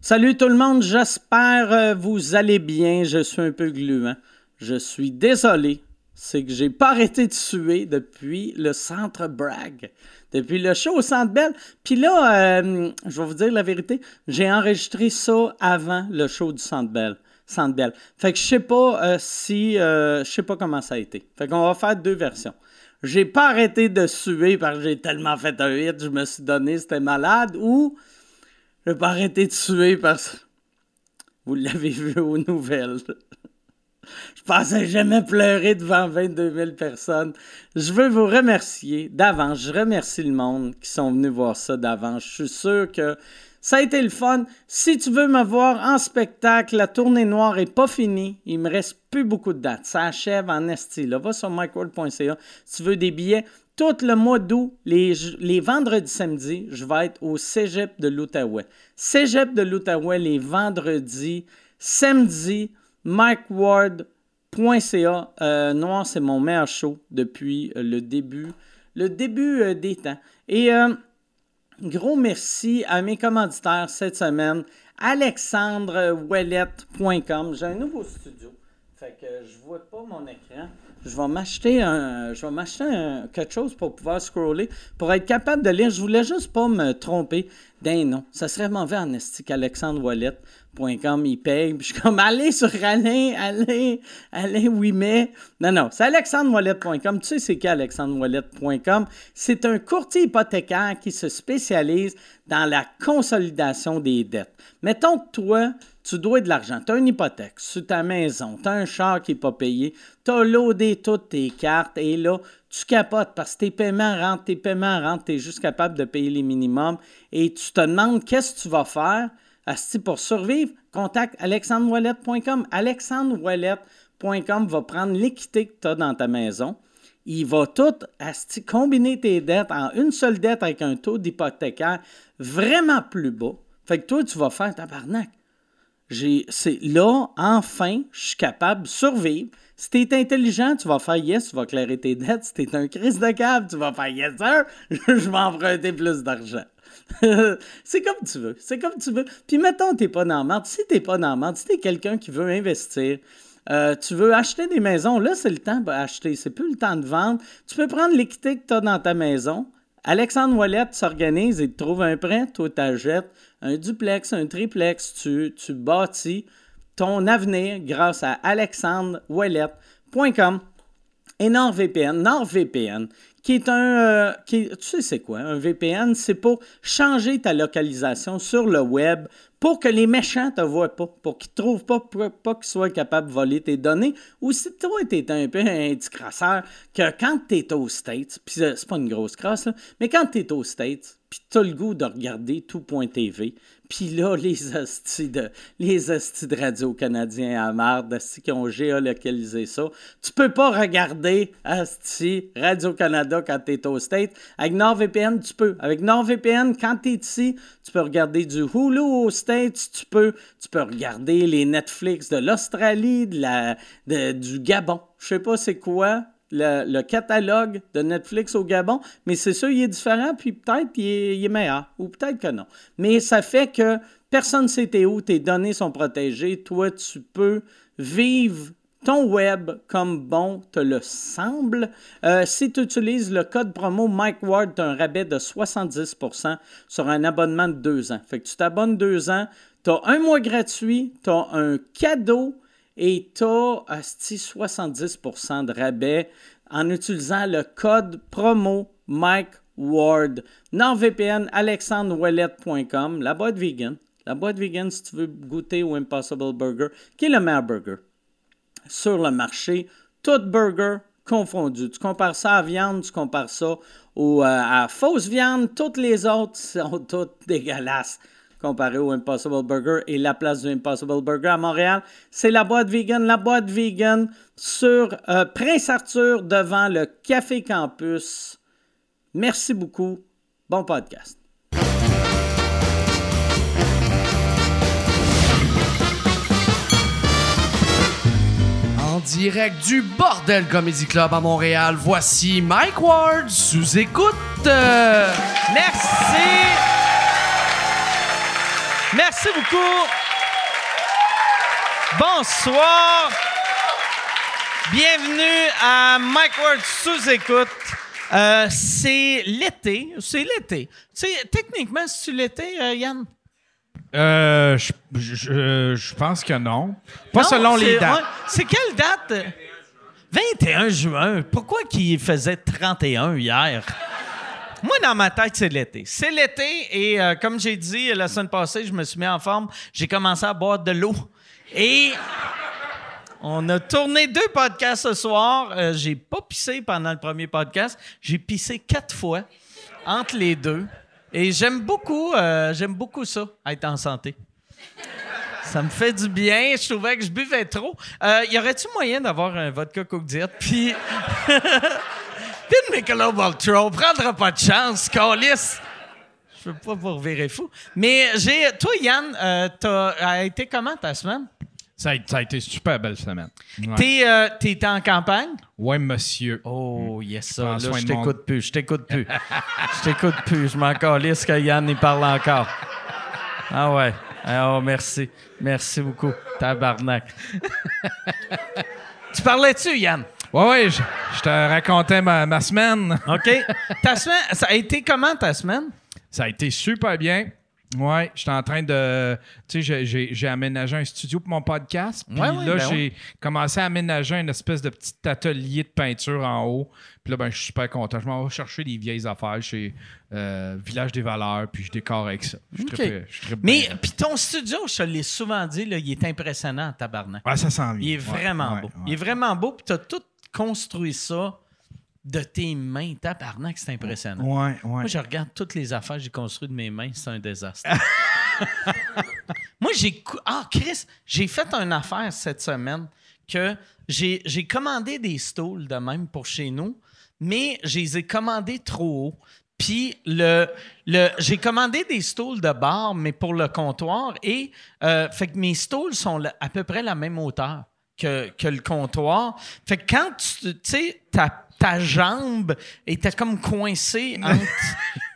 Salut tout le monde, j'espère euh, vous allez bien. Je suis un peu gluant. Je suis désolé. C'est que j'ai pas arrêté de suer depuis le centre Bragg, depuis le show au centre Bell. Puis là, euh, je vais vous dire la vérité, j'ai enregistré ça avant le show du centre Bell. Centre Bell. Fait que je sais pas euh, si, euh, je sais pas comment ça a été. Fait qu'on va faire deux versions. J'ai pas arrêté de suer parce que j'ai tellement fait un hit, je me suis donné, c'était malade. Ou je vais pas arrêter de suer parce que vous l'avez vu aux nouvelles. Je pensais jamais pleurer devant 22 000 personnes. Je veux vous remercier d'avance. Je remercie le monde qui sont venus voir ça d'avance. Je suis sûr que ça a été le fun. Si tu veux me voir en spectacle, la tournée noire est pas finie. Il me reste plus beaucoup de dates. Ça achève en esti. Là, va sur mikeworld.ca. Si tu veux des billets, tout le mois d'août, les, les vendredis, samedis, je vais être au cégep de l'Outaouais. Cégep de l'Outaouais, les vendredis, samedis, MikeWard.ca. Euh, Noir, c'est mon meilleur show depuis euh, le début, le début euh, des temps. Et euh, gros merci à mes commanditaires cette semaine, alexandrewellette.com. J'ai un nouveau studio, fait que je vois pas mon écran. Je vais m'acheter un, je vais m'acheter un- quelque chose pour pouvoir scroller, pour être capable de lire. Je voulais juste pas me tromper d'un nom. Ça serait mauvais en estique, alexandrewallette.com, il paye. Puis je suis comme, allez sur Alain, allez, allez, oui, mais. Non, non, c'est alexandrewallette.com. Tu sais, c'est qui alexandrewallette.com? C'est un courtier hypothécaire qui se spécialise dans la consolidation des dettes. Mettons que toi, tu dois de l'argent. Tu as une hypothèque sur ta maison, tu as un char qui n'est pas payé, tu as loadé toutes tes cartes et là, tu capotes parce que tes paiements rentrent, tes paiements rentrent, tu es juste capable de payer les minimums et tu te demandes qu'est-ce que tu vas faire Asti, pour survivre. Contacte alexandrewallet.com. Alexandrewallet.com va prendre l'équité que tu as dans ta maison. Il va tout asti, combiner tes dettes en une seule dette avec un taux d'hypothécaire vraiment plus bas. Fait que toi, tu vas faire tabarnak. J'ai, c'est là, enfin, je suis capable de survivre. Si t'es intelligent, tu vas faire yes, tu vas clairer tes dettes. Si t'es un crise de cave, tu vas faire yes, sir, je vais emprunter plus d'argent. c'est comme tu veux, c'est comme tu veux. Puis mettons, t'es pas dans la merde. Si t'es pas dans la merde, si t'es quelqu'un qui veut investir, euh, tu veux acheter des maisons, là, c'est le temps d'acheter, c'est plus le temps de vendre. Tu peux prendre l'équité que t'as dans ta maison, Alexandre Ouellette s'organise et te trouve un prêt, toi t'achètes un duplex, un triplex, tu, tu bâtis ton avenir grâce à alexandrewellette.com et NordVPN. NordVPN, qui est un... euh, qui, tu sais c'est quoi? Un VPN, c'est pour changer ta localisation sur le web pour que les méchants te voient pas, pour qu'ils te trouvent pas, pour pas qu'ils soient capables de voler tes données. Ou si toi, t'es un peu un petit crasseur, que quand t'es aux States, puis euh, c'est pas une grosse crasse, là, mais quand t'es aux States, puis t'as le goût de regarder tout.tv. Puis là, les hosties de, les hosties de radio canadiens à marde, hosties qui ont géolocalisé ça. Tu peux pas regarder hostie Radio-Canada quand t'es au State. Avec NordVPN, tu peux. Avec NordVPN, quand t'es ici, tu peux regarder du Hulu aux States, tu peux. Tu peux regarder les Netflix de l'Australie, de la, de- du Gabon. Je sais pas c'est quoi, le, le catalogue de Netflix au Gabon, mais c'est sûr, il est différent, puis peut-être il est, il est meilleur, ou peut-être que non. Mais ça fait que personne ne sait t'es où, tes données sont protégées, toi, tu peux vivre ton web comme bon te le semble. Euh, si tu utilises le code promo Mike Ward, tu as un rabais de 70% sur un abonnement de deux ans. Fait que tu t'abonnes deux ans, tu as un mois gratuit, tu as un cadeau et tu as 70% de rabais en utilisant le code promo Mike Ward. NordVPN, alexandrewellette.com, la boîte vegan. La boîte vegan si tu veux goûter au Impossible Burger, qui est le meilleur burger sur le marché, tout burger confondu. Tu compares ça à viande, tu compares ça au, euh, à fausse viande, toutes les autres sont toutes dégueulasses comparé au Impossible Burger et la place du Impossible Burger à Montréal. C'est la boîte vegan, la boîte vegan sur euh, Prince Arthur devant le Café Campus. Merci beaucoup. Bon podcast. En direct du Bordel Comedy Club à Montréal, voici Mike Ward sous écoute. Euh, Merci! Merci beaucoup. Bonsoir. Bienvenue à Mike Ward sous écoute. Euh, c'est l'été, c'est l'été. Tu sais, techniquement, c'est l'été, euh, Yann. Euh, je, je- je- je pense que non. Pas Non, selon c'est- les dates. ouais, c'est quelle date? 21 juin. Pourquoi qu'il faisait 31 hier? Moi, dans ma tête, c'est l'été. C'est l'été et euh, comme j'ai dit la semaine passée, je me suis mis en forme. J'ai commencé à boire de l'eau. Et on a tourné deux podcasts ce soir. Euh, j'ai pas pissé pendant le premier podcast. J'ai pissé quatre fois entre les deux. Et j'aime beaucoup, euh, j'aime beaucoup ça, être en santé. Ça me fait du bien. Je trouvais que je buvais trop. Euh, y aurait-tu moyen d'avoir un vodka Coke Diet? Puis. Puis une Michelob Ultra. On prendra pas de chance, Colis. Je veux pas vous revirer fou. Mais j'ai. Toi, Yann, euh, t'as a été comment ta semaine? Ça a, ça a été super belle semaine. Ouais, T'es, euh, t'es en campagne? Ouais, monsieur. Oh, yes, ça. Prends Là, soin je de t'écoute plus. Je t'écoute plus. je t'écoute plus. Je m'en calisse que Yann y parle encore. Ah ouais. Ah, Oh, merci. Merci beaucoup. Tabarnak. tu parlais-tu, Yann? Ouais, ouais, je, je te racontais ma, ma semaine. OK. Ta semaine, ça a été comment ta semaine? Ça a été super bien. Ouais, j'étais en train de. Tu sais, j'ai- j'ai- j'ai aménagé un studio pour mon podcast. Puis Ouais, ouais, là, ben j'ai commencé à aménager une espèce de petit atelier de peinture en haut. Puis là, ben, je suis super content. Je m'en vais chercher des vieilles affaires chez euh, Village des Valeurs. Puis je décore avec ça. Je Ok. trippe- je trippe Mais, bien. puis ton studio, je te l'ai souvent dit, là, il est impressionnant, tabarnak. Ouais, ça s'en vient. Il est Ouais, vraiment ouais, beau. ouais. Il est vraiment beau, puis t'as tout construit ça de tes mains, tabarnak, c'est impressionnant. Ouais, ouais. Moi, je regarde toutes les affaires que j'ai construites de mes mains, c'est un désastre. Moi, j'ai. cou- Ah, Chris, j'ai fait une affaire cette semaine que j'ai j'ai commandé des stools de même pour chez nous, mais je les ai commandés trop haut. Puis, le, le, j'ai commandé des stools de bar, mais pour le comptoir. Et, euh, fait que mes stools sont la- à peu près la même hauteur que, que le comptoir. Fait que quand tu tu sais, ta, ta jambe était comme coincée entre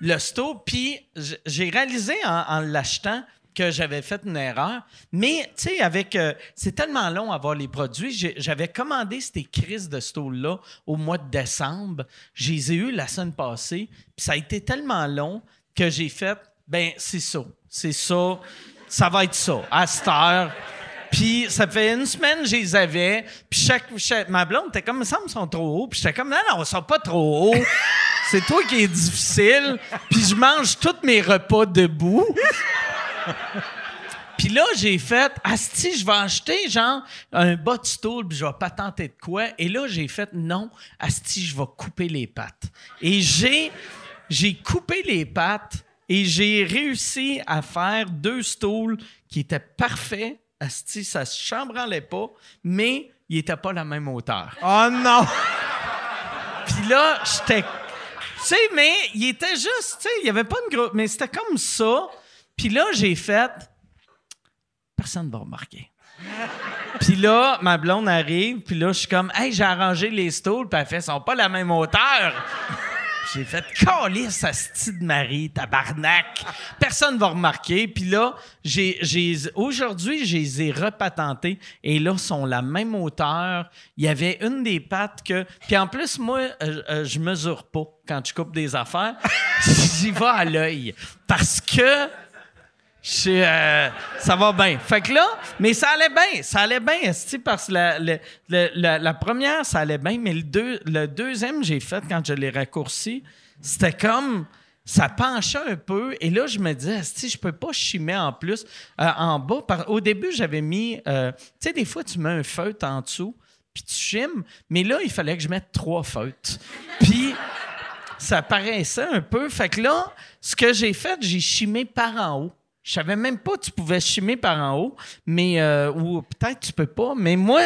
le stool, puis j- j'ai réalisé en, en l'achetant que j'avais fait une erreur. Mais, tu sais, avec. euh, c'est tellement long à voir les produits. J'ai- J'avais commandé ces crises de stool-là au mois de décembre. Je les ai eues la semaine passée. Puis ça a été tellement long que j'ai fait. Ben, c'est ça. C'est ça. Ça va être ça. À cette heure. Puis ça fait une semaine, je les avais. Puis chaque, chaque- ma blonde était comme, ça me semble, ils sont trop hauts. Puis j'étais comme, non, non, ils sont pas trop hauts. C'est toi qui est difficile. Puis je mange tous mes repas debout. Puis là, j'ai fait, Asti, je vais acheter genre un bas de stool, puis je vais patenter de quoi. Et là, j'ai fait, non, Asti, je vais couper les pattes. Et j'ai, j'ai coupé les pattes et j'ai réussi à faire deux stools qui étaient parfaits. Asti, ça se chambranlait pas, mais ils n'étaient pas la même hauteur. Oh non! Puis là, j'étais. Tu sais, mais il était juste. Tu sais, il n'y avait pas une grosse. Mais c'était comme ça. Puis là, j'ai fait. Personne ne va remarquer. puis là, ma blonde arrive. Puis là, je suis comme. Hey, j'ai arrangé les stools. Puis elle fait. Ils sont pas la même hauteur. J'ai fait calice à de Marie, tabarnak. Personne va remarquer. Puis là, j'ai, j'ai, aujourd'hui, je les ai repatentés et là, ils sont la même hauteur. Il y avait une des pattes que. Puis en plus, moi, euh, euh, je mesure pas quand je coupe des affaires. J'y vais à l'œil. Parce que. Je suis, euh, ça va bien. Fait que là, mais ça allait bien, ça allait bien, esti, parce que la, le- le- la- la première, ça allait bien, mais le, deux, le deuxième, j'ai fait quand je l'ai raccourci, c'était comme, ça penchait un peu, et là, je me disais, si je peux pas chimer en plus, euh, en bas. par- au début, j'avais mis, euh, tu sais, des fois, tu mets un feutre en dessous, puis tu chimes, mais là, il fallait que je mette trois feutres. Puis ça paraissait un peu. Fait que là, ce que j'ai fait, j'ai chimé par en haut. Je savais même pas que tu pouvais chimer par en haut, mais euh, ou peut-être tu peux pas, mais moi,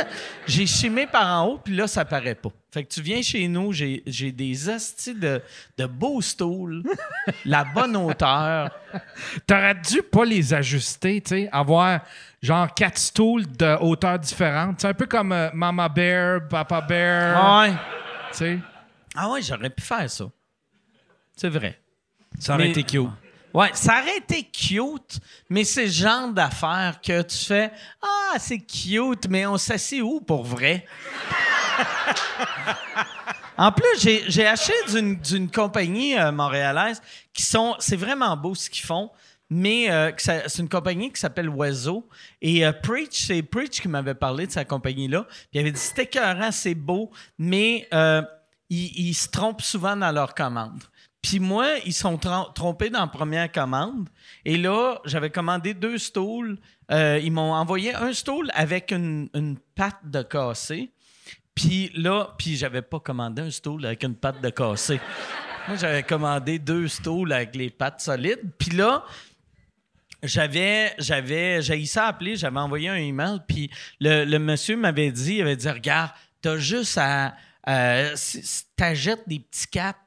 j'ai chimé par en haut, puis là, ça paraît pas. Fait que tu viens chez nous, j'ai j'ai des astis de, de beaux stools, la bonne hauteur. T'aurais dû pas les ajuster, tu sais, avoir genre quatre stools de hauteur différente. C'est un peu comme euh, Mama Bear, Papa Bear, Ouais. tu sais. Ah ouais, j'aurais pu faire ça. C'est vrai. Ça aurait été cute. Ouais, ça aurait été cute, mais c'est le genre d'affaire que tu fais Ah, c'est cute, mais on s'assied où pour vrai? en plus, j'ai- j'ai acheté d'une- d'une compagnie euh, montréalaise qui sont. C'est vraiment beau ce qu'ils font, mais euh, que ça- c'est une compagnie qui s'appelle Oiseau. Et euh, Preach, c'est Preach qui m'avait parlé de sa compagnie-là. Puis il avait dit C'est écœurant, c'est beau, mais euh, ils, ils se trompent souvent dans leurs commandes. Puis moi, ils sont trom- trompés dans la première commande. Et là, j'avais commandé deux stools. Euh, ils m'ont envoyé un stool avec une, une patte de cassé. Puis là, puis j'avais pas commandé un stool avec une patte de cassé. moi, j'avais commandé deux stools avec les pattes solides. Puis là, j'avais, j'avais, j'ai ça appelé, j'avais envoyé un email, puis le, le monsieur m'avait dit, il avait dit, regarde, t'as juste à, euh, si- si t'achètes des petits caps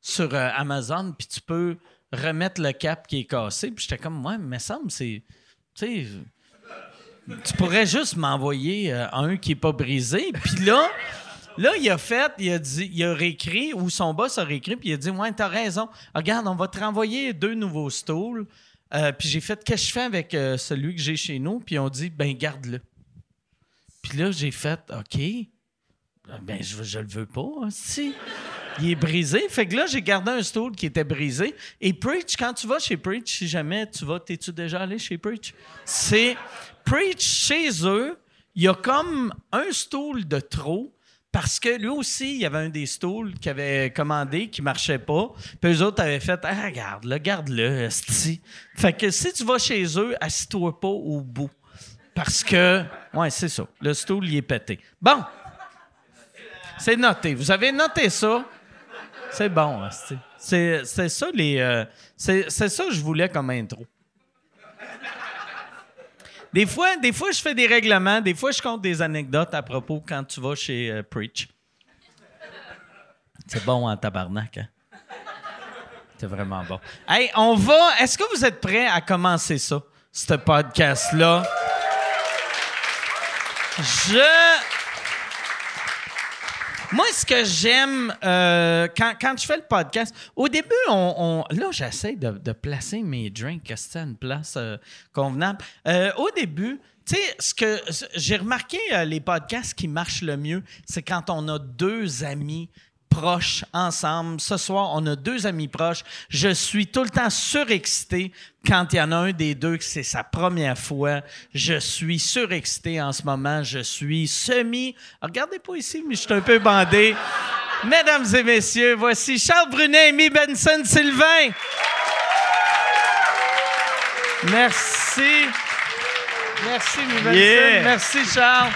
sur euh, Amazon, puis tu peux remettre le cap qui est cassé. Puis j'étais comme, ouais, mais ça me semble, c'est, tu sais, tu pourrais juste m'envoyer euh, un qui est pas brisé. Puis là, là, il a fait, il a dit, il a réécrit, ou son boss a réécrit, puis il a dit, ouais, t'as raison. Regarde, on va te renvoyer deux nouveaux stools. Euh, puis j'ai fait, qu'est-ce que je fais avec euh, celui que j'ai chez nous? Puis on dit, ben, garde-le. Puis là, j'ai fait, OK. Ben, je, je le veux pas, hein, si. Il est brisé. Fait que là, j'ai gardé un stool qui était brisé. Et Preach, quand tu vas chez Preach, si jamais tu vas, t'es-tu déjà allé chez Preach? C'est Preach chez eux, il y a comme un stool de trop. Parce que lui aussi, il y avait un des stools qu'il avait commandé qui marchait pas. Puis eux autres avaient fait Ah, garde-le, garde-le, esti. Fait que si tu vas chez eux, assis-toi pas au bout. Parce que, ouais, c'est ça. Le stool, il est pété. Bon. C'est noté. Vous avez noté ça. C'est bon, esti. c'est c'est ça les. euh, c'est c'est ça que je voulais comme intro. Des fois, des fois, je fais des règlements, des fois, je compte des anecdotes à propos quand tu vas chez euh, Preach. C'est bon en tabarnak, hein? C'est vraiment bon. Hey, on va. Est-ce que vous êtes prêts à commencer ça, ce podcast-là? Je. Moi, ce que j'aime euh, quand, quand je fais le podcast, au début, on, on- là, j'essaie de, de placer mes drinks, que c'était une place euh, convenable. Euh, au début, tu sais, ce que ce- j'ai remarqué, euh, les podcasts qui marchent le mieux, c'est quand on a deux amis proches ensemble. Ce soir, on a deux amis proches. Je suis tout le temps surexcité quand il y en a un des deux que c'est sa première fois. Je suis surexcité en ce moment. Je suis semi... Regardez pas ici, mais je suis un peu bandé. Mesdames et messieurs, voici Charles Brunet, Amy Benson, Sylvain. Merci. Merci, Amy Benson. Yeah. Merci, Charles.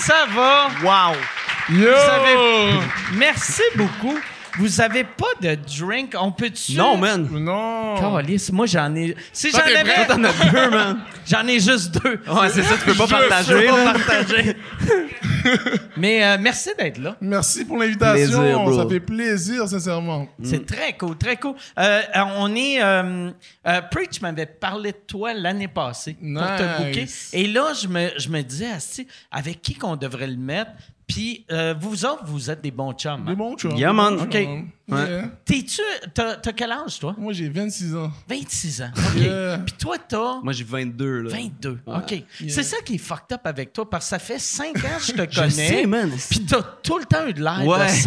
Ça va? Wow! Vous avez- Merci beaucoup. Vous avez pas de drink? On peut-tu... Non, man! Non! Calice, moi j'en ai. Si j'en Toi, t'es avais, prêt, T'en as deux, man! j'en ai juste deux. Ouais, c'est ça, tu peux pas partager. là. Mais euh, merci d'être là. Merci pour Plaisir, l'invitation. bro. Ça fait plaisir, sincèrement. Mm. C'est très cool, très cool. Euh, euh, on est. euh, euh, Preach m'avait parlé de toi l'année passée pour te booker. Nice. Et là, je me, je me disais, Asti, avec qui qu'on devrait le mettre? Puis euh, vous autres, vous êtes des bons chums. hein? Des bons chums. Yeah, man. Des bons chums. Ouais. Yeah. T'es-tu. T'as, t'as quel âge, toi? Moi, j'ai 26 ans. 26 ans. OK. Euh, Yeah. Puis toi, t'as. Moi, j'ai 22, là. 22. Ouais. OK. C'est ça qui est fucked up avec toi parce que ça fait 5 ans que je te Je connais. sais, man. Puis t'as tout le temps eu de l'air de Ouais. 16.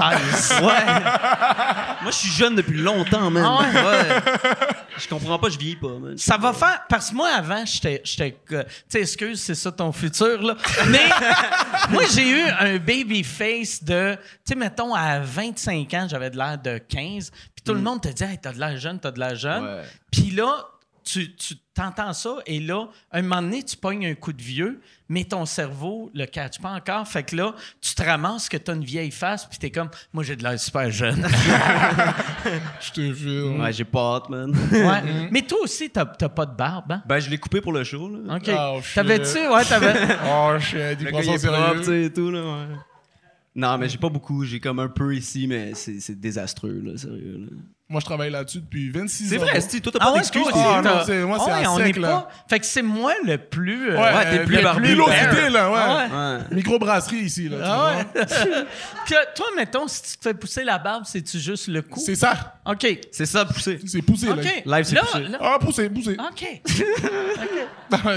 Ouais. Moi, je suis jeune depuis longtemps, man. Ah Ouais. Je comprends pas, je vieillis pas, man. Ça va faire. Parce que moi, avant, j'étais. j'étais, euh, Tu sais, excuse, c'est ça ton futur, là. Mais moi, j'ai eu un baby face de. Tu sais, mettons, à 25 ans, j'avais de l'air de 15. Puis tout le monde te dit, hey, t'as de l'air jeune, t'as de l'air jeune. Ouais. Puis là, tu, tu t'entends ça et là, un moment donné, tu pognes un coup de vieux, mais ton cerveau le catch pas encore. Fait que là, tu te ramasses que t'as une vieille face, puis t'es comme, moi, j'ai de l'air super jeune. Je te filme. Ouais, j'ai pas hâte, man. Ouais. Mais toi aussi, t'as, t'as pas de barbe, hein? Ben, je l'ai coupé pour le show, là. OK. Oh, shit. T'avais-tu? Ouais, t'avais. Oh, shit, des Le gars, il croissants est propre, tu sérieux. sais, et tout, là, ouais. Non, mais j'ai pas beaucoup. J'ai comme un peu ici, mais c'est c'est désastreux, là, sérieux. là. Moi, je travaille là-dessus depuis 26 ans. C'est vrai, Esti, toi, t'as Ah pas ouais, d'excuses. toi, t'es- Ah, t'es- non, t'as- c'est- moi, c'est Ah ouais, à on sec, est là. pas- Fait que c'est moi le plus. euh, Ouais, Ouais, t'es euh, plus le barbu. Pilosité, là, ouais. Ah ouais. Microbrasserie ici, là. tu Ah vois. ouais. Puis, euh, toi, mettons, si tu te fais pousser la barbe, c'est-tu juste le cou? C'est ça. OK. C'est ça, poussé. C'est poussé, là. OK. Live, c'est Là, poussé. là- Ah, poussé, poussé. OK.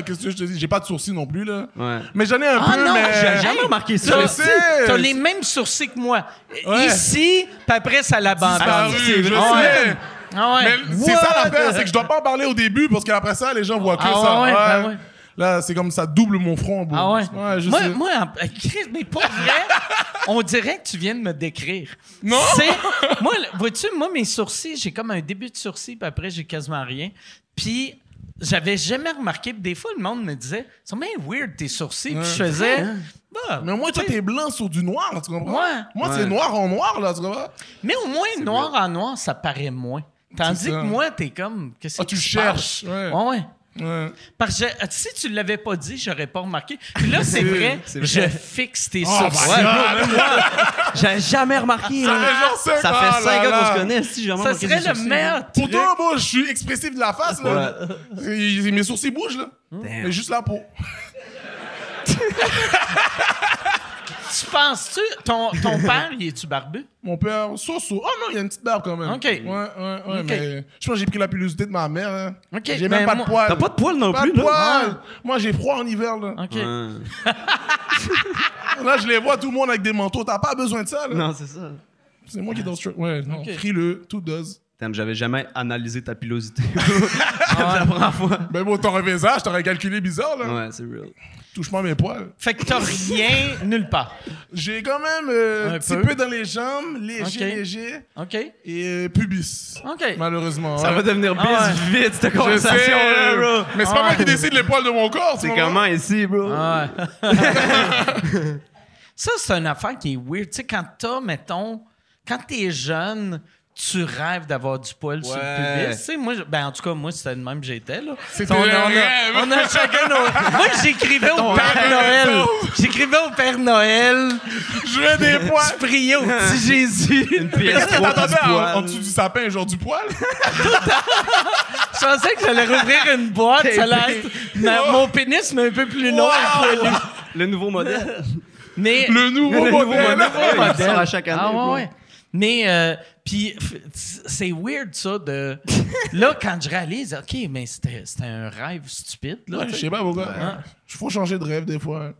Qu'est-ce que je te dis? J'ai pas de sourcils non plus, là. Ouais. Mais j'en ai un Ah peu, non, mais... j'ai jamais remarqué ça. T'as- Je sais. T'as les mêmes sourcils que moi. Ouais. Ici, puis après, ça Disparu, l'abandonne. je Ah ouais. sais. Ah ouais. Mais c'est ça l'affaire, c'est que je dois pas en parler au début parce qu'après ça, les gens voient que Ah ça. ouais, ben ouais. Là, c'est comme ça double mon front. bro. Ah ouais? je moi, sais. moi, en- euh, Chris, mais pour vrai, on dirait que tu viens de me décrire. Non! C'est- Moi, le- vois-tu, moi, mes sourcils, j'ai comme un début de sourcil, puis après, j'ai quasiment rien. Puis, j'avais jamais remarqué. puis des fois, le monde me disait, « C'est bien weird, tes sourcils. Puis je faisais, Bah, Mais moi, toi, t'es blanc sur du noir, tu comprends? Ouais. Moi, c'est noir en noir, là, tu comprends? Mais au moins, noir en noir, ça paraît moins. Tandis C'est ça. que moi, t'es comme... Qu'est-ce Ah, qui tu se cherches, passe? ouais. Ouais, ouais. Ouais. Parce que euh, si tu l'avais pas dit, j'aurais pas remarqué. Puis là, c'est vrai, je fixe tes Oh, sourcils. my God. J'avais jamais remarqué. Ça là. fait genre cinq Ça ans, fait 5 ans Ah, là, qu'on là. se connaît, si j'ai jamais Ça remarqué serait tes le sourcils. meilleur truc. Pourtant, moi, je suis expressif de la face, là. Et- et Mes sourcils bougent, là. Hmm? Mais juste la peau. Tu penses-tu, ton, ton père, il est-tu barbu? Mon père, so-so. Oh non, il y a une petite barbe quand même. Ok. Ouais, ouais, ouais. Ok. Mais je pense que j'ai pris la pilosité de ma mère. hein. Ok, J'ai ben même pas moi- de poils. T'as pas de poils non Pas plus, de là. poils. Moi, j'ai froid en hiver, là. OK. Ouais. Là, je les vois tout le monde avec des manteaux. T'as pas besoin de ça, là. Non, c'est ça. C'est moi qui est dans ce truc. Ouais, non. Ok. Fris-le, tout dose. Damn, j'avais jamais analysé ta pilosité. C'est la première fois. Ben, bon, t'aurais fait ça, je t'aurais calculé bizarre, là. Ouais, c'est real. Touche-moi mes poils. Fait que t'as rien nulle part. J'ai quand même euh, Un un petit peu. peu. dans les jambes, léger, Ok. léger, OK? et euh, pubis. OK. Malheureusement. Ça ouais. va devenir bis Ah vite, cette Je sais, conversation-là, euh, bro. mais c'est pas moi qui décide les poils de mon corps, C'est tu vois. comment ici, bro? Ah ouais. ça, c'est une affaire qui est weird. Tu sais, quand t'as, mettons, quand t'es jeune, tu rêves d'avoir du poil sur le Ouais. pubis. Tu sais, moi, je- ben, en tout cas, moi, c'était le même que j'étais, là. C'était On a- un on a- rêve. on a chacun nos... Moi, j'écrivais au Père Noël. J'écrivais au Père Noël. Je veux des poils. Je priais au petit Jésus. Qu'est-ce que PS3 t'attendais du en, en poil. dessous du sapin, genre du poil? Je pensais que j'allais rouvrir une boîte, ça allait être ma- mon pénis, mais un peu plus long. et poilu. Le nouveau modèle. Mais Le nouveau Le nouveau modèle. modèle. Ouais, Il modèle. sort à chaque année, Ah, ouais, bro. ouais. Mais, euh, puis, f- c'est weird, ça, de... là, quand je réalise, OK, mais c'était c'était un rêve stupide, là. Ouais, tu je sais. sais pas pourquoi. Il faut changer de rêve des fois. hein.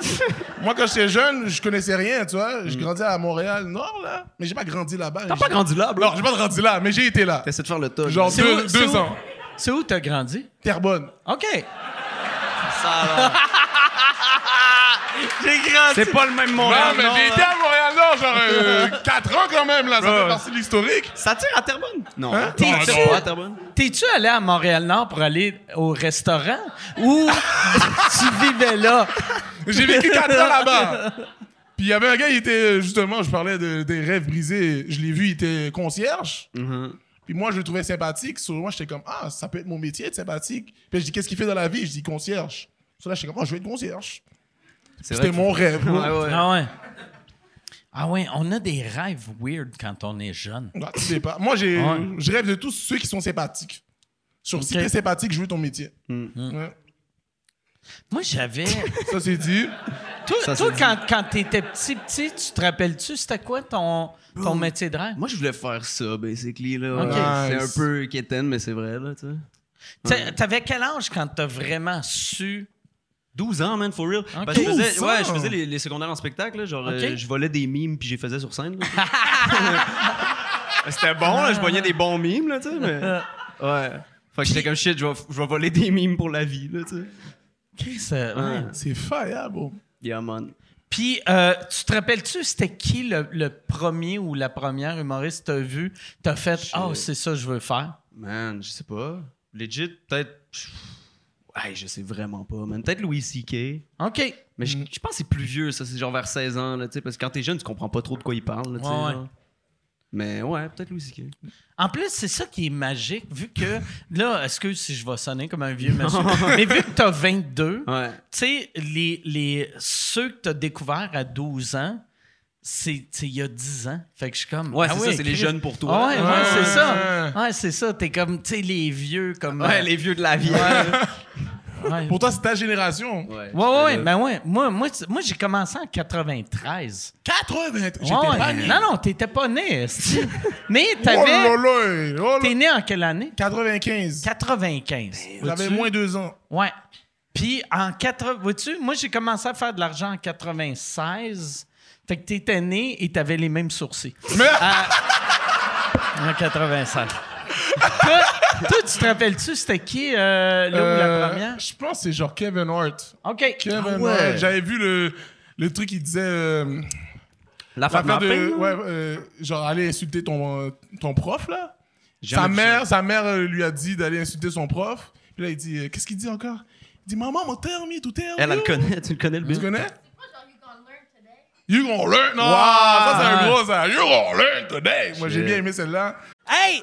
Hmm. Moi, quand j'étais jeune, je connaissais rien, tu vois. Hmm. Je grandis à Montréal-Nord, là. Mais j'ai pas grandi là-bas. T'as pas grandi là, bro. Non, j'ai pas grandi là, mais j'ai été là. T'essaies de faire le tas. Genre là. C'est deux, où- c'est deux où? ans. C'est où t'as grandi? Terrebonne. OK. C'est pas le même Non, Montréal. mais non, j'ai là. été à Montréal-Nord, genre 4 ans quand même, là. Ça fait partie de l'historique. Ça tire à Terrebonne? Non. Hein? T'es Non, sûr? non. Pas à Terrebonne? T'es-tu allé à Montréal-Nord pour aller au restaurant ou tu vivais là? J'ai vécu 4 ans là-bas. Puis il y avait un gars, il était justement, je parlais de- des rêves brisés. Je l'ai vu, il était concierge. Mm-hmm. Puis moi, je le trouvais sympathique. Sur moi, j'étais comme, ah, ça peut être mon métier, être sympathique. Puis je dis, qu'est-ce qu'il fait dans la vie Je dis, concierge. Sur là, j'étais comme, ah, je vais être concierge. C'est Hein? vrai C'était que- mon rêve. Ouais, ouais. ouais. Ah ouais. Ah ouais, on a des rêves weird quand on est jeune. Ah, tu sais pas. Moi, j'ai, Ouais. je rêve de tous ceux qui sont sympathiques. Sur si Ok. Mm. t'es sympathique, je veux ton métier. Ouais. Moi, j'avais... Ça, c'est dit. Toi, Ça, toi, c'est quand, quand t'étais petit, petit, tu te rappelles-tu, c'était quoi ton, ton métier de rêve? Moi, je voulais faire ça, basically. Là. Ok. Ouais, C'est Nice. un peu quétaine, mais c'est vrai, là, tu sais. T'a- T'avais quel âge quand t'as vraiment su? 12 ans, man, for real. Ok. Parce que je 12 faisais, ans? ouais, je faisais les, les secondaires en spectacle. là, genre, euh, Ok. je volais des mimes puis je les faisais sur scène. là. C'était bon, là, je voyais des bons mimes, là, tu sais. Mais... Ouais. Fait que j'étais comme shit, je vais, je vais voler des mimes pour la vie, là, tu sais. Chris, euh, ouais. C'est fire, bon. Yeah, man. Puis, euh, tu te rappelles-tu, c'était qui le, le premier ou la première humoriste que t'as vu? T'as fait, ah, oh, c'est ça que je veux faire. Man, je sais pas. Legit, peut-être. Ay, je sais vraiment pas, man. Peut-être Louis C.K. OK. Mais je, je pense que c'est plus vieux, ça. C'est genre vers 16 ans, là, tu sais. Parce que quand t'es jeune, tu comprends pas trop de quoi il parle, là, tu sais. Ouais, ouais. genre. Mais ouais, peut-être Louis C.K. En plus, c'est ça qui est magique, vu que, là, excuse si je vais sonner comme un vieux monsieur, mais vu que t'as 22, Ouais. tu sais, les, les, ceux que t'as découverts à 12 ans, c'est tu sais, il y a 10 ans. Fait que je suis comme. Ouais, ah c'est ça, c'est les Chris. jeunes pour toi. Ah ouais, ouais, Ouais, c'est ça. ouais. Ouais, c'est ça. T'es comme, tu sais, les vieux, comme. Ouais, les vieux de la vie. ouais. Pour toi, c'est ta génération. Ouais, Ouais, ouais, ouais, ben ouais. Moi, moi, tu- moi j'ai commencé en 93. 80! J'étais Ouais, ouais. pas né. Non, non, t'étais pas né. esti. Mais Oh là t'avais. là, oh là. T'es né en quelle année? 95. 95. J'avais vois-tu? moins deux ans. Ouais. Puis en 80. Vois-tu, moi, j'ai commencé à faire de l'argent en 96. Fait que t'étais né et t'avais les mêmes sourcils. Ah. Mais- En 96. toi, toi, tu te rappelles-tu, c'était qui, euh, là où la Euh, première? Je pense que c'est genre Kevin Hart. OK. Kevin Ah Hart. J'avais vu le, le truc qui disait. euh, La femme l'affaire de. de... Ouais, euh, genre, aller insulter ton, euh, ton prof, là. Jamais Sa vu mère, sa mère euh, lui a dit d'aller insulter son prof. Puis là, il dit euh, Qu'est-ce qu'il dit encore Il dit Maman, mon terme, tout terme. Elle, elle le yo. connaît, tu le connais le Tu but. connais What are you gonna learn today? You gonna learn. Non, ça, c'est un gros, ça. You gonna learn today. Moi, j'ai Shit. bien aimé celle-là. Hey,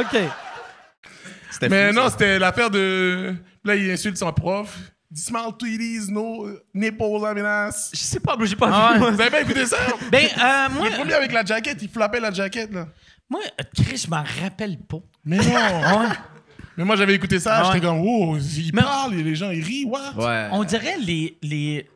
OK. C'était Mais fou, non, ça. c'était l'affaire de. Là, il insulte son prof. Il dit Small Tweeties, no euh, nipples are menace. Je sais pas, moi, j'ai pas Ah ouais. vu. moi. Vous avez pas écouté ça? Ben, euh, moi, Le premier avec la jaquette, il flappait la jaquette, là. moi, euh, Chris, je m'en rappelle pas. Euh. Mais non! Mais moi, j'avais écouté ça, Ouais. j'étais comme, wow, il Mais- parle, et les gens, ils rient, what? Ouais. On dirait les, les,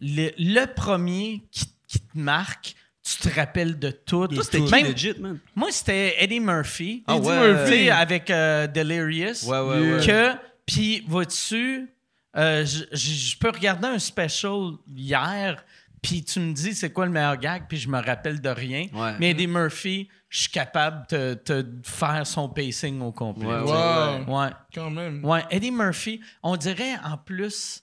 le- le premier qui, qui te marque, tu te rappelles de tout. Toi, c'était qui, Même- legit, man? Moi, c'était Eddie Murphy. Ah Eddie ouais. Murphy. Tu sais, avec euh, Delirious. Ouais, ouais, ouais. Que, puis, vois-tu, euh, je- je je peux regarder un special hier, puis tu me dis c'est quoi le meilleur gag, puis je me rappelle de rien. Ouais. Mais Eddie Murphy, je suis capable de te faire son pacing au complet. Ouais, Wow, ouais. quand même. Ouais, Eddie Murphy, on dirait en plus,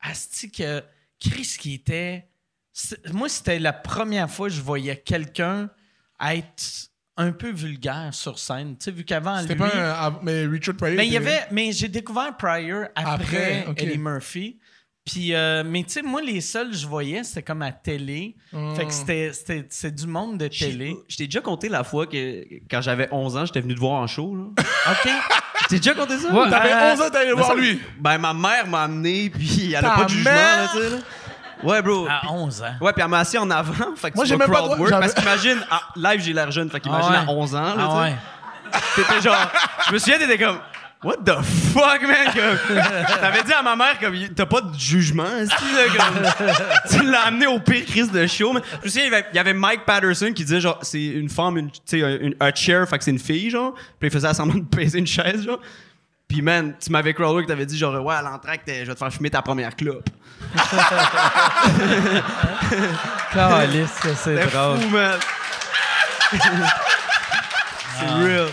Asti, que Chris qui était. c'est- Moi, c'était la première fois que je voyais quelqu'un être un peu vulgaire sur scène. Tu sais, vu qu'avant, lui. C'était pas un. ah, Mais Richard Pryor. Mais il y était- avait. Mais j'ai découvert Pryor après, Après, ok. Eddie Murphy. Puis, euh, mais tu sais, moi, les seuls que je voyais, c'était comme à télé. Fait que c'était- c'était c'est du monde de J'ai- télé. Je t'ai déjà conté la fois que quand j'avais 11 ans, j'étais venu te voir en show. Là. OK? Je t'ai déjà conté ça? T'avais Euh, 11 ans, t'allais voir lui. Ben, ma mère m'a amené, puis elle Ta a pas de jugement, là, mère? tu sais. là. Ouais, bro. À 11 ans. Ouais, puis elle m'a assis en avant. Fait que Moi, tu j'ai vas même pas crowd le droit- work, Parce j'avais- qu'imagine, ah, live, j'ai l'argent. Fait qu'imagine Ah ouais. à 11 ans, là, Ah tu sais. ouais. T'étais genre. Je me souviens, t'étais comme. What the fuck, man? Comme, T'avais dit à ma mère, comme, t'as pas de jugement, est-ce que, là, comme, tu l'as amené au pire crise de show. mais- Je me souviens, il y avait- il y avait Mike Patterson qui disait, genre, c'est une femme, une, tu sais, un, un- un chair, fait que c'est une fille, genre. Puis il faisait semblant de peser une chaise, genre. Puis, man, tu m'avais crawlé que t'avais dit, genre, ouais, à l'entracte, je vais te faire fumer ta première clope. Caliste, ça, c'est T'es drôle. fou, man. c'est real.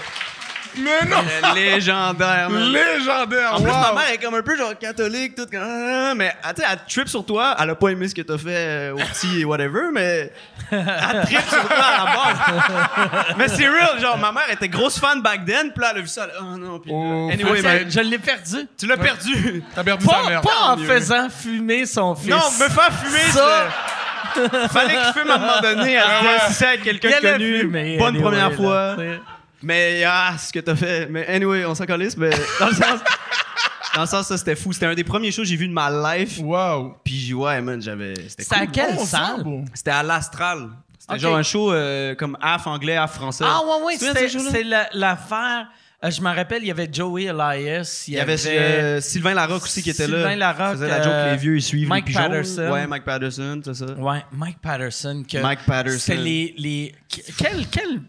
Mais non! C'est Légendaire, man. Légendaire, En plus, ma wow. mère est comme un peu genre catholique, toute comme, ah, mais ah, tu sais, elle trip sur toi. Elle a pas aimé ce que t'as fait euh, au petit et whatever, mais elle trip sur toi à la base. mais c'est real, genre ma mère était grosse fan back then, puis là elle a vu ça, elle, oh non, puis Oh, anyway, fuck. mais- ben, ben, Je l'ai perdu. tu l'as perdu. T'as perdu ta Pas, mère. pas en Tant mieux. faisant fumer son fils. non, me faire fumer Ça. ça. Fallait que je fume à un moment donné. Elle Ah disait, ouais. si c'est avec quelqu'un de connu, bonne première fois. Mais ah, ce que t'as fait. Mais anyway, on s'en calisse, mais dans le sens. Dans le sens, ça c'était fou. C'était un des premiers shows que j'ai vu de ma life. Wow. Puis ouais, man, j'avais. C'était C'est à cool. quelle Bon sang, salle? bon. C'était à l'Astral. C'était Ok. genre un show euh, comme half anglais, half français. Ah ouais, ouais, Tu te souviens de c'était- ce show-là? c'est la- l'affaire. euh, je me rappelle, il y avait Joey Elias, il Il y avait euh, Sylvain Larocque aussi qui était là. Sylvain Larocque, Il faisait la joke euh, que les vieux ils suivent Mike les pigeons. Patterson. Ouais, Mike Patterson, c'est ça. Ouais, Mike Patterson. Que Mike Patterson. C'était les. les que- quel, quel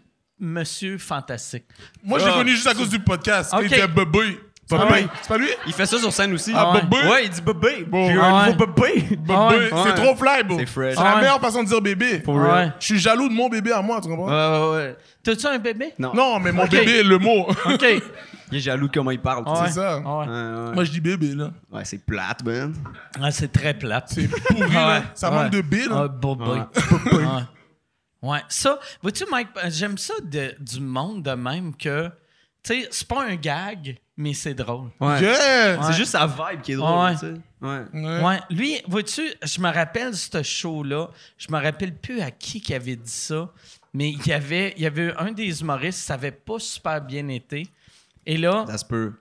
monsieur fantastique. Moi, je l'ai Ah. connu juste à cause du podcast. Ok. Il était Bobby. Bobby. C'est pas lui? Il fait ça sur scène aussi. Ah ouais. Bobby? Ouais, il dit bébé. Bon. J'ai eu Ah un ouais. nouveau bébé. Ah Bobby. ouais. Ah C'est Ouais. trop fly, bro. C'est fresh. C'est la Ouais. meilleure façon de dire bébé. real. Ouais. Je suis jaloux de mon bébé à moi, tu comprends? Ouais, ouais, ouais. T'as-tu un bébé? Non. Non, mais mon Ok. bébé, le mot. OK. Il est jaloux de comment il parle. tu sais. C'est ça. Ah ouais. Ouais, ouais. Moi, je dis bébé, là. Ouais, c'est plate, man. Ah, c'est très plate. Ah, C'est pourri, là. Ça Ouais. manque de B, Ah, là. bon boy. Ouais. Ouais. Ça, vois-tu, Mike, euh, j'aime ça de- du monde de même que, tu sais, c'est pas un gag, mais c'est drôle. Ouais. Yeah! C'est juste sa vibe qui est drôle, Ouais. tu sais. Ouais. Ouais. Ouais. Lui, vois-tu, je me rappelle ce show-là. Je me rappelle plus à qui qui avait dit ça, mais il y avait, il y avait un des humoristes, ça avait pas super bien été. Et là, Ça se peut.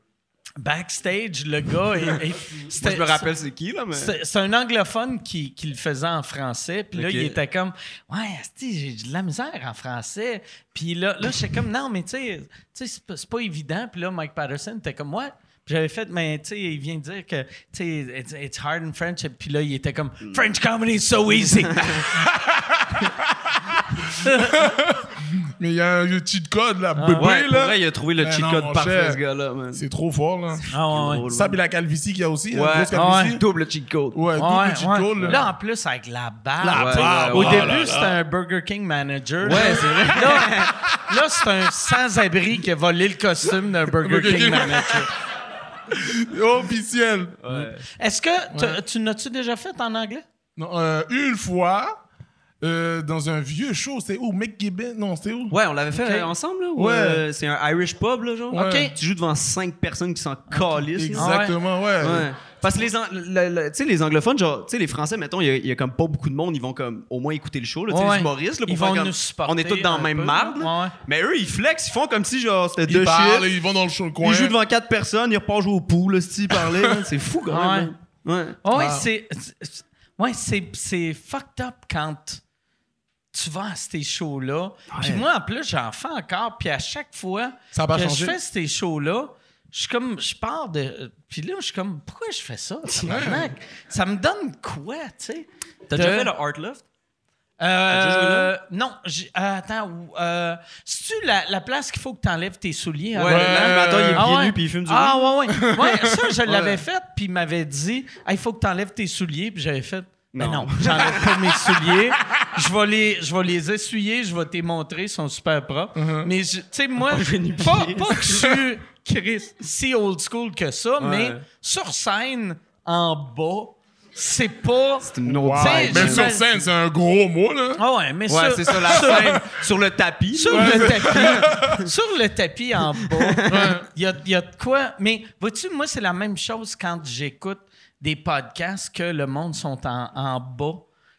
backstage, le gars. est- est- Moi, c'était- je me rappelle c'est qui, là, mais... C'est c'est un anglophone qui, qui le faisait en français. Puis là, Ok. il était comme, ouais, asti, j'ai de la misère en français. Puis là, là j'étais comme, non, mais tu sais, tu sais, c'est pas- c'est pas évident. Puis là, Mike Patterson était comme, ouais. Puis j'avais fait, mais tu sais, il vient de dire que, tu sais, it's, it's hard in French. Puis là, il était comme, French comedy is so easy. Mais il y a un le cheat code, là. Ah, bébé, Ouais, pour là. vrai, il a trouvé le Ben cheat non, code mon parfait, cher. ce gars-là, man. C'est trop fort, là. Ah, ouais, ouais. drôle, Ça, man. puis la calvitie qu'il y a aussi. la Ouais. grosse Ah calvitie. Double cheat code. Ouais, double Ouais, cheat ouais. code, là. Là, en plus, avec la barbe. Ouais, barbe, Au oh début, là c'était un Burger King manager. Ouais, c'est vrai. Là, là, c'est un sans-abri qui a volé le costume d'un Burger Burger King King. manager. Officiel. Est-ce que t'as- Euh, tu n'as-tu déjà fait en anglais? Non, euh, une fois, euh, dans un vieux show, c'est où? McGibbon? Non, c'est où? Ouais, on l'avait fait Ok. euh, ensemble, là. ou, Ouais. euh, c'est un Irish pub, là, genre. Ouais. Ok. Tu joues devant cinq personnes qui sont calissent. là. Exactement, ouais. Ouais. Parce que les, An- le- le- tu sais, les anglophones, genre, tu sais, les Français, mettons, il y a- il y, a comme pas beaucoup de monde, ils vont comme au moins écouter le show, là, tu sais, Ouais. les humoristes, là, pour Ils faire vont comme, nous supporter On est tous dans un la même peu, marde, là. Ouais. mais eux, ils flexent, ils font comme si, genre, c'était Ils deux parlent, shit. ils vont dans le show le coin. Ils jouent devant quatre personnes, ils repartent jouer au pool, là, si parlaient, là. c'est fou quand même. là. Ouais. Oui, c'est. c'est- Ouais, c'est, c'est fucked up quand tu vas à ces shows-là. Puis moi, en plus, j'en fais encore. Puis à chaque fois Ça a pas que changé. je fais ces shows-là, je suis comme. Je pars de. Puis là, je suis comme, pourquoi je fais ça? tabarnak? Ça me donne quoi, tu sais? T'as De- déjà fait le Art Loft? déjà joué Euh, là? non, j'ai- euh, attends, ou- euh, c'est-tu la, la place qu'il faut que t'enlèves tes souliers? Ouais, avant? l'animateur, il est Ah pieds ouais. nus, puis il fume du Ah weed. ouais, ouais. Ouais, ça, je l'avais fait, puis il m'avait dit, il faut que t'enlèves tes souliers, puis j'avais fait, ben non, Non. j'enlève pas mes souliers. Je vais les, je vais les essuyer, je vais te les montrer, ils sont super propres. Uh-huh. Mais je- tu sais, moi, pas, pas que je suis Chris, si old school que ça, mais sur scène, en bas, c'est pas. une Wow. autre Tu sais, Mais je- sur scène, c'est un gros mot, là. Ah ouais, mais Ouais, sur- c'est ça, la sur- scène sur le tapis. sur là. le tapis, sur le tapis en bas, il y a, il y a de quoi. Mais vois-tu, moi, c'est la même chose quand j'écoute des podcasts que le monde sont en, en bas,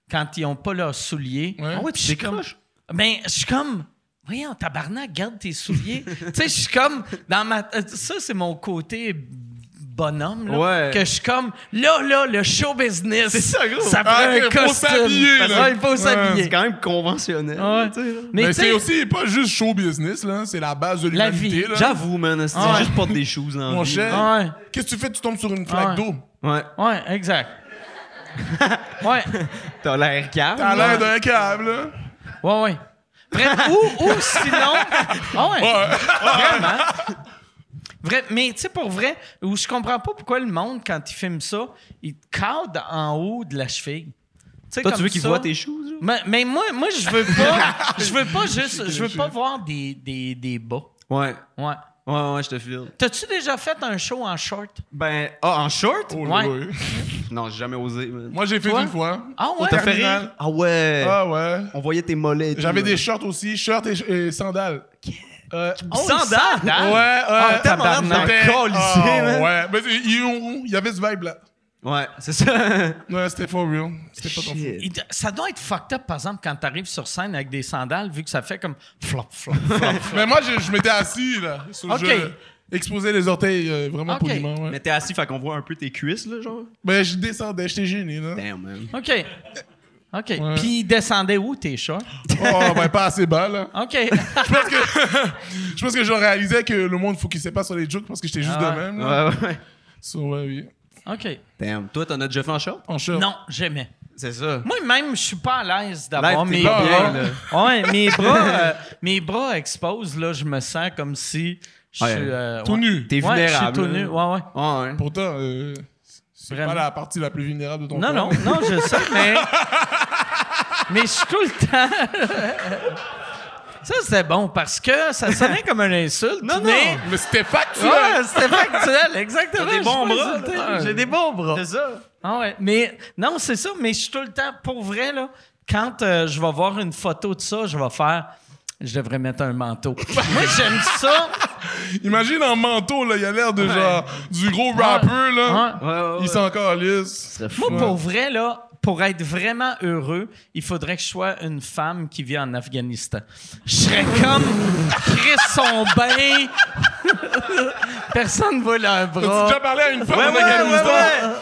quand ils n'ont pas leurs souliers. Ouais. Ah ouais, tu décroches. Ben, je suis comme, voyons, tabarnak, garde tes souliers. tu sais, je suis comme, dans ma. euh, Ça, c'est mon côté bonhomme, là, Ouais. que je suis comme, là, là, le show business. C'est ça, gros. Ça prend Ah, un ok, faut costume. s'habiller, Parce- là. ouais, il faut Ouais. s'habiller. Ah C'est quand même conventionnel. Ouais. tu sais, là. Mais, tu c'est sais- aussi pas juste show business, là. C'est la base de La vie. l'humanité, là. J'avoue, man, c'est Ah ouais. juste porte des shoes. là, en Mon vie. cher. Ouais. Qu'est-ce que tu fais? Tu tombes sur une flaque Ouais. d'eau. Ouais. Ouais, exact. ouais, T'as l'air calme. T'as là. l'air d'un câble, là. ouais, ouais. Bref, ou, ou sinon. Ah ouais. Vraiment. Vrai, mais tu sais, pour vrai, où je comprends pas pourquoi le monde, quand il filme ça, il te cadre en haut de la cheville. sais, Toi, comme tu veux qu'ils ça. voient tes shoes? là? Mais, mais moi, moi je veux pas. Je veux pas juste. Je veux pas voir des, des, des bas. Ouais. Ouais. Ouais, ouais, je te file. T'as-tu déjà fait un show en short? Ben, ah, en short? Oh là, Ouais. ouais. Non, j'ai jamais osé, man. Moi, j'ai fait Quoi? une fois. Ah ouais? T'as fait terminal. rire? Ah ouais. Ah ouais. On voyait tes mollets. et tout, J'avais là. des shorts aussi, shorts et, et sandales. Euh, Oh, Sandales? ouais, sandales? ouais. Ah, t'as marre de Tabarnak. t'en colisser, Ah, man. Ouais, mais c'est- ils ont- il y avait ce vibe-là. Ouais, c'est ça. Ouais, c'était for real. C'était pas ton fou. Shit. Il- Ça doit être fucked up, par exemple, quand t'arrives sur scène avec des sandales, vu que ça fait comme flop, flop, flop. Mais moi, je, je m'étais assis, là. So, Ok. Je exposais les orteils euh, vraiment Ok. poliment, ouais. Mais t'es assis, fait qu'on voit un peu tes cuisses, là, genre. Mais je descendais, j'étais gêné, là. Damn, man. OK. OK. Puis il descendait où, tes chats? Oh, ben pas assez bas, là. OK. Je pense que, je pense que je réalisais que le monde focusait pas sur les jokes parce que j'étais juste Ah ouais. de même, là. Ouais, ouais. So, ouais, oui. OK. Damn. Toi, t'en as déjà fait en short? En short. Non, jamais. C'est ça. Moi-même, je suis pas à l'aise Là, d'avoir t'es mes pas bien, bras. là. Ouais, mes bras, euh, mes bras exposés, là, je me sens comme si je suis... Ouais. euh, Tout ouais. nu. T'es Ouais, vulnérable. je suis tout nu. Ouais, ouais. Ouais, ouais. Pourtant, euh, c'est Vraiment. pas la partie la plus vulnérable de ton Non, corps. non, non, je sais, mais... mais je suis tout le temps... Ça, c'était bon parce que ça sonnait comme une insulte. Non, mais... non, mais c'était factuel. Ouais, c'était factuel, exactement. T'as des je bons suis bras. insulté. Ah. J'ai des bons bras. C'est ça. Ah ouais. Mais non, c'est ça, mais je suis tout le temps, pour vrai, là, quand euh, je vais voir une photo de ça, je vais faire. Je devrais mettre un manteau. Moi, j'aime ça. Imagine en manteau, là, il a l'air de genre du gros rapper, là. Ouais. Il s'en calisse. hein. Moi, pour vrai, là, pour être vraiment heureux, il faudrait que je sois une femme qui vit en Afghanistan. Je serais comme Chris son bain. Personne ne voit leur T'as-tu bras. déjà parlé à une femme Ouais, ouais, en ouais, Afghanistan?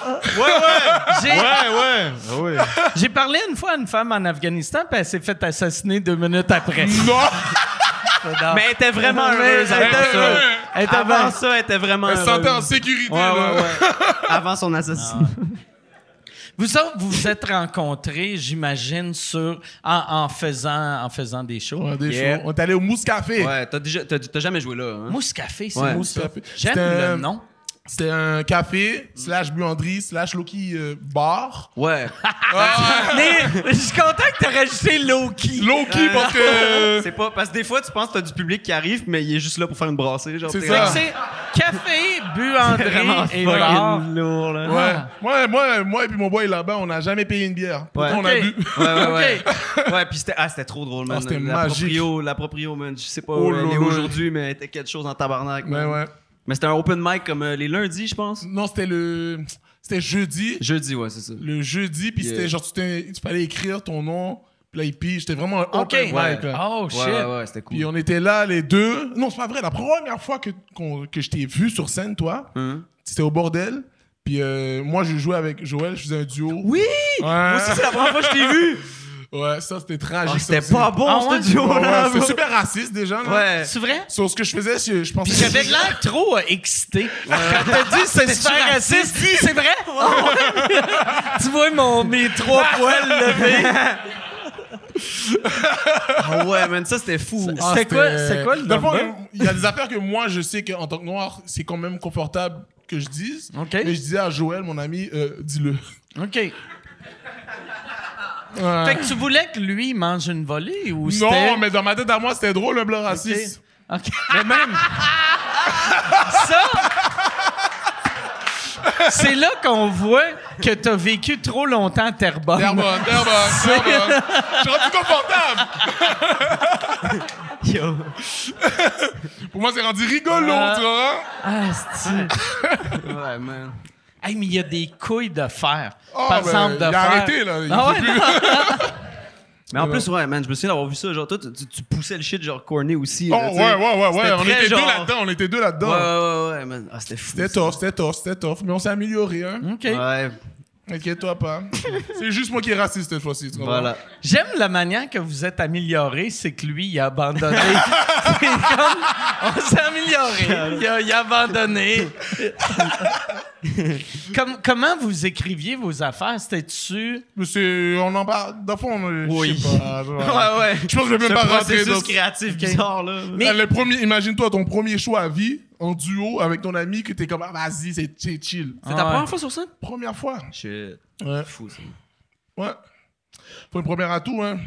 Ah ouais. Ouais, ouais. J'ai- Ouais, ouais. Ouais. J'ai parlé une fois à une femme en Afghanistan, puis elle s'est fait assassiner deux minutes après. Non! Mais elle était vraiment Mais heureuse elle avec était ça. heureuse. Elle était Avant bien. ça, elle était vraiment Elle se sentait en heureuse. sécurité, Ouais, là. ouais, ouais. Avant son assassinat. Vous autres, vous vous êtes rencontrés, j'imagine, sur en, en faisant en faisant des shows. Ouais, des Yeah. shows. On est allé au Mousse Café. Ouais, t'as déjà- t'as- t'as jamais joué là, hein? Mousse Café, c'est Ouais. mousse. Mousse Café. J'aime C'était- le nom. C'était un café, slash buanderie, slash Loki euh, bar. Ouais. Mais je suis content que t'aies rajouté Loki. Loki, parce que... C'est pas. Parce que des fois, tu penses que t'as du public qui arrive, mais il est juste là pour faire une brassée. genre, C'est t'es ça. comme- Fait que C'est café, vraiment buanderie et bar. fucking lourd, là. Ouais. Moi, moi, moi et puis mon boy là-bas, on n'a jamais payé une bière. Ouais. Pourtant, on a Ok. bu. Ouais, ouais, ouais. ouais, puis c'était, ah, c'était trop drôle, man. Ah, c'était la magique. Proprio, la proprio, man. Je sais pas Oh où elle là Ben est là. aujourd'hui, mais elle était quelque chose en tabarnak. Mais man. ouais. Mais c'était un open mic comme euh, les lundis, je pense. Non, c'était le... C'était jeudi. Jeudi, ouais, c'est ça. Le jeudi, puis Yeah. c'était genre, tu, t'es- tu fallait écrire ton nom, puis là, il pige. C'était vraiment un Ok. open Ouais. mic, là. Oh Ouais, shit. ouais, ouais, c'était cool. Puis on était là, les deux. Non, c'est pas vrai. La première fois que, qu'on- que je t'ai vu sur scène, toi, Hein? c'était au bordel. Puis euh, moi, je jouais avec Joël, je faisais un duo. Oui! Ouais, Moi aussi, c'est la première fois que je t'ai vu! ouais ça, c'était tragique. Ah, c'était ça aussi. pas bon, Ah, ouais? ce duo-là! Ouais, ouais, c'est super raciste, déjà. là. Ouais. C'est vrai? Sur ce que je faisais, je, je pensais... Puis j'avais l'air trop euh, excité. Quand t'as dit c'est super raciste, c'est vrai? tu vois mon, mes trois poils levés. Ah ouais, man, ça, c'était fou. Ah, C'était quoi- c'est quoi le Dans fond, number? Il y a des affaires que moi, je sais qu'en tant que noir, c'est quand même confortable que je dise. OK. Mais je disais à Joël, mon ami, euh, dis-le. OK. Ouais. Fait que tu voulais que lui mange une volée ou c'était... Non, mais dans ma tête à moi, c'était drôle, un blanc raciste. OK. Mais même... ça... C'est là qu'on voit que t'as vécu trop longtemps à Terrebonne. Ah, Terrebonne, Terrebonne, Terrebonne. Je suis rendu confortable. Yo. Pour moi, c'est rendu rigolo, Ah. tu vois. hein? Ah, c'est... Ouais, man. Hey, mais il y a des couilles de fer. Ah, par ben, exemple, de il a fer. arrêté, là. Il Ah peut ouais, plus. non. Mais en plus, ouais, man, je me souviens d'avoir vu ça. Genre, toi, tu, tu- tu poussais le shit, genre, corné aussi. Oh, là, tu sais. ouais, ouais, ouais, ouais. C'était On très était deux genre- là-dedans, on était deux là-dedans. Ouais, ouais, ouais, man. Ah, c'était fou. C'était tough, c'était tough, c'était tough. Mais on s'est amélioré, hein. OK. Ouais, Inquiète-toi pas. c'est juste moi qui est raciste cette fois-ci, tu comprends? voilà. J'aime la manière que vous êtes amélioré, c'est que lui, il a abandonné. Ah C'est comme, on s'est amélioré. Il a, il a abandonné. Comme, comment vous écriviez vos affaires? C'était-tu. Mais c'est... On en parle... Dans le fond, on- Oui. je sais pas. voilà. Ouais, ouais. Je pense que je vais C'est même un pas rentrer processus dans... créatif bizarre, là. Ah, le premier, imagine-toi ton premier choix à vie en duo avec ton ami que t'es comme ah, vas-y c'est c'est chill C'est ta première fois sur scène? première fois Shit. ouais Fou, ça. ouais faut une première à tout hein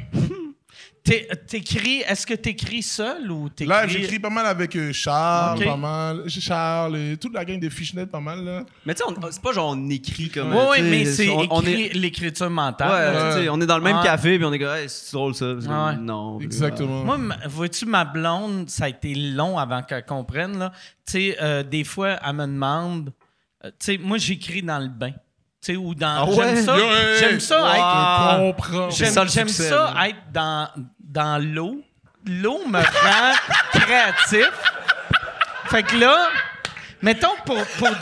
T'é- T'écris. Est-ce que t'écris seul ou t'écris. Là, j'écris pas mal avec euh, Charles, Ok. pas mal. euh, Charles et toute la gang de Fishnet, pas mal. Là. Mais tu sais, on- c'est pas genre on écrit comme. Oui, euh, tu sais, mais c'est on, on écrit est. l'écriture Ouais, mentale. tu sais, on est dans le même Ouais. café, puis on est comme, hey, c'est drôle ça. Parce que, Ouais. Non. puis, Exactement. Moi, ma- vois-tu, ma blonde, ça a été long avant qu'elle comprenne. là. Tu sais, euh, des fois, elle me demande. euh, tu sais, moi, j'écris dans le bain. Tu sais, ou dans. Ah ouais? J'aime ça. Yo, hey, J'aime ça wow. être Ah. Je comprends. C'est J'aime ça, le j'aime succès, ça, là. être dans, dans l'eau. L'eau me rend créatif. Fait que là, mettons pour, pour du,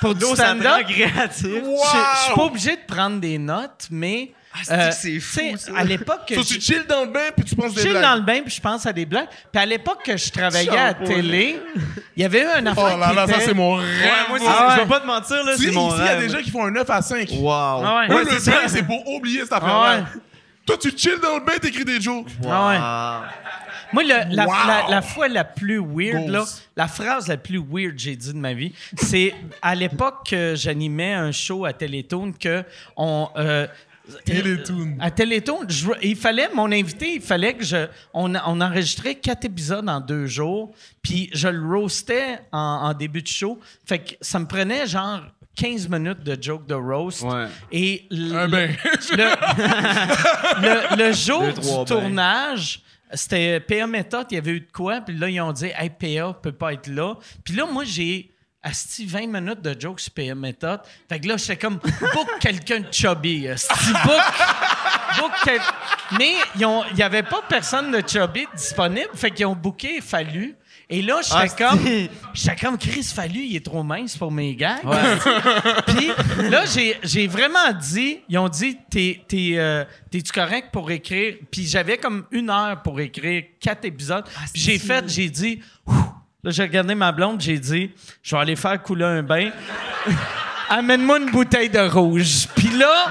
pour du L'eau, ça te rend stand-up, créatif. je je suis pas obligé de prendre des notes, mais. euh, c'est Ah, que c'est tu sais, fou, ça. À l'époque, que Faut que je- tu chill dans le bain puis tu penses je des suis blagues. dans le bain puis je pense à des blagues. Puis à l'époque que je travaillais à la Chapeau, télé, il y avait eu un affaire Oh là qui là, ça était- c'est mon rêve. Ouais, moi, c'est- Ah ouais. je vais pas te mentir, là, Tu sais, c'est mon ici, il y a rêve. des gens qui font un 9 à 5. Wow. Ah ouais. Eux, Ouais, le c'est bain, ça. c'est pour oublier cette Ah ouais. affaire-là. Toi, tu chill dans le bain, t'écris des jokes. Ah Moi, le- la, Wow! la- la fois la plus weird, Gauze. là, la phrase la plus weird j'ai dit de ma vie, c'est à l'époque que j'animais un show à Télétoon que on, euh, Télétoon. À Télétoon, je- il fallait, mon invité, il fallait que je. On, on enregistrait quatre épisodes en deux jours, puis je le roastais en, en début de show. Fait que ça me prenait genre 15 minutes de joke de roast. Ouais. Et l- Ah ben. le, le jour Deux, du trois bains. tournage, c'était PA Méthode, il y avait eu de quoi, puis là, ils ont dit, hey, PA peut pas être là. Puis là, moi, j'ai. Asti, 20 minutes de jokes sur PA Méthode. Fait que là, j'étais comme, book quelqu'un de chubby. Asti, book. book quel- Mais ils ont- il n'y avait pas personne de chubby disponible. Fait qu'ils ont booké Fallu. Et là, j'étais Asti. comme, j'étais comme, Chris Fallu, il est trop mince pour mes gags. Puis là, j'ai- j'ai vraiment dit, ils ont dit, t'es- t'es, euh, t'es-tu correct pour écrire? Puis j'avais comme une heure pour écrire quatre épisodes. Puis j'ai fait, j'ai dit, Ouh. là, j'ai regardé ma blonde, j'ai dit, je vais aller faire couler un bain. Amène-moi une bouteille de rouge. Puis là,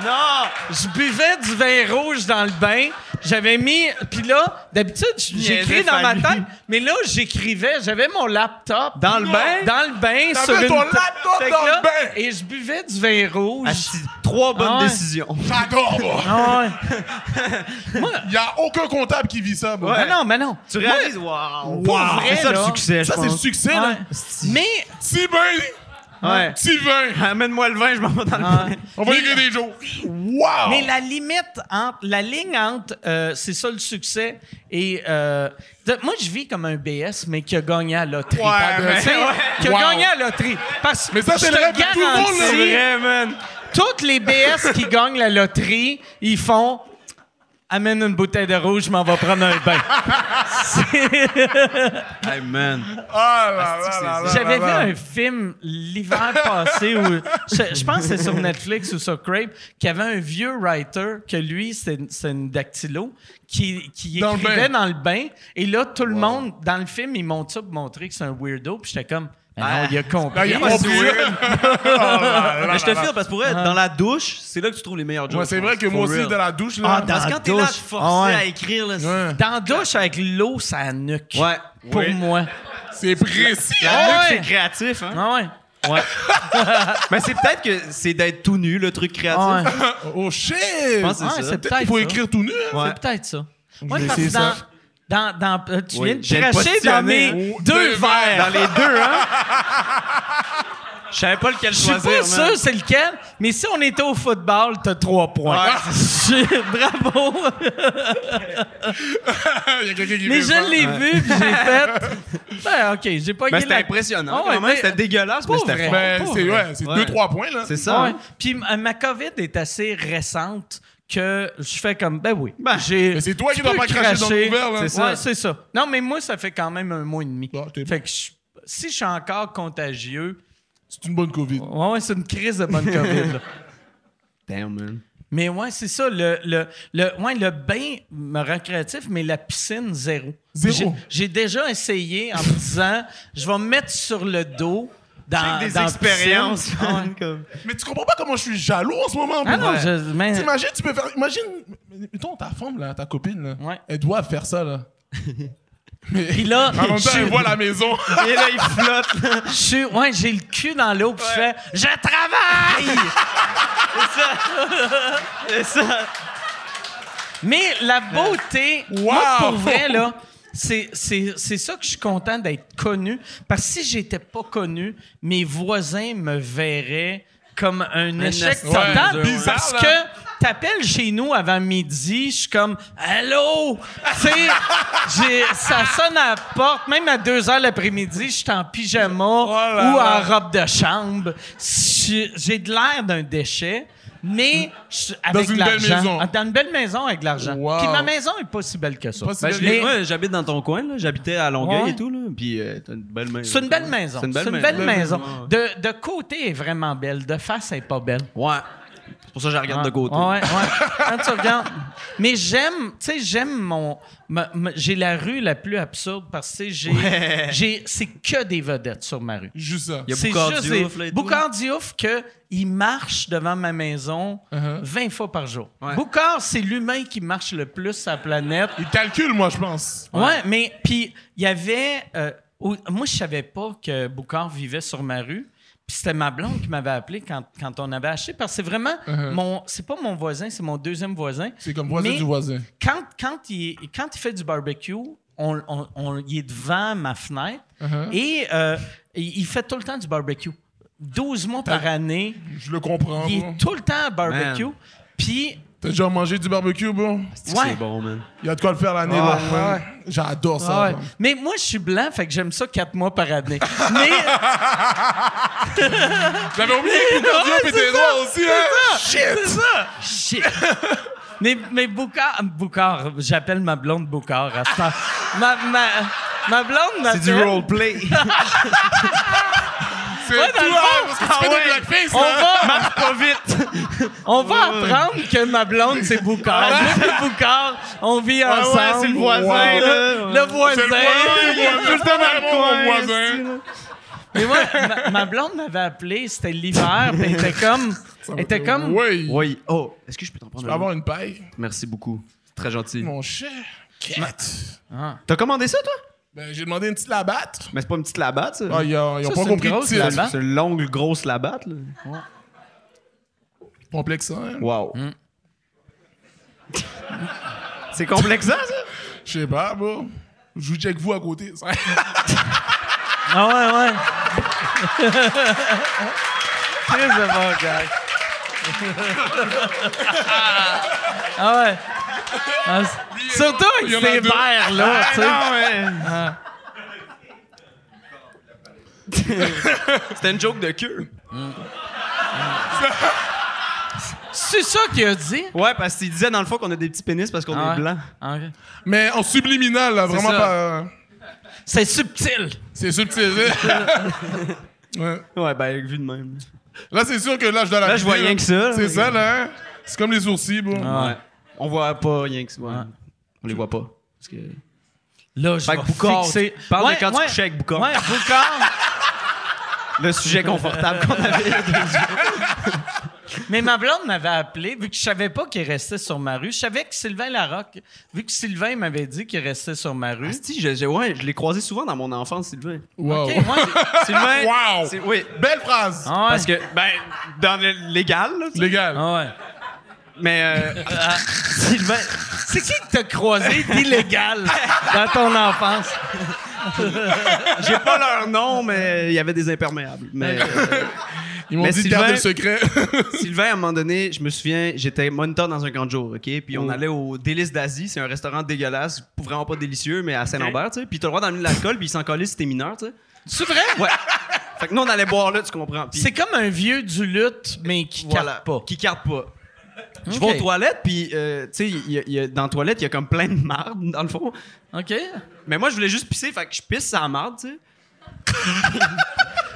je buvais du vin rouge dans le bain. J'avais mis. Puis là, d'habitude, j- j'écris Niaisais dans ma Fanny. tête. Mais là, j'écrivais. J'avais mon laptop. Dans le bain? Dans le bain. Sur T'avais une ton ta- laptop Fait que dans le là, bain! Et je buvais du vin rouge. Asti, Ah, trois bonnes Ah ouais. décisions. J'adore, moi. Ah ouais. Il n'y a aucun comptable qui vit ça, moi. Ouais. Mais non, mais non. Tu réalises, waouh! Pour vrai, C'est ça le là. succès, Ça, je c'est le pense. succès, Ouais. là. Mais Si ben, Ouais. si ben, Amène-moi le vin, je m'en vais dans le bain. on va écrire des jours. Wow! Mais la limite entre la ligne entre euh, c'est ça le succès et euh, de- moi je vis comme un BS mais qui a gagné à la loterie. Ouais, Pas de- mais- tu sais, ouais. Qui a Wow. gagné à la loterie. Parce que Mais ça, je c'est te le rêve de tout le monde, là. C'est garantis, vrai, man. toutes les BS qui gagnent la loterie, ils font amène une bouteille de rouge, je m'en vais prendre un bain. Hey, man. Ah là là là là J'avais là vu là. un film l'hiver passé où je, je pense que c'est sur Netflix ou sur Crape qu'il y avait un vieux writer que lui c'est une- c'est une dactylo qui, qui Dans le écrivait bain. dans le bain et là tout le monde dans le film il monte ça pour montrer que c'est un weirdo puis j'étais comme ben non, Ah. il a Ah, compris. il a compris. Oh, Ah là là Mais je te là là. file, parce que pour Ah. vrai, dans la douche, c'est là que tu trouves les meilleurs jokes. Moi, c'est je vrai pense, que moi for aussi, real. dans la douche, Ah, là. dans Parce que la quand t'es là à te douche. Ah forcer ouais. à écrire, là, c'est- Ouais. Dans la douche avec l'eau, ça nuque. Ouais. Pour Oui. moi. C'est précis. La Ah nuque, ouais. c'est créatif, hein? Ah ouais. Mais c'est peut-être que c'est d'être tout nu, le truc créatif. Ah ouais. Oh shit! pense que Ah c'est ça. ouais, c'est Peut-être qu'il peut-être faut ça. écrire tout nu. hein. Ouais. C'est peut-être ça. Moi, parce c'est que dans, ça. dans, dans- euh, tu Oui, j'ai viens de cracher positionné, dans mes hein. deux Deux verres. verres. Dans les deux, hein? Je savais pas lequel Je suis choisir, pas man. sûr c'est lequel, mais si on était au football, t'as trois points. Ouais, Bravo! Il y a quelqu'un qui Mais veut faire. je l'ai vu, puis j'ai fait. Ben, OK, j'ai pas Mais gagné c'était la- impressionnant. Ah ouais, quand même. mais- C'était dégueulasse, mais Pas c'était vrai. fort. Ben, Pour c'est vrai. ouais, c'est Ouais. deux, trois points, là. C'est ça. Ouais. hein? Puis euh, ma COVID est assez récente que je fais comme, ben oui. j'ai, Mais c'est toi tu qui dois peux pas cracher dans le hein. couvert, là. Ouais, C'est C'est ça. ça. Non, mais moi, ça fait quand même un mois et demi. Bon, Ah, t'es- fait que je- si je suis encore contagieux, C'est une bonne COVID. ouais, ouais, c'est une crise de bonne COVID. là. Damn, man. Mais ouais, c'est ça. Le, le, le, ouais, le bain me rend créatif, mais la piscine, zéro. Zéro. J'ai- J'ai déjà essayé en me disant, je vais me mettre sur le dos dans, Check des dans la Ah expériences, piscine. man, comme- Mais tu comprends pas comment je suis jaloux en ce moment, Ah non, moi. je, mais- T'imagines, tu peux faire. Imagine, mettons ta femme, là, ta copine, là. Ouais. Elle doit faire ça, là. Puis là, En même temps, je, elle voit la maison. Et là, il flotte. là. je suis- ouais, j'ai le cul dans l'eau, puis je fais, je travaille! C'est ça. Mais la beauté, moi, pour vrai, là, c'est, c'est, c'est ça que je suis content d'être connu. Parce que si j'étais pas connu, mes voisins me verraient comme un, échec asti- total. ouais, bizarre, parce là. que t'appelles chez nous avant midi, je suis comme « Allô? » Tu sais, j'ai- ça sonne à la porte. Même à 2 heures l'après-midi, je suis en pyjama Oh là ou en là. robe de chambre. Je- J'ai de l'air d'un déchet, mais je- avec une belle l'argent. maison. Ah, dans une belle maison avec de l'argent. Wow. Puis ma maison est pas si belle que ça. Pas si Ben, belle. je Mais- l'ai- ouais, j'habite dans ton coin, là. J'habitais à Longueuil Ouais. et tout, là. Puis euh, t'as une belle maison. C'est une belle maison. C'est une belle maison. maison. De, de côté est vraiment belle. De face, elle est pas belle. Ouais. C'est pour ça que je la regarde de côté. Ah. Ouais, ouais. Quand tu regardes. Mais j'aime, tu sais, j'aime mon. ma- ma- j'ai la rue la plus absurde parce que tu sais, j'ai, j'ai- c'est que des vedettes sur ma rue. Juste ça. Il y a C'est Boucard juste Diouf, des- là, et tout. Boucard Diouf que il marche devant ma maison Uh-huh. 20 fois par jour. Ouais. Boucard, c'est l'humain qui marche le plus sur la planète. Il calcule, moi, je pense. Ouais, mais puis il y avait. euh, au- moi, je savais pas que Boucard vivait sur ma rue. Puis c'était ma blonde qui m'avait appelé quand, quand on avait acheté. Parce que c'est vraiment mon. C'est pas mon voisin, c'est mon deuxième voisin. C'est comme voisin Mais du voisin. Quand, quand, il, quand il fait du barbecue, on, on- on- il est devant ma fenêtre et euh, il il fait tout le temps du barbecue. 12 mois par année, Je le comprends. il bro. est tout le temps à barbecue. Man. Puis, T'as déjà mangé du barbecue, bon? ouais. C'est bon, man. Il y a de quoi le faire l'année Ah, longue, man. J'adore ça. Ah ouais. man. Mais moi, je suis blanc, fait que j'aime ça quatre mois par année. Mais J'avais oublié que le cardio était noir aussi, hein? Shit! shit. Mais, mais Boucard, Boucard, j'appelle ma blonde Boucard à ce temps. Ma, ma, ma blonde C'est du m'appelle. roleplay. C'est Ouais, dans le toi, fond, parce que tu fais ah des ouais. blackface, On là. va, Marche pas vite. on va apprendre que ma blonde, c'est Boucard. Moi et Boucard, on vit ensemble. ouais, c'est le voisin, Ouais. là. Le voisin. C'est le voisin, Tout le temps dans le coin, mon voisin. Mais moi, ma, ma blonde m'avait appelé, c'était l'hiver, puis elle était comme... Elle était comme... Oui. Oui. Oh, est-ce que je peux t'en prendre Je peux avoir une paille, Merci beaucoup. C'est Très gentil. mon cher. Quête. T'as commandé ça, toi? Ben, j'ai demandé une petite labatte. Mais c'est pas une petite labatte, ça? Ah, ils ont, ils ont Ça, pas c'est une compris le grosse titre. labatte. C'est une longue, grosse labatte, là. Complexe, hein? Wow. C'est complexant, ça? Je sais pas, bro. Je joue check vous à côté. ça. Ah ouais, ouais. Très bon, gars. Ah ouais. Ah, s- surtout avec il y en a ses deux. verres, là. Ah, tu sais. C'était une joke de queue. C'est ça qu'il a dit? Ouais, parce qu'il disait dans le fond qu'on a des petits pénis parce qu'on Ah ouais. est blanc. Ah, ok. Mais en subliminal, là, vraiment ça. pas. hein. C'est subtil. C'est subtil. ouais. Ouais, ben, vu de même. Là, c'est sûr que là, je dois la Là, je vois rien que ça, là. C'est ça, là. hein? C'est comme les sourcils, bro. Ouais. On voit pas rien que ça. ouais. On les voit pas. Parce que... Là, je Fait vais que Boucard, fixer. tu- parle de quand tu ouais. couchais avec Boucard. Ouais, Boucard. Le sujet confortable qu'on avait. Mais ma blonde m'avait appelé, vu que je savais pas qu'il restait sur ma rue. Je savais que Sylvain Larocque, vu que Sylvain m'avait dit qu'il restait sur ma rue. Asti, je, je- ouais, je l'ai croisé souvent dans mon enfance, Sylvain. Wow. Ok, ouais. Sylvain! Wow. c'est- Oui, Belle phrase. Ah ouais. parce que, ben, dans le légal, là, tu sais. Légal. Ah ouais. mais euh, Sylvain, c'est qui que t'as croisé d'illégal dans ton enfance? j'ai pas leur nom, mais il y avait des imperméables. Mais euh, Ils m'ont Mais dit de Sylvain- garder le secret. Sylvain, à un moment donné, je me souviens, j'étais moniteur dans un camp de jour, OK? Puis Oh. on allait au Délice d'Asie, c'est un restaurant dégueulasse, vraiment pas délicieux, mais à Saint-Lambert, tu sais. Puis t'as le droit d'amener de l'alcool, puis ils s'en collaient si t'es mineur, tu sais. C'est vrai? Ouais. fait que nous, on allait boire là, tu comprends. Puis C'est comme un vieux du lutte, mais qui voilà, capte pas. Qui carte pas. Je vais Ok. aux toilettes, puis, euh, tu sais, il y a- il y a- dans la toilette, il y a comme plein de marde, dans le fond. OK? Mais moi, je voulais juste pisser, fait que je pisse sans marde, tu sais.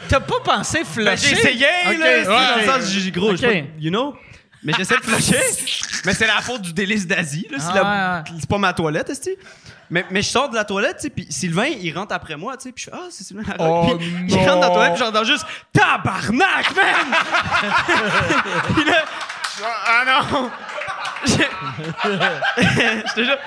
T'as pas pensé Ben, flusher? j'ai essayé, Ok, là. ok. c'est Dans le sens, j'ai- gros, j'ai Ok. pas- you know. Mais j'essaie de flusher. mais c'est la faute du délice d'Asie, là. C'est, Ah, la- c'est pas ma toilette, est mais, mais je sors de la toilette, tu sais, puis Sylvain, il rentre après moi, tu sais, puis je fais Ah, c'est Sylvain Larocque. Oh, Puis non. il rentre dans la toilette, puis j'entends juste Tabarnak, man! Puis là, Ah non! Je- Je te jure.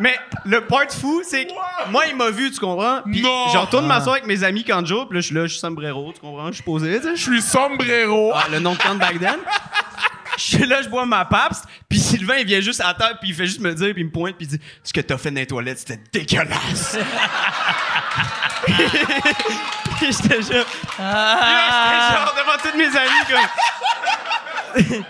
Mais le part fou, c'est que moi, il m'a vu, tu comprends? Puis Non. je retourne m'asseoir avec mes amis Kanjo, puis là, je suis là, je suis sombrero, tu comprends? Je suis posé, tu sais. je Je suis- suis sombrero. Ah, le nom de camp de back then. Je suis là, je bois ma paps, puis Sylvain, il vient juste à table, puis il fait juste me dire, puis il me pointe, puis il dit Ce que t'as fait dans les toilettes, c'était dégueulasse. Puis j'étais genre. Ah! Là, j'étais genre devant toutes mes amies, comme.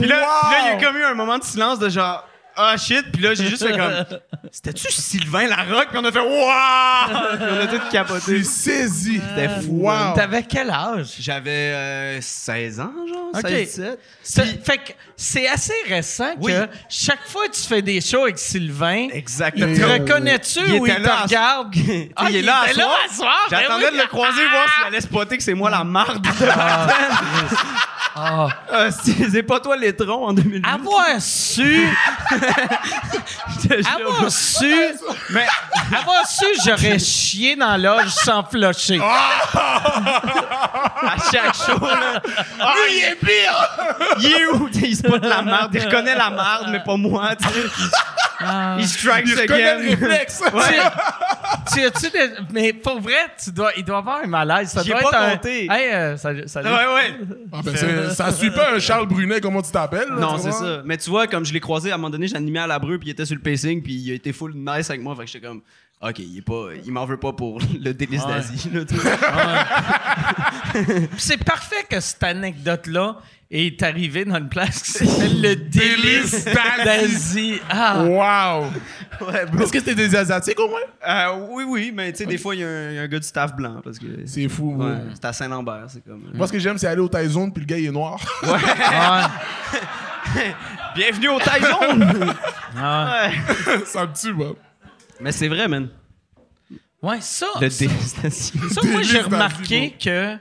puis là, Wow! là, il y a comme eu un moment de silence de genre. Ah shit, puis là j'ai juste fait comme c'était-tu Sylvain Larocque puis on a fait waouh, Puis on a tout capoté. J'ai saisi. C'était fou. Wow. T'avais quel âge? J'avais euh, 16 ans genre, Ok. 16 17. C'est- Fait que c'est assez récent Oui. que chaque fois que tu fais des shows avec Sylvain, Exactement. te reconnais-tu euh, Il ou il était là à- te regarde? Ah, il est là à était soir. à soir. ben J'attendais oui. de le croiser voir s'il allait spotter que c'est moi la marde de Ah, si, c'est pas toi l'étron en 2008. Avoir su, J'étais genre- avoir su, Mais avoir su, j'aurais chié dans l'âge sans flocher. Ah! à chaque show, là, Lui, il est pire. Ah, il est où? Il spotte la marde. Il reconnaît la Ah. marde, mais pas moi. tu sais. Il strikes Il reconnaît le again. réflexe. Ouais. tu, tu dé- mais pour vrai, tu dois, il doit avoir un malaise. Ça J'y ai pas doit être un- compté. Hey, euh, salut- salut. Ouais, ouais. Ah, ben, c'est- ça suit pas un Charles Brunet, comment tu t'appelles? là, Non, tu c'est comprends? ça. Mais tu vois, comme je l'ai croisé, à un moment donné, j'animais à l'Abreu, puis il était sur le pacing, puis il a été full nice avec moi. Fait que j'étais comme, OK, il, est pas, il m'en veut pas pour le délice d'Asie. là, tu sais. Puis c'est parfait que cette anecdote-là est arrivée dans une place qui s'appelle le délice Délice d'Asie. Ah, Wow! ouais, bro. Est-ce que c'était des Asiatiques au moins? Euh, oui, oui, mais tu sais, des fois, il y, a un- il y a un gars du staff blanc. parce que C'est fou, moi. Ouais, C'est à Saint-Lambert, c'est comme. Moi, ce que j'aime, c'est aller au Thai Zone, puis le gars, il est noir. Bienvenue au Taizone! ah. ça me tue, moi. mais c'est vrai, man. Ouais, ça, Le ça, délice d'Asie. ça, moi, délice j'ai d'Asie, remarqué que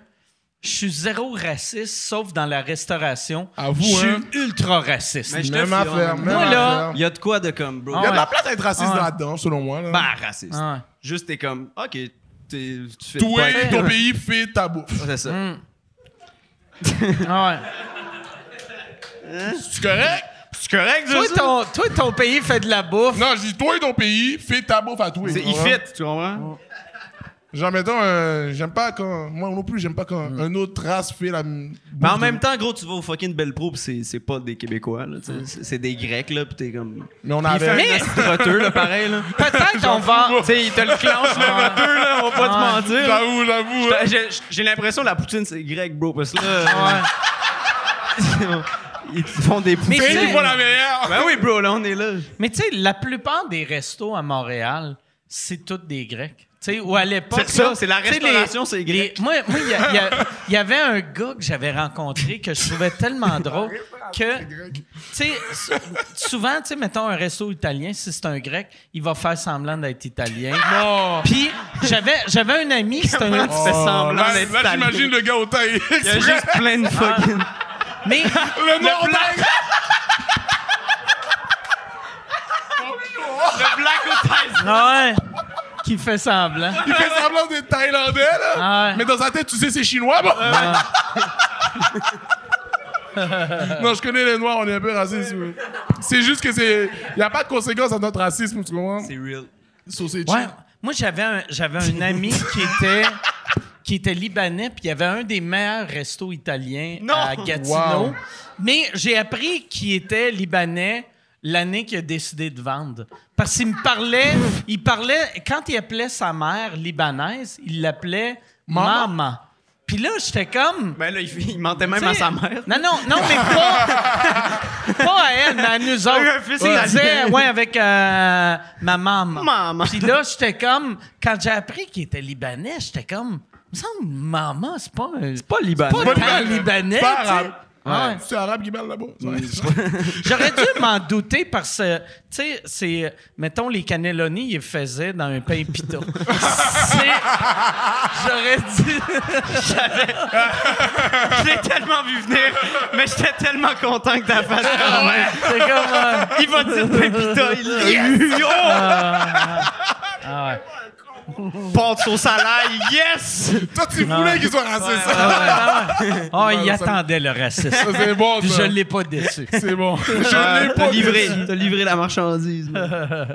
je suis zéro raciste, sauf dans la restauration. À vous, Je suis hein. ultra raciste. Mais je te hein. Même file, affaire, man. même Moi, là, affaire. Il y a de quoi de comme, bro? Ah Il y a de ouais. la place à être raciste Ah. là-dedans, selon moi. là. Pas raciste. Ah. Juste, t'es comme, OK, t'es- tu fais. Toi, Ouais, ton pays fait ta bouffe. C'est ça. Mm. Ah ouais. C'est correct? C'est correct, Toi, ça? ton, toi, ton pays fait de la bouffe. Non, je dis, toi, ton pays fait ta bouffe à toi. C'est Tu il comprends? fit, tu comprends? hein. Genre, mettons, euh, j'aime pas quand. Moi non plus, j'aime pas quand un autre race fait la. Mm. Mais en même temps, gros, tu vas au fucking Belle Pro, pis c'est, c'est pas des Québécois, là, tu sais. C'est- C'est des Grecs, là, pis t'es comme. Mais on Il fait avait. un esti de roteux, là, pareil, là. Peut-être on va. Tu sais, il te le clenche, le roteux, là, on va Ah, pas te Bah, mentir. J'avoue, j'avoue. hein. J'ai- J'ai, j'ai l'impression que la poutine, c'est grec, bro, parce que Ah, là. euh, Ils font des poutines. Mais c'est- C'est pas la meilleure. Ben oui, bro, là, on est là. Mais tu sais, la plupart des restos à Montréal, c'est toutes des Grecs. Tu sais, ou à l'époque. C'est ça, là, c'est la tu sais, restauration, les- c'est grec. les- Moi, moi, il y, a- il y a- il y avait un gars que j'avais rencontré que je trouvais tellement drôle que, tu sais, sou- souvent, tu sais, mettons un resto italien, si c'est un Grec, il va faire semblant d'être italien. Puis j'avais, j'avais un ami, c'est un. Tu fais semblant Là, d'être là, italien. j'imagine le gars au Thaï. Il y a juste plein de Ah. fucking. Mais Le noir au Thaï. Le black au Thaïs. Ah ouais, qui fait semblant. Il fait semblant d'être Thaïlandais, là. Ah ouais. Mais dans sa tête, tu sais, c'est chinois, bon. non, je connais les Noirs, on est un peu racistes. ouais. C'est juste que c'est. Il n'y a pas de conséquences à notre racisme, tu comprends? C'est real. Sausage. Ouais. Moi, j'avais un, j'avais un ami qui était, qui était libanais, puis il y avait un des meilleurs restos italiens Non! à Gatineau. Wow. Mais j'ai appris qu'il était libanais l'année qu'il a décidé de vendre. Parce qu'il me parlait, il parlait, quand il appelait sa mère libanaise, il l'appelait Maman. maman. Puis là, j'étais comme. Ben là, il, il mentait même Tu sais, à sa mère. Non, non, non, mais pas, pas à elle, mais à nous autres. Un fils Il italien. disait, ouais, avec euh, ma maman. Maman. Puis là, j'étais comme, quand j'ai appris qu'il était libanais, j'étais comme, il me semble, maman, c'est pas un. C'est Pas libanais. pas tant libanais. C'est pas tu sais. arabe. Ah Ouais. C'est arabe qui parle là-bas. J'aurais dû m'en douter parce que, tu sais, c'est. Mettons, les cannelloni, ils faisaient dans un pain pita. C'est- J'aurais dû. Je l'ai tellement vu venir, mais j'étais tellement content que t'as fait ça. C'est comme. euh, Ah Il va dire Pépita, il l'a eu. Yo! ah, Oh! Porte sur salaire, yes! Toi, tu voulais qu'il soit raciste. Ah, il Ouais, ça- attendait le racisme. Ça, c'est bon, Puis je ça. l'ai pas déçu. C'est bon. Je Euh, l'ai T'as pas livré, dit. t'as livré la marchandise. là.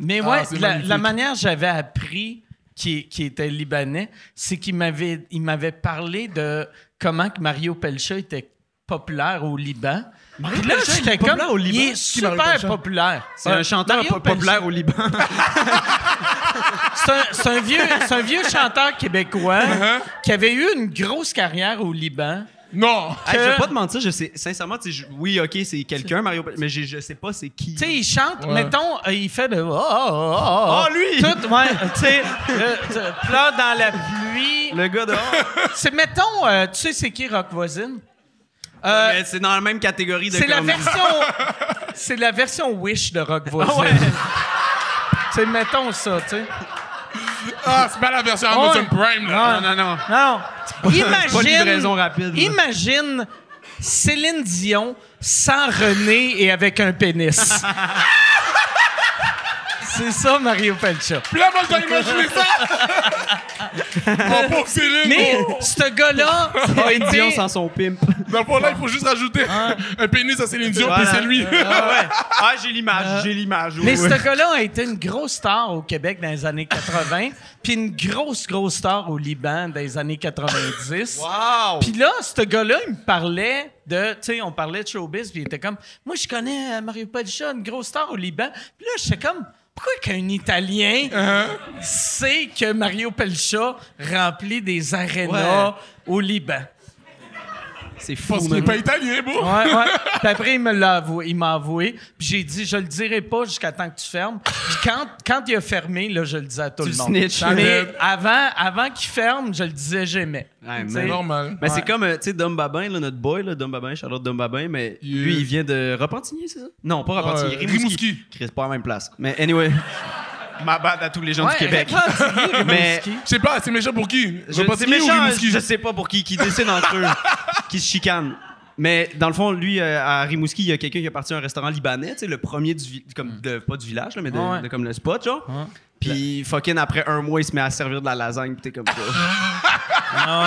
Mais Ah, ouais, c'est la, magnifique. la manière que j'avais appris qu'il qu'il était libanais, c'est qu'il m'avait il m'avait parlé de comment que Mario Pelcha était populaire au Liban. Puis là, Pelcha, il est j'étais comme, populaire au Liban? il est Qui, Mario super Pelcha? populaire. Euh, C'est un chanteur Mario po- populaire Pelcha. au Liban. C'est un, c'est un vieux, c'est un vieux chanteur québécois Uh-huh. qui avait eu une grosse carrière au Liban. Non. Hey, je vais Que- pas te mentir, je sais, sincèrement, tu sais, je- oui, ok, c'est quelqu'un, Mario, mais je, je sais pas c'est qui. Tu sais, il chante, Ouais. mettons, euh, il fait de. Oh, oh, oh, oh, Ah, lui! Tout, ouais, tu sais, euh, tu- pleure dans la pluie. le gars dehors. C'est, mettons, euh, tu sais, c'est qui Rock Voisine? Euh, Mais c'est dans la même catégorie de c'est la comme- version. c'est la version Wish de Rock Voisine. Ah ouais. Tu sais, mettons ça, tu sais. Ah, c'est pas la version Amazon Ouais. Prime, là. Ah, Non, non, non. Non. Imagine. pas livraison rapide, là. Imagine Céline Dion sans René et avec un pénis. C'est ça, Mario Pelcha. Puis là, moi, je dois imaginer ça! Mon pauvre Cyril! Mais oh. ce gars-là a Céline Dion été... sans son pimp. Dans le fond, là, il faut juste rajouter Ah un pénis à Céline Dion, Voilà. puis c'est lui. ouais. Ah, j'ai l'image, j'ai l'image. Mais oui. ce gars-là a été une grosse star au Québec dans les années 80, puis une grosse, grosse star au Liban dans les années 90. Wow! Puis là, ce gars-là, il me parlait de. Tu sais, on parlait de showbiz, puis il était comme. Moi, je connais euh, Mario Pelcha, une grosse star au Liban. Puis là, j'étais comme. Pourquoi qu'un Italien Uh-huh. sait que Mario Pelcha remplit des arénas Ouais. au Liban? C'est fou, Parce qu'il est man. pas italien, bon. Ouais, ouais. Puis après, il me l'a avoué. Il m'a avoué. Puis j'ai dit, je le dirai pas jusqu'à temps que tu fermes. Puis quand, quand il a fermé, là, je le disais à tout Tu le le monde. snitches. Mais avant, avant qu'il ferme, je le disais jamais. Ouais, Tu man. sais, Normal. Mais c'est comme, euh, tu sais, Dom Babin, là, notre boy, là, Dom Babin, Charlotte Dom Babin, mais Yeah. lui, il vient de Repentigny, c'est ça? Non, pas Repentigny, Ouais, Rimouski. Rimouski. Chris, pas à la même place. Mais anyway, ma bad à tous les gens Ouais, Ah, du Québec. Repentigny, Mais- Rimouski. Je sais pas, c'est méchant pour qui? Je, pas c'est signé ou méchant, Rimouski? je sais pas pour qui, qui décide entre eux, qui se chicanent. Mais dans le fond, lui, euh, à Rimouski, il y a quelqu'un qui a parti à un restaurant libanais, tu sais, le premier du, vi- comme, de- pas du village, là, mais de, Ouais. de comme le spot, genre. Puis fucking après un mois, il se met à servir de la lasagne, pis t'es comme ça. Ah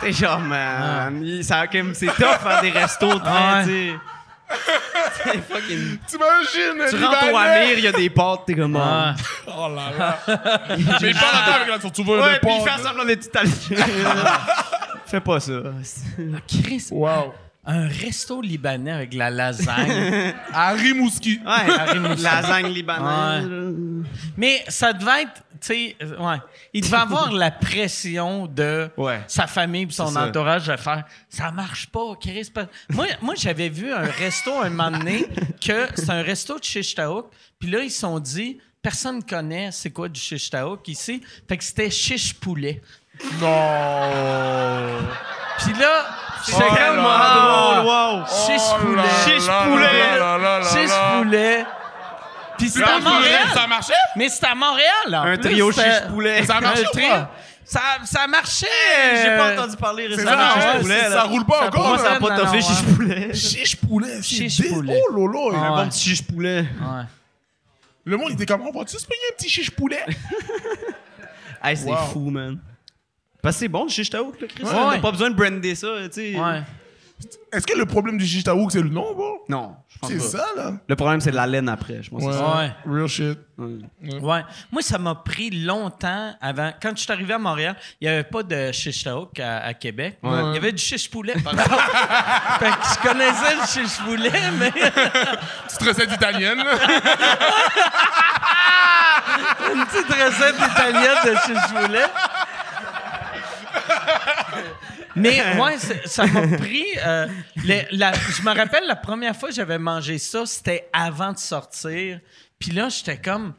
t'es genre, man, il- ça, comme, c'est tough faire des restos Ah très, ouais. tu sais. C'est fucking. T'imagines? Tu rentres au Amir, il y a des pâtes, t'es comme. Ah. Oh là là. Mais il parle encore avec la tourtevoie Ah. Ouais, de puis il porc. fait semblant d'être italien. Fais pas ça. Chris, Wow. un resto libanais avec de la lasagne. À Rimouski. Ouais, lasagne libanaise. Mais ça devait être, tu sais, euh, ouais. Il devait avoir la pression de Ouais. sa famille et son C'est ça. entourage de faire ça marche pas, Chris. Pas- Moi, moi j'avais vu un resto un moment donné que c'est un resto de shish taouk. Puis là, ils se sont dit personne ne connaît c'est quoi du shish taouk ici. Fait que c'était shish poulet. Non. Puis là, c'est Oh là comme là. Ah, wow! shish Oh là là poulet. Shish là poulet. là là là Shish là. poulet. Puis Puis c'est là, à je me Montréal. Ah. lève, Ça marchait? Mais c'est à Montréal, là. Un trio chez chiche poulet. Ça marchait ou pas? Ça, ça marchait. J'ai pas euh, entendu parler C'est récemment. marche, de ça, ouais, chiche poulet, c'est- là. ça roule pas encore. prend Ça là. a pas Non, toffé non, chiche ouais. poulet. Chiche poulet. c'est Chiche dé- poulet. Oh lolo. Ah ouais. Un petit chiche poulet. Ouais. Le monde était comme, on va-tu se payer un petit chiche poulet? Hey, c'est Wow. fou, man. Parce que c'est bon, le chiche taouk, là, Chris. Ouais. On n'a pas besoin de brander ça, tu sais. Ouais. Est-ce que le problème du chiche taouk, c'est le nom, bon? Non, je pense C'est pas. ça, là. Le problème, c'est de la laine après, je pense. que c'est ça. Ouais. Real shit. Ouais. Moi, ça m'a pris longtemps avant. Quand je suis arrivé à Montréal, il n'y avait pas de shish taouk à, à Québec. Il y avait du shish poulet, par exemple. fait que je Ben, connaissais le shish poulet, mais. Petite recette italienne, là. Une petite recette italienne de shish poulet. Euh. Mais ouais, c'est- ça m'a pris. euh, le- la- je me rappelle la première fois que j'avais mangé ça, c'était avant de sortir. Puis là, j'étais comme.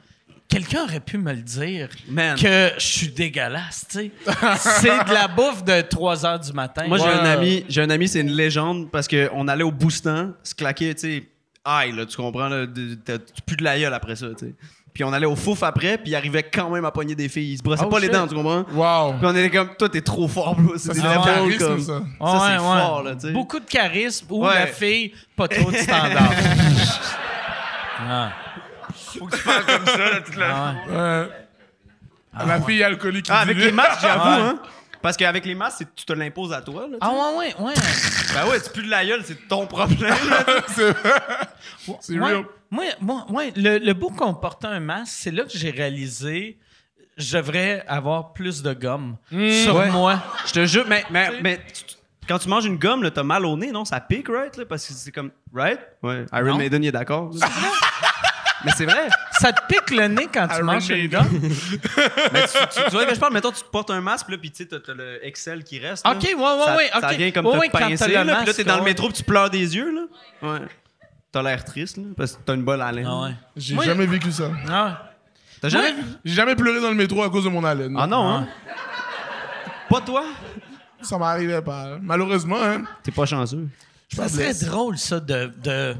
Quelqu'un aurait pu me le dire Man. que je suis dégueulasse, tu sais. C'est de la bouffe de 3 heures du matin. Moi, j'ai Ouais. un ami, j'ai un ami, c'est une légende parce qu'on allait au boostant, se claquer, tu sais, aïe, là, tu comprends, là, de- t'as t'as plus de la gueule après ça, tu sais. Puis on allait au fouf après, puis il arrivait quand même à pogner des filles. Il se brossait Oh, pas shit. les dents, tu comprends? Wow. Puis on était comme, toi, t'es trop fort, bro. C'est Ça, des c'est du levels charisme, comme- ça. Ça, c'est Ouais, ouais. fort, là, tu sais. Beaucoup de charisme ou Ouais. la fille, pas trop de standard. Ah, ah ouais. Ouais. la fille alcoolique qui Ah, avec disait- les masques, j'avoue, Ouais. hein. Parce qu'avec les masques, c'est- tu te l'imposes à toi, là. Ah ouais, ouais, ouais. Ah. tu sais. Ben ouais, c'est plus de la gueule, c'est ton problème, là. C'est Ouais, real. Moi, moi, ouais, le, le bout qu'on portait un masque, c'est là que j'ai réalisé je devrais avoir plus de gomme Hmm. sur Ouais. moi. Je te jure, mais, mais, Ah, mais tu- tu- quand tu manges une gomme, là, t'as mal au nez, non? Ça pique, right? là, parce que c'est comme, right? Ouais. Iron Non. Maiden, il est d'accord. là. mais c'est vrai. Ça te pique le nez quand tu Iron manges une Maiden. gomme. Mais tu, tu- tu vois de quoi je parle? Mettons, tu te portes un masque, là, puis tu sais, t'as- t'as le Excel qui reste. là. OK, ouais, ouais, ça, ouais, Ça OK. vient comme Ouais, te ouais, quand t'as pincer, le là, puis là, masque, t'es dans le ouais. métro, puis tu pleures des yeux, là. Ouais. T'as l'air triste, là, parce que t'as une bonne haleine. Ah ouais. J'ai Moi, jamais vécu ça. Ah ouais. T'as jamais Moi- vu? J'ai jamais pleuré dans le métro à cause de mon haleine. Ah non, hein? Pas toi? Ça m'arrivait pas. Malheureusement, hein. T'es pas chanceux. Bah, Ça serait drôle, ça, de, de-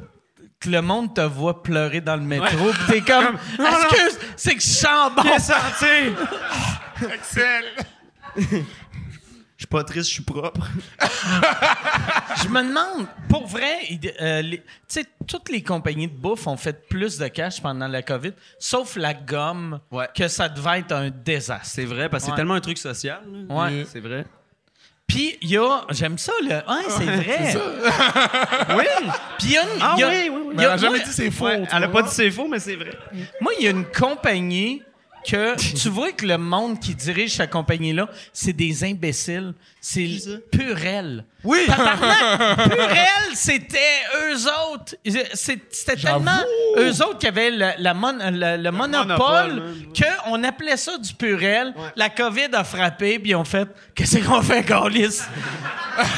que le monde te voit pleurer dans le métro. pis t'es comme, excuse, c'est que je sens bon. Qu'est-ce que ça, tu sais? Excel. Je pas triste, je suis propre. Je me demande, pour vrai, il- euh, les- tu sais, toutes les compagnies de bouffe ont fait plus de cash pendant la COVID, sauf la gomme, Ouais. que ça devait être un désastre. C'est vrai, parce que Ouais. c'est tellement un truc social. là. Ouais. C'est vrai. Puis il y a, j'aime ça le, ouais, c'est vrai. oui. Puis il y a une, Ah il y a- oui, oui, oui. il y Mais elle a- a jamais moi- dit c'est faux. Ouais, tu elle a vois. pas dit c'est faux, mais c'est vrai. Moi, il y a une compagnie que tu vois que le monde qui dirige cette compagnie-là, c'est des imbéciles. C'est Purel. Oui! Tabarnak! Purel, c'était eux autres. C'est- C'était tellement eux autres qui avaient le, la mon- le- le monopole, monopole, même. qu'on appelait ça du Purel. La COVID a frappé, puis ils ont fait Qu'est-ce qu'on fait, Gaulis?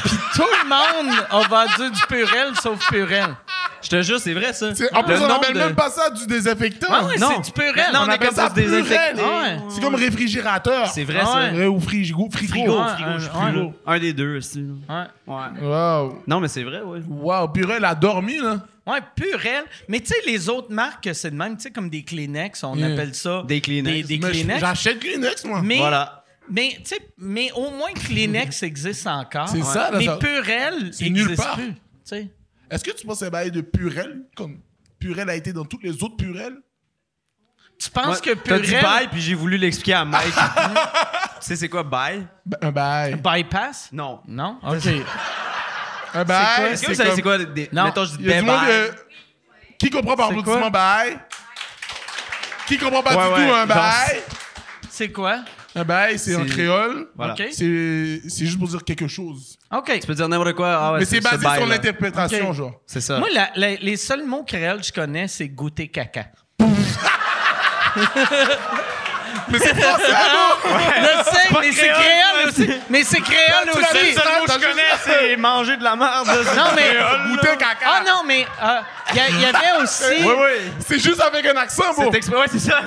puis tout le monde a vendu du Purel sauf Purel. Je te jure, c'est vrai, ça. C'est- En plus, Le on nombre appelle de- même pas ça du désinfectant. Ah ouais, Non. c'est du Purel. Non, On on appelle appelle ça du Purel. désinfectant. Ouais. C'est comme réfrigérateur. C'est vrai, Ah ça. ouais. Vrai ou frigo. Frigo. Frigo, Ouais, frigo, un- je suis ouais. frigo. Un des deux, aussi. Ouais. Ouais. Wow. Non, mais c'est vrai, ouais. Wow. Purel a dormi, là. Ouais, Purel. Mais tu sais, les autres marques, c'est de même, tu sais, comme des Kleenex, on Yeah. appelle ça. Des Kleenex. Des, des Mais Kleenex. J'achète Kleenex, moi. Mais, Voilà. mais, tu sais, mais au moins Kleenex existe encore. C'est ça, là, Mais ça- Purel, C'est nulle part. Plus, tu sais. Est-ce que tu penses que c'est bail de Purel? Comme Purel a été dans toutes les autres Purel? tu penses que Ouais, T'as dit Purel bye, puis j'ai voulu l'expliquer à Mike. tu sais, c'est quoi bye? Ben, Un bail. bypass? Non. Non? OK. Un bail. Est-ce que vous savez, c'est comme- quoi? Des... Non. Mettons, je dis Il y a bye du monde bye. euh, qui comprend par C'est applaudissement bail. Qui comprend pas Ouais, du ouais, tout un genre, bail. C'est quoi? Un bail, c'est en C'est- créole. Voilà. OK. C'est c'est juste pour dire quelque chose. OK. Tu peux dire n'importe quoi. Ah ouais, Mais c'est ce basé sur bail-là. l'interprétation, OK. genre. C'est ça. Moi, la- la- les seuls mots Créole que je connais, c'est goûter caca. Mais c'est français, non? Je sais, mais c'est créole, créole mais aussi. Mais c'est créole Tu l'as aussi. dit, ça, Le mot que t'as je juste- connais, c'est manger de la merde. Non, mais. Goûter caca. Ah non, mais euh, il y a- il y avait aussi. Oui, oui. C'est juste avec un accent, bro. C'est exprès, ouais, c'est ça.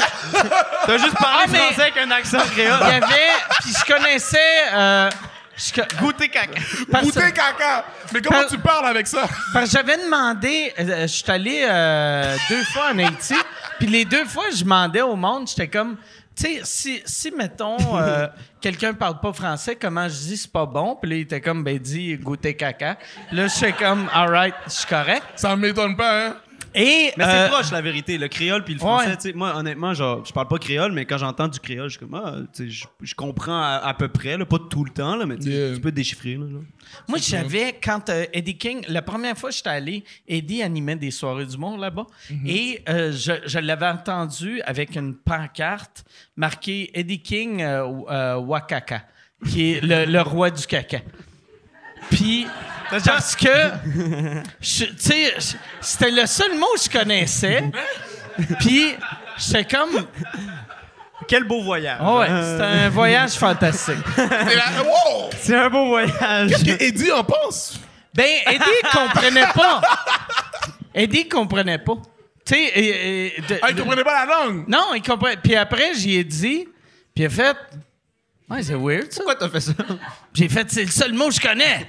T'as juste parlé Ah, mais- français avec un accent créole. Il y avait. Puis je connaissais. euh, je co- Goûter caca. parce, Goûter caca. Mais comment Par- tu parles avec ça? parce que j'avais demandé. euh, je suis allé euh, deux fois en Haïti. Puis les deux fois, je demandais au monde, j'étais comme. Tu sais, si, si, mettons, euh, quelqu'un parle pas français, comment je dis c'est pas bon? Puis là, il était comme, ben, dis goûter caca. Puis là, j'étais comme, alright, je suis correct. Ça m'étonne pas, hein? Et. Mais c'est euh, proche, la vérité. Le créole puis le français, tu sais, moi, honnêtement, genre, je parle pas créole, mais quand j'entends du créole, je suis comme, ah, tu sais, je- je comprends à, à peu près, là, pas tout le temps, là, mais tu sais, Yeah. tu peux déchiffrer. Là, genre. Moi, j'avais, quand euh, Eddie King, la première fois que j'étais allé, Eddie animait des soirées d'humour là-bas. Et euh, je, je l'avais entendu avec une pancarte marquée Eddie King euh, euh, Wakaka, qui est le, le roi du caca. Puis, parce que, je- tu sais, je- c'était le seul mot que je connaissais. Puis, j'étais comme, Quel beau voyage. oh ouais, c'était un voyage fantastique. Et là, wow! C'est un beau voyage. Qu'est-ce que Eddie en pense? Ben, Eddie comprenait pas. Eddie comprenait pas. Tu sais, et- et- de- Ah, il de- comprenait pas la langue. non, il comprenait. Puis après, j'y ai dit, puis il a fait. Ouais, c'est weird, ça. Pourquoi t'as fait ça? J'ai fait, c'est le seul mot que je connais.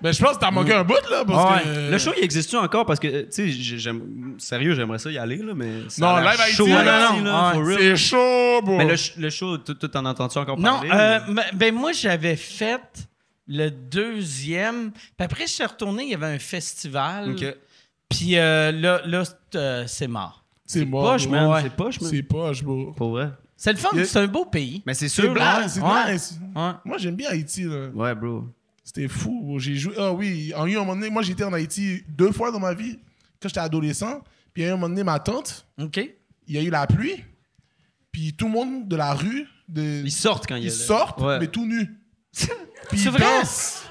Ben, je pense que t'as manqué un bout, là, parce Ouais. que... Le show, il existe-tu encore? Parce que, euh, tu sais, j'ai- j'aime- sérieux, j'aimerais ça y aller, là, mais. ça Non, a l'air live Haïti, chaud, là, là, non, là, non, for real. C'est chaud, bro. Oh, Mais le, ch- le show, tu tu- t'en entends-tu encore Non, parler? euh, ou- m- ben moi, j'avais fait le deuxième. Puis après, je suis retourné, il y avait un festival. Ok. Puis euh, là, là c'est, euh, c'est mort. C'est mort, Poche, bro. man. ouais. C'est poche, man. C'est poche, bro. Pour vrai. C'est le fun, Il y a- c'est un beau pays. Mais c'est sûr. là. C'est blague, c'est ouais. nice. Ouais. Moi, j'aime bien Haïti, là. Ouais, bro. C'était fou. bro. J'ai joué. Ah oui, en eu un moment donné, moi j'étais en Haïti deux fois dans ma vie, quand j'étais adolescent. Puis il y a eu un moment donné, ma tante, OK? il y a eu la pluie. Puis tout le monde de la rue, de, Ils sortent quand il y a ils le- sortent, Ouais. mais tout nus. Puis C'est ils vrai? dansent.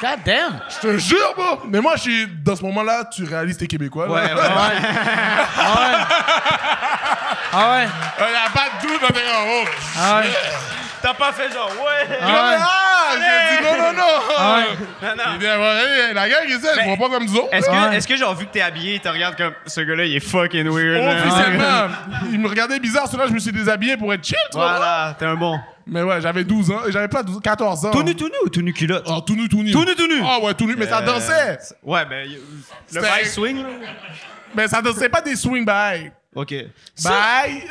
God damn! Je te jure, bro. Mais moi, je suis, dans ce moment-là, tu réalises t'es québécois. là. Ouais, ouais. Ah ouais! Ah ouais! Il n'y a pas de doute, mais oh. Ah ouais! T'as pas fait genre, ouais! Ah ouais. Ah, j'ai dit non, non, Ah non. Non, Il dit, ouais, la gang, ils disent, ils Mais- ne pas comme nous autres. Est-ce que, Ouais. est-ce que genre, vu que t'es habillé, t'as regardes comme ce gars-là, il est fucking weird. là. Officiellement, ils me regardaient bizarre, cela je me suis déshabillé pour être chill, tu vois. Voilà, t'es un bon. Mais ouais, j'avais 12 ans. euh, J'avais pas 12 14 ans. tout nu ou tout nu culotte? Oh, tout nu, tout nu. Tout nu, tout nu. Ah ouais, tout nu. Mais ça dansait. Ouais, mais y- le C'était- bail swing, là. Mais ça dansait pas des swing by. Ok. Bye.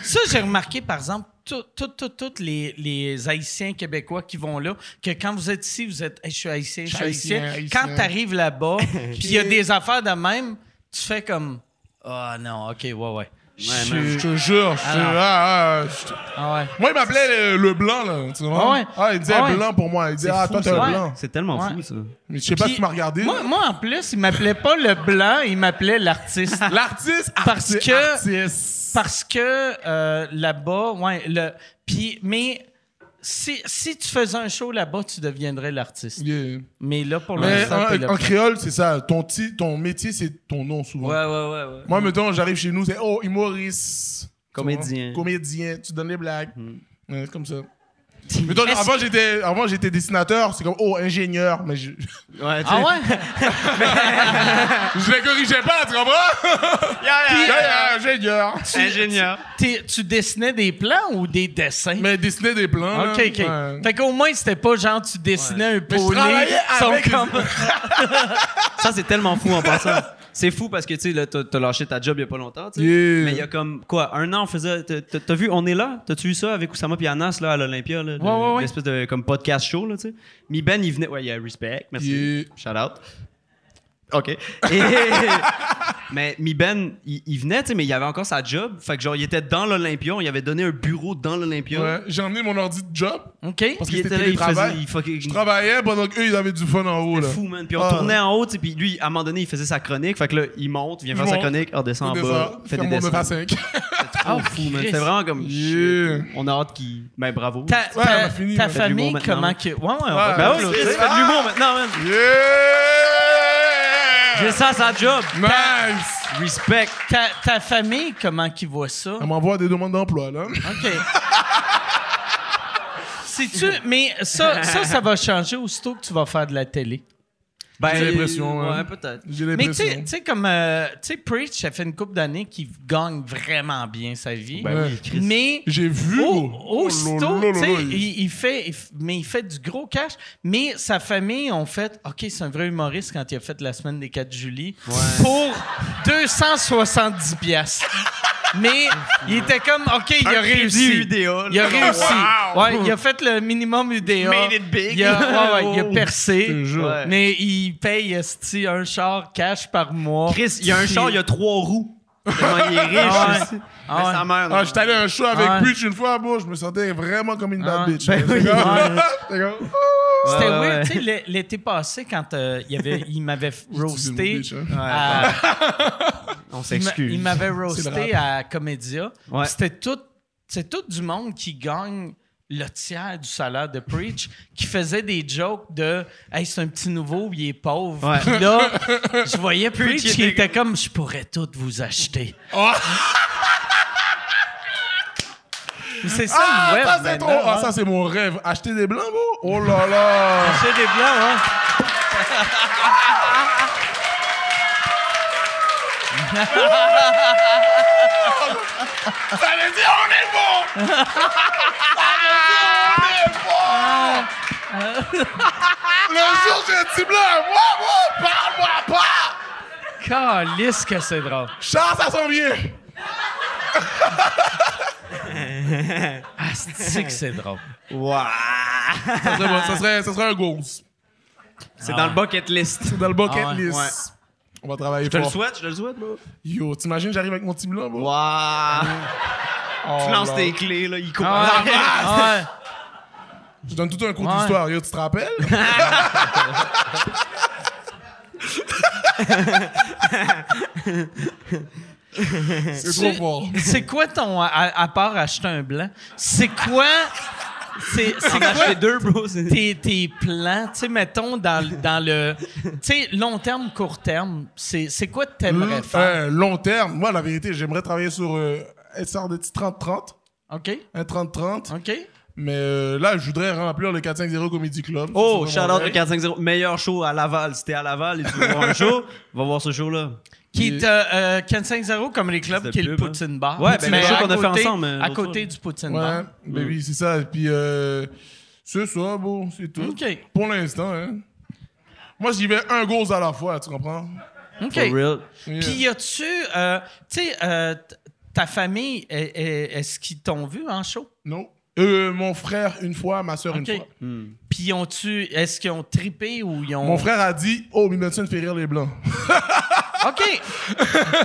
Ça, j'ai remarqué, par exemple, tous tout, tout, tout les, les Haïtiens québécois qui vont là, que quand vous êtes ici, vous êtes Hey, je suis Haïtien, je suis Haïtien, Haïtien. Haïtien. Quand tu arrives là-bas, puis il y a des affaires de même, tu fais comme Ah non, ok, ouais, ouais. Je Je suis- te jure, je te- Alors. ah, ah, je te- Ah ouais. Moi, il m'appelait le, le blanc, là. Tu vois? Ah ouais. Ah, il disait Ah ouais. blanc pour moi. Il disait, ah, fou, toi, t'es ça. un Ouais. blanc. C'est tellement Ouais. fou, ça. Mais je sais pas Puis- si tu m'as regardé. Moi, moi, en plus, il m'appelait pas le blanc, il m'appelait l'artiste. L'artiste, Parce artiste, que- artiste. Parce que euh, là-bas, ouais, le. Puis, mais si, si tu faisais un show là-bas, tu deviendrais l'artiste. Yeah. Mais là, pour Mais l'instant, t'es en, le en blanc. créole, c'est ça. Ton, ti- ton métier, c'est ton nom, souvent. Ouais, ouais, ouais. ouais. Moi, mettons, j'arrive chez nous, c'est « Oh, humoriste. » Comédien. Tu vois? Comédien. Tu donnes des blagues. Ouais, c'est comme ça. Mettons, Est-ce avant, j'étais, avant, j'étais dessinateur. C'est comme « Oh, ingénieur. » Mais je, Ouais, Ah ouais? je les corrigeais pas, tu comprends? Yeah, yeah, ingénieur. Ingénieur. T'es- tu dessinais des plans ou des dessins? Mais dessiner des plans. OK, là, OK. ouais. Fait qu'au moins, c'était pas genre tu dessinais un Mais je poney. travaillais ils sont avec- comme- Ça, c'est tellement fou en passant. C'est fou parce que, tu sais, là, t'as t'as lâché ta job il y a pas longtemps, tu sais. Yeah. Mais il y a comme, quoi, un an, on faisait. t'as- T'as t'as vu, on est là? T'as-tu vu ça avec Oussama puis Anas, là, à l'Olympia, là? Ouais, ouais, ouais. L'espèce de comme podcast show, là, tu sais. Mi Ben, il venait. Ouais, il y a Respect, merci. Yeah. Shout out. OK. Et- mais Mi Ben, il, il venait, tu sais, mais il avait encore sa job. Fait que, genre, il était dans l'Olympia, on lui avait donné un bureau dans l'Olympia. Ouais, J'ai emmené mon ordi de job. OK. Parce que Il c'était était là, il télétravail. faisait. Il fucking- Je travaillais pendant qu'eux, ils avaient du fun en haut. Là. C'était Hmm. fou, man. Puis on Ah. tournait en haut, tu sais, puis lui, à un moment donné, il faisait sa chronique. Fait que là, il monte, vient Je faire sa monte. chronique, on descend en Des bas, descends, fait faire des mon Oh, 9 à dessins. 5. Trop fou, man. Christ. C'était vraiment comme Yeah. shit. On a hâte qu'il. Ben bravo. Ta, Ouais, ta- on a fini, ta on fait de famille, l'humour maintenant. comment que... Ouais, ouais, on va- Ouais. Ben Ah, oui, Chris, fais de ah. l'humour maintenant, man. J'ai Yeah! ça à sa job. Nice! Respect. ta, ta famille, comment qu'ils voient ça? Elle m'envoie des demandes d'emploi, là. OK. Sais-tu, mais ça, ça, ça va changer aussitôt que tu vas faire de la télé. Ben, J'ai l'impression, ouais. Ouais, peut-être. J'ai Mais tu sais- l'impression. tu sais, comme euh, tu sais, Preach, ça fait une couple d'années qu'il gagne vraiment bien sa vie. Ouais. mais J'ai vu. au- gros. Oh, aussitôt, Oh, là, là, tu là, sais, là, il- il, il fait, il f- mais il fait du gros cash. Mais sa famille ont fait, ok, c'est un vrai humoriste quand il a fait la semaine des 4 juillet pour 270 piastres. mais il était comme, ok, il a réussi. UDA. Il a réussi. Wow! Ouais, il a fait le minimum UDA. Made it big. Il a, ouais, ouais, il a Oh. percé. Je te jure. Ouais. Mais il paye esti, un char cash par mois. Chris, il y a un char, il y a trois roues. Tellement il est riche. Ah ouais. aussi. Mais Ah ouais. sa mère. Ah, j'étais allé à un show avec Ouais. Butch une fois, bro, je me sentais vraiment comme une Ah, bad bitch. ben là. oui. C'est comme- Ouais. c'est comme- C'était Ouais, weird, ouais. tu sais, l'é- l'été passé, quand euh, il, avait, il m'avait f- C'est une roasté. bitch, hein. Ouais, à- On il m'a- s'excuse. il m'avait C'est roasté le à Comédia. Ouais. C'était tout, c'est tout du monde qui gagne le tiers du salaire de Preach, qui faisait des jokes de Hey, c'est un petit nouveau, il est pauvre. Ouais. Puis là, je voyais Preach Preach, qui il était- était comme Je pourrais tout vous acheter. C'est ça Ah, le web. ça, c'est trop. maintenant, Ah, hein. ça, c'est mon rêve. Acheter des blancs, bro? Oh là là! C'est des blancs, hein? Ça veut dire on est bon! Ça veut dire on est bon! Le jour j'ai un petit blanc, moi, moi, parle-moi pas! Calisse que c'est drôle. Charles, ça s'en vient! C'est que c'est drôle. Ça serait, bon, ça serait, ça serait un goals. Ah C'est dans le bucket list. Dans le bucket Ah ouais. list. Ouais. On va travailler Je te fort. le souhaite, je te le souhaite, bro. Yo, t'imagines, j'arrive avec mon petit blanc, bro? Waouh. Oh Tu lances là. tes clés, Ah là, il court. Ah ouais. Ah ouais. Je donne tout un cours Ouais. d'histoire. Yo, tu te rappelles? c'est trop Tu- fort. C'est quoi ton. À, à part acheter un blanc, c'est quoi. C'est c'est On a quoi acheté deux, bro. c'est- tes, tes plans? Tu sais, mettons dans, le- dans le. Tu sais, long terme, court terme, c'est c'est quoi que t'aimerais faire? Euh, long terme, moi, la vérité, j'aimerais travailler sur euh, SR de 30-30. OK? Un 30-30. OK? Mais euh, là, je voudrais remplir le 450 Comedy Club. Oh, Ça, c'est shout mon out rêve. 450. Meilleur show à Laval. Si t'es à Laval et tu veux voir un show, va voir ce show-là. Qui est euh, euh, 15-0 comme les clubs, C'est qui est le pub, hein. Poutine Bar. Ouais, ben, Mais le show à qu'on a fait côté- ensemble, euh, À l'autre côté fois. du Poutine Ouais, Bar. ben oui, c'est ça. Et puis, euh, c'est ça, bon, c'est tout. Ok. Pour l'instant, hein. Moi, j'y vais un goals à la fois, tu comprends? OK. For real. Yeah. Puis y a-tu, euh, tu sais, euh, t- ta famille, est- est- est-ce qu'ils t'ont vu en show? Non. Euh, mon frère une fois, ma soeur OK. une fois. Hmm. Puis ont-tu, est-ce qu'ils ont trippé ou ils ont. Mon frère a dit Oh, Bill Benson fait rire les blancs. OK!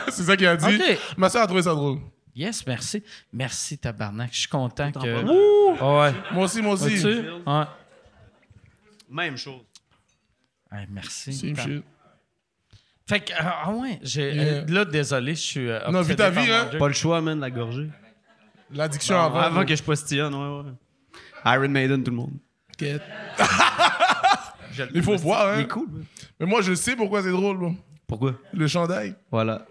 c'est ça qu'il a dit. Ok. Ma soeur a trouvé ça drôle. Yes, merci. Merci, tabarnak. Je suis content que. Ah ouais. Moi aussi, moi aussi. Vois-tu? Ouais. Même chose. Ouais, merci. Same shit. Fait que, euh, ah ouais, j'ai- euh, Yeah. là, désolé, je suis. euh, Non, obsédé vis ta par vie, mon hein. jeu. Pas le choix, man, de la gorgée. L'addiction avant. Avant que je postillonne, ouais, ouais. Iron Maiden, tout le monde. Il faut voir, hein. Il est cool, man. Mais moi, je sais pourquoi c'est drôle, bon. Pourquoi? Le chandail. Voilà.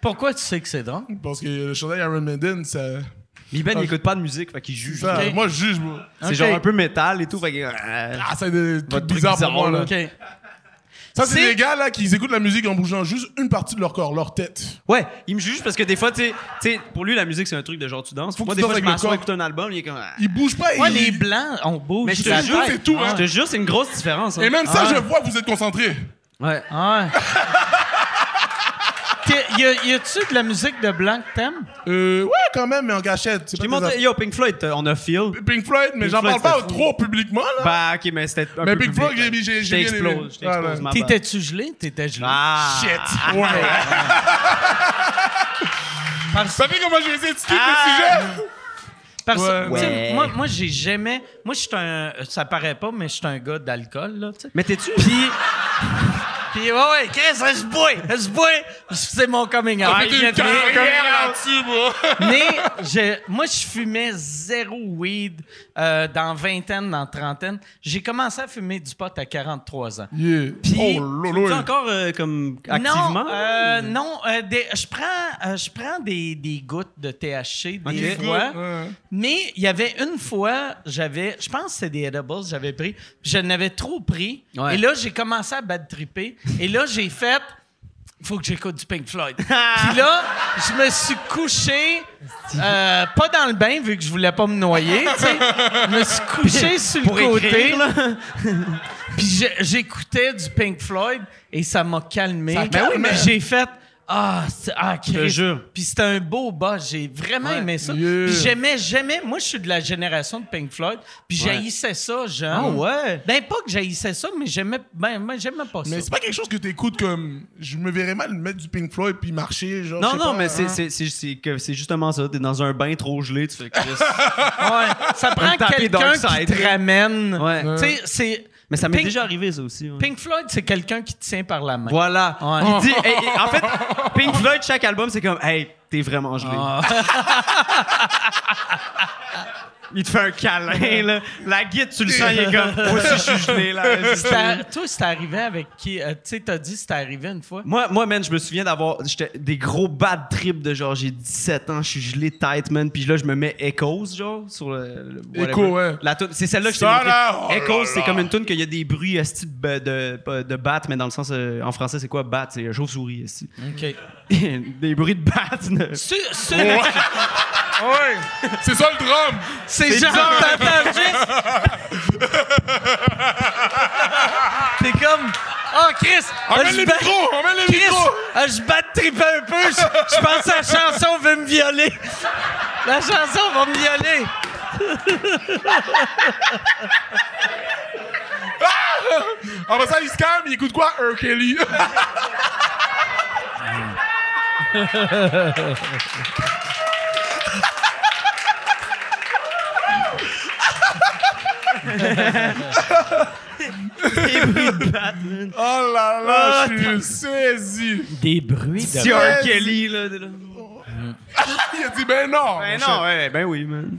Pourquoi tu sais que c'est drôle? Parce que le chandail Iron Maiden, ça. Liban, Ben, il écoute pas de musique, fait qu'il juge. Ah, ça Ok. Moi, je juge, bro. C'est Ok. genre un peu métal et tout, fait que. euh, Ah, c'est des Votre trucs truc bizarres pour bizarre, moi, là. OK. Ça, c'est C'est- des gars, là, qui écoutent la musique en bougeant juste une partie de leur corps, leur tête. Ouais, il me juge parce que des fois, tu sais- tu sais, pour lui, la musique, c'est un truc de genre tu danses. Faut que Moi, tu des danses fois, je avec le m'assois corps. écoute un album, il est comme. ah. Ils bougent pas. Ouais, ils- les blancs, on bouge. Mais je te la jure, tête. c'est tout, hein. Je te jure, c'est une grosse différence. hein. Et même ça, je vois, vous êtes concentrés. Ouais. Ouais. T'es- y a- y a-tu de la musique de blanc que t'aimes? Euh, ouais, quand même, mais en cachette. C'est J'ai pas montré, des yo, Pink Floyd, euh, on a Phil. aff- Pink Floyd, mais Pink j'en parle Floyd, pas c'était trop publiquement, là. Bah, ok, mais c'était. un Mais peu Big public, Frog, j'ai- ouais. j'ai- Je j'ai bien aimé. t'explose, je Ouais, ouais. t'explose, ma bad. T'étais-tu gelé? T'étais gelé. Ah! Shit. Ouais. Ça fait comment j'ai essayé de skip Ah. le sujet? Parce Ouais. tu sais, Ouais. moi, moi j'ai jamais. Moi, je suis un. Ça paraît pas, mais je suis un gars d'alcool, là, tu sais. Mais t'es-tu. Puis. Puis, ouais, ouais, Chris, je bois, je bois. C'est mon coming Ah, out. J'ai une carrière là-dessus, moi. Mais je, moi, je fumais zéro weed euh, dans vingtaine, dans trentaine. J'ai commencé à fumer du pot à 43 ans. Yeah. Puis- oh, Tu lolo. es encore euh, comme activement? Non, euh, non euh, des- je prends, euh, je prends des, des gouttes de THC des Ok. fois. Ouais. Mais il y avait une fois, j'avais, je pense que c'est des edibles que j'avais pris. Je n'avais trop pris. Ouais. Et là, j'ai commencé à bad tripper. Et là, j'ai fait, faut que j'écoute du Pink Floyd. Puis là, je me suis couché, euh, pas dans le bain vu que je voulais pas me noyer. tu sais. Je me suis couché sur Pour le côté. écrire, là. Puis je- j'écoutais du Pink Floyd et ça m'a calmé. Ça Ben oui, calme. mais j'ai fait ah, c'est- ah Christ. jure. Puis c'était un beau boss, j'ai vraiment aimé ça. Yeah. Puis j'aimais j'aimais moi je suis de la génération de Pink Floyd, puis j'haïssais ça genre. Ah ouais. Ben pas que j'haïssais ça, mais j'aimais ben moi, j'aimais pas ça. Mais c'est pas quelque chose que t'écoutes comme. Je me verrais mal mettre du Pink Floyd puis marcher, genre. je Non, sais non, pas, mais hein. c'est- c'est- c'est c'est que c'est justement ça. T'es dans un bain trop gelé, tu fais Chris. Ouais. ça prend Taper quelqu'un Dark qui Side. te ramène. Ouais. Tu sais, c'est Mais ça m'est Pink- déjà arrivé, ça aussi. ouais. Pink Floyd, c'est quelqu'un qui te tient par la main. Voilà. Ouais. Il dit, hey, hey, en fait, Pink Floyd, chaque album, c'est comme, hey, t'es vraiment gelé. il te fait un câlin, là. La guide, tu le sens, il est comme, moi aussi, je suis gelé, là. C'est à- Toi, c'est arrivé avec qui euh, Tu sais, t'as dit c'est arrivé une fois. Moi, moi, man, je me souviens d'avoir j'étais- des gros bad trips de genre, j'ai 17 ans, je suis gelé tight, man. Puis là, je me mets Echoes, genre, sur le. le- Echo, whatever. ouais. La toune- c'est celle-là que je t'ai Ça, montrée. là, oh Echoes, là c'est là. comme une tune qu'il y a des bruits esti, de, de, de bat, mais dans le sens, euh, en français, c'est quoi bat? C'est euh, chauve-souris, esti. OK. des bruits de batte. ne- C'est Ouais. C'est ça le drum! C'est genre t'entends juste. T'es comme oh Chris, ah, Emmène je les bat- micros! Emmène les Chris, micros! ah, je bats de triper un peu. Je, je pense que la chanson veut me violer. La chanson va me violer. En passant, Ah, bah, il se calme, il écoute quoi? R. Kelly. oh là là, je suis saisi. Des bruits de. C'est Ah, R. Kelly, là. de- là. Il a dit, ben non. Ben mon non, ouais, ben oui, man.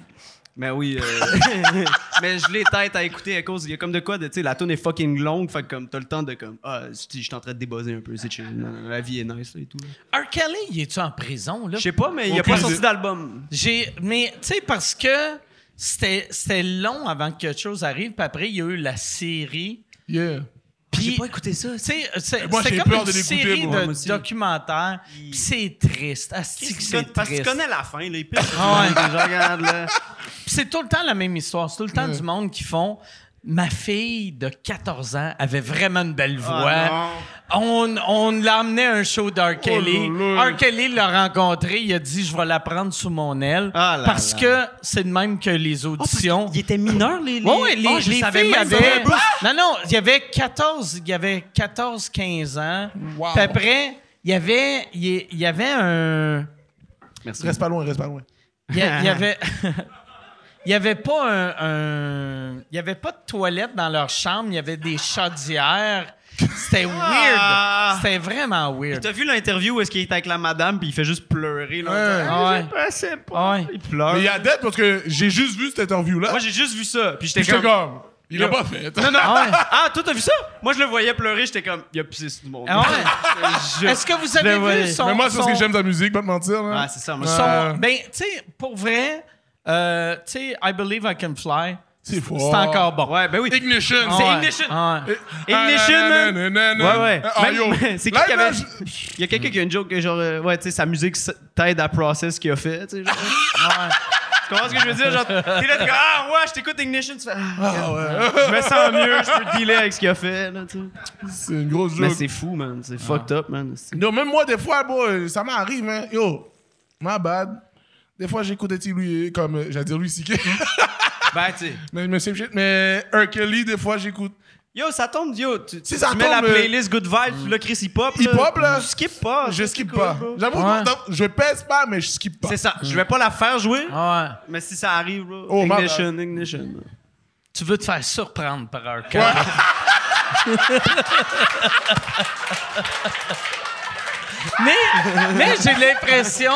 Ben oui. euh, mais je l'ai tête à écouter à cause. Il y a comme de quoi, de, tu sais, la tune est fucking longue. Fait que comme t'as le temps de comme. Ah, si je suis en train de débosser un peu, c'est chill. Non, non, la vie est nice, là, et tout. là. R. Kelly, il est-tu en prison, là? Je sais pas, mais il y a Aucune pas idée. sorti d'album. J'ai, mais tu sais, parce que c'était c'était long avant que quelque chose arrive, puis après, il y a eu la série. Dieu. Yeah. Puis, Ah, J'ai pas écouté ça. tu sais, c'est Moi, c'est j'ai comme peur une de l'écouter, série moi, de moi aussi. documentaires, puis c'est triste. Asti que c'est Parce que tu triste. connais la fin, là. Il pisse. Ah ouais. Je regarde, là. Puis c'est tout le temps la même histoire. C'est tout le temps du monde qui font. ma fille de 14 ans avait vraiment une belle Ah, voix. on on l'emmenait à un show Oh d'R. Kelly. R. Kelly l'a rencontré, il a dit Je vais la prendre sous mon aile. Ah là parce là. que c'est de même que les auditions. Il était mineur, les. les... Oui, oui, les, Ah, je les savais filles même pas. avaient... Ah! Non, non, il y avait 14, il y avait 14, 15 ans. Wow. Puis après, il y avait, il il y avait un... Merci. Reste pas loin, reste pas loin. Il y, a- il y avait. Il n'y avait pas un, un- Il y avait pas de toilette dans leur chambre, il y avait des chaudières. C'était Ah! weird. C'était vraiment weird. T'as vu l'interview où est-ce qu'il est avec la madame puis il fait juste pleurer là. Ouais. Ah, Ouais. Je passais pas. Ouais. Il pleure. Mais il y a dette parce que j'ai juste vu cette interview-là. Moi j'ai juste vu ça puis j'étais J'étais comme. comme, il l'a pas fait. Non non. Ah ouais. Ah toi t'as vu ça Moi je le voyais pleurer j'étais comme il a pissé sur le monde. Ah ouais. Je- Est-ce que vous avez Je le voyais. vu son. Mais moi, c'est parce son- que j'aime ta musique, pas te mentir. là. Ah c'est ça. Moi, son- Ouais. Ben, tu sais, pour vrai, euh, tu sais, I Believe I Can Fly, C'est fou. c'est encore bon. Ouais ben oui. Ignition. C'est Ouais. Ignition. Ah ouais. Ignition, man. hein? Ouais, ouais. Ah, Même- yo. c'est qui Là, qui là, avait- je- Il y a quelqu'un qui a une joke que genre euh, ouais tu sais sa musique s- t'aide à process qu'il a fait tu sais. genre. Tu comprends ce que je veux dire genre t'es là t'es comme, ah ouais je t'écoute Ignition tu fais ah, Ah, ouais. je me sens mieux je peux dealer avec ce qu'il a fait là tu sais. C'est une grosse Mais joke. c'est fou man c'est fucked up man. C'est- Non, même moi, des fois, bon, euh, ça m'arrive, hein. Yo, my bad. Des fois, j'écoute des petits Louis, comme, euh, j'allais dire Louis C.K. Ben tu sais. mais, mais c'est shit. Mais R. Kelly, des fois, j'écoute. Yo, ça tombe, yo. Tu, tu- Si ça tu mets tombe, la euh, playlist Good Vibes, là, Chris Hip Hop. Hip Hop, là. Je skip pas. Je Ah, ça, skip c'est pas. cool, bro. J'avoue, Ouais. non, je pèse pas, mais je skip pas. C'est ça. Je vais pas la faire jouer, Ah ouais. mais si ça arrive, bro. Oh, my ignition, ignition. Tu veux te faire surprendre par un mais mais j'ai l'impression,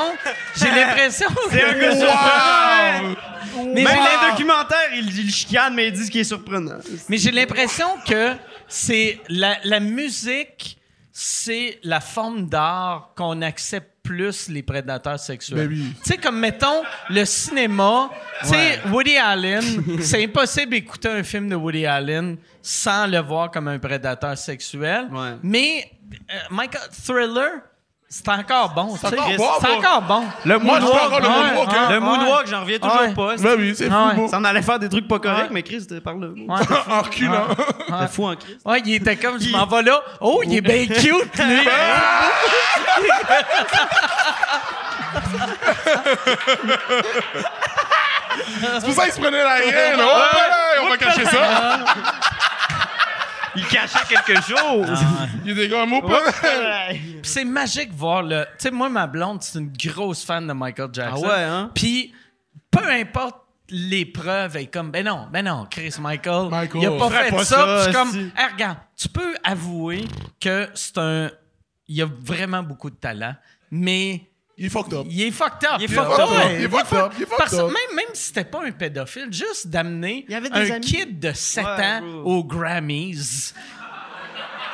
j'ai l'impression C'est un gars Wow! surprenant. ouais. mais j'ai Même l'im- les documentaires, ils il chicanent, mais ils disent qu'il est surprenant. mais j'ai l'impression que c'est la, la musique, c'est la forme d'art qu'on accepte plus les prédateurs sexuels. Ben oui. Tu sais, comme mettons le cinéma, tu sais, Woody Allen, c'est impossible d'écouter un film de Woody Allen sans le voir comme un prédateur sexuel. Ouais. Mais euh, Michael Thriller, c'est encore bon. tu sais. encore bon, C'est moi. encore bon. Le Moi, je fais moonwalk. encore le ouais, moonwalk, hein. Le Ouais. moonwalk, j'en reviens toujours Ouais. pas. c'est- Ben oui, c'est Ah ouais. fou, bon. Ça en allait faire des trucs pas corrects, Ouais. mais Chris, t'es- parle-le. Ouais. En recul, hein. T'es fou en Chris. Ouais, il était comme, je m'en vais là. Oh, il est bien cute, lui. C'est pour ça qu'il se prenait la haine. Oh, ben, on va cacher ça. Il cachait quelque chose. Il était comme, oh, pas. Puis c'est magique voir le. Tu sais, moi, ma blonde, c'est une grosse fan de Michael Jackson. Ah ouais, hein? Puis peu importe l'épreuve, elle est comme, ben non, ben non, Chris Michael, Michael, il a pas ferais fait pas ça. ça, Puis je suis comme, esti. Hey, regarde, tu peux avouer que c'est un. Il a vraiment beaucoup de talent, mais Il est fucked up. il est fucked up. Il est là. fucked up. Ouais. Il est fucked up. Il est Parce fucked que up. même, même si c'était pas un pédophile, juste d'amener Il y avait des un amis. kid de 7 Ouais, ans bro. aux Grammys,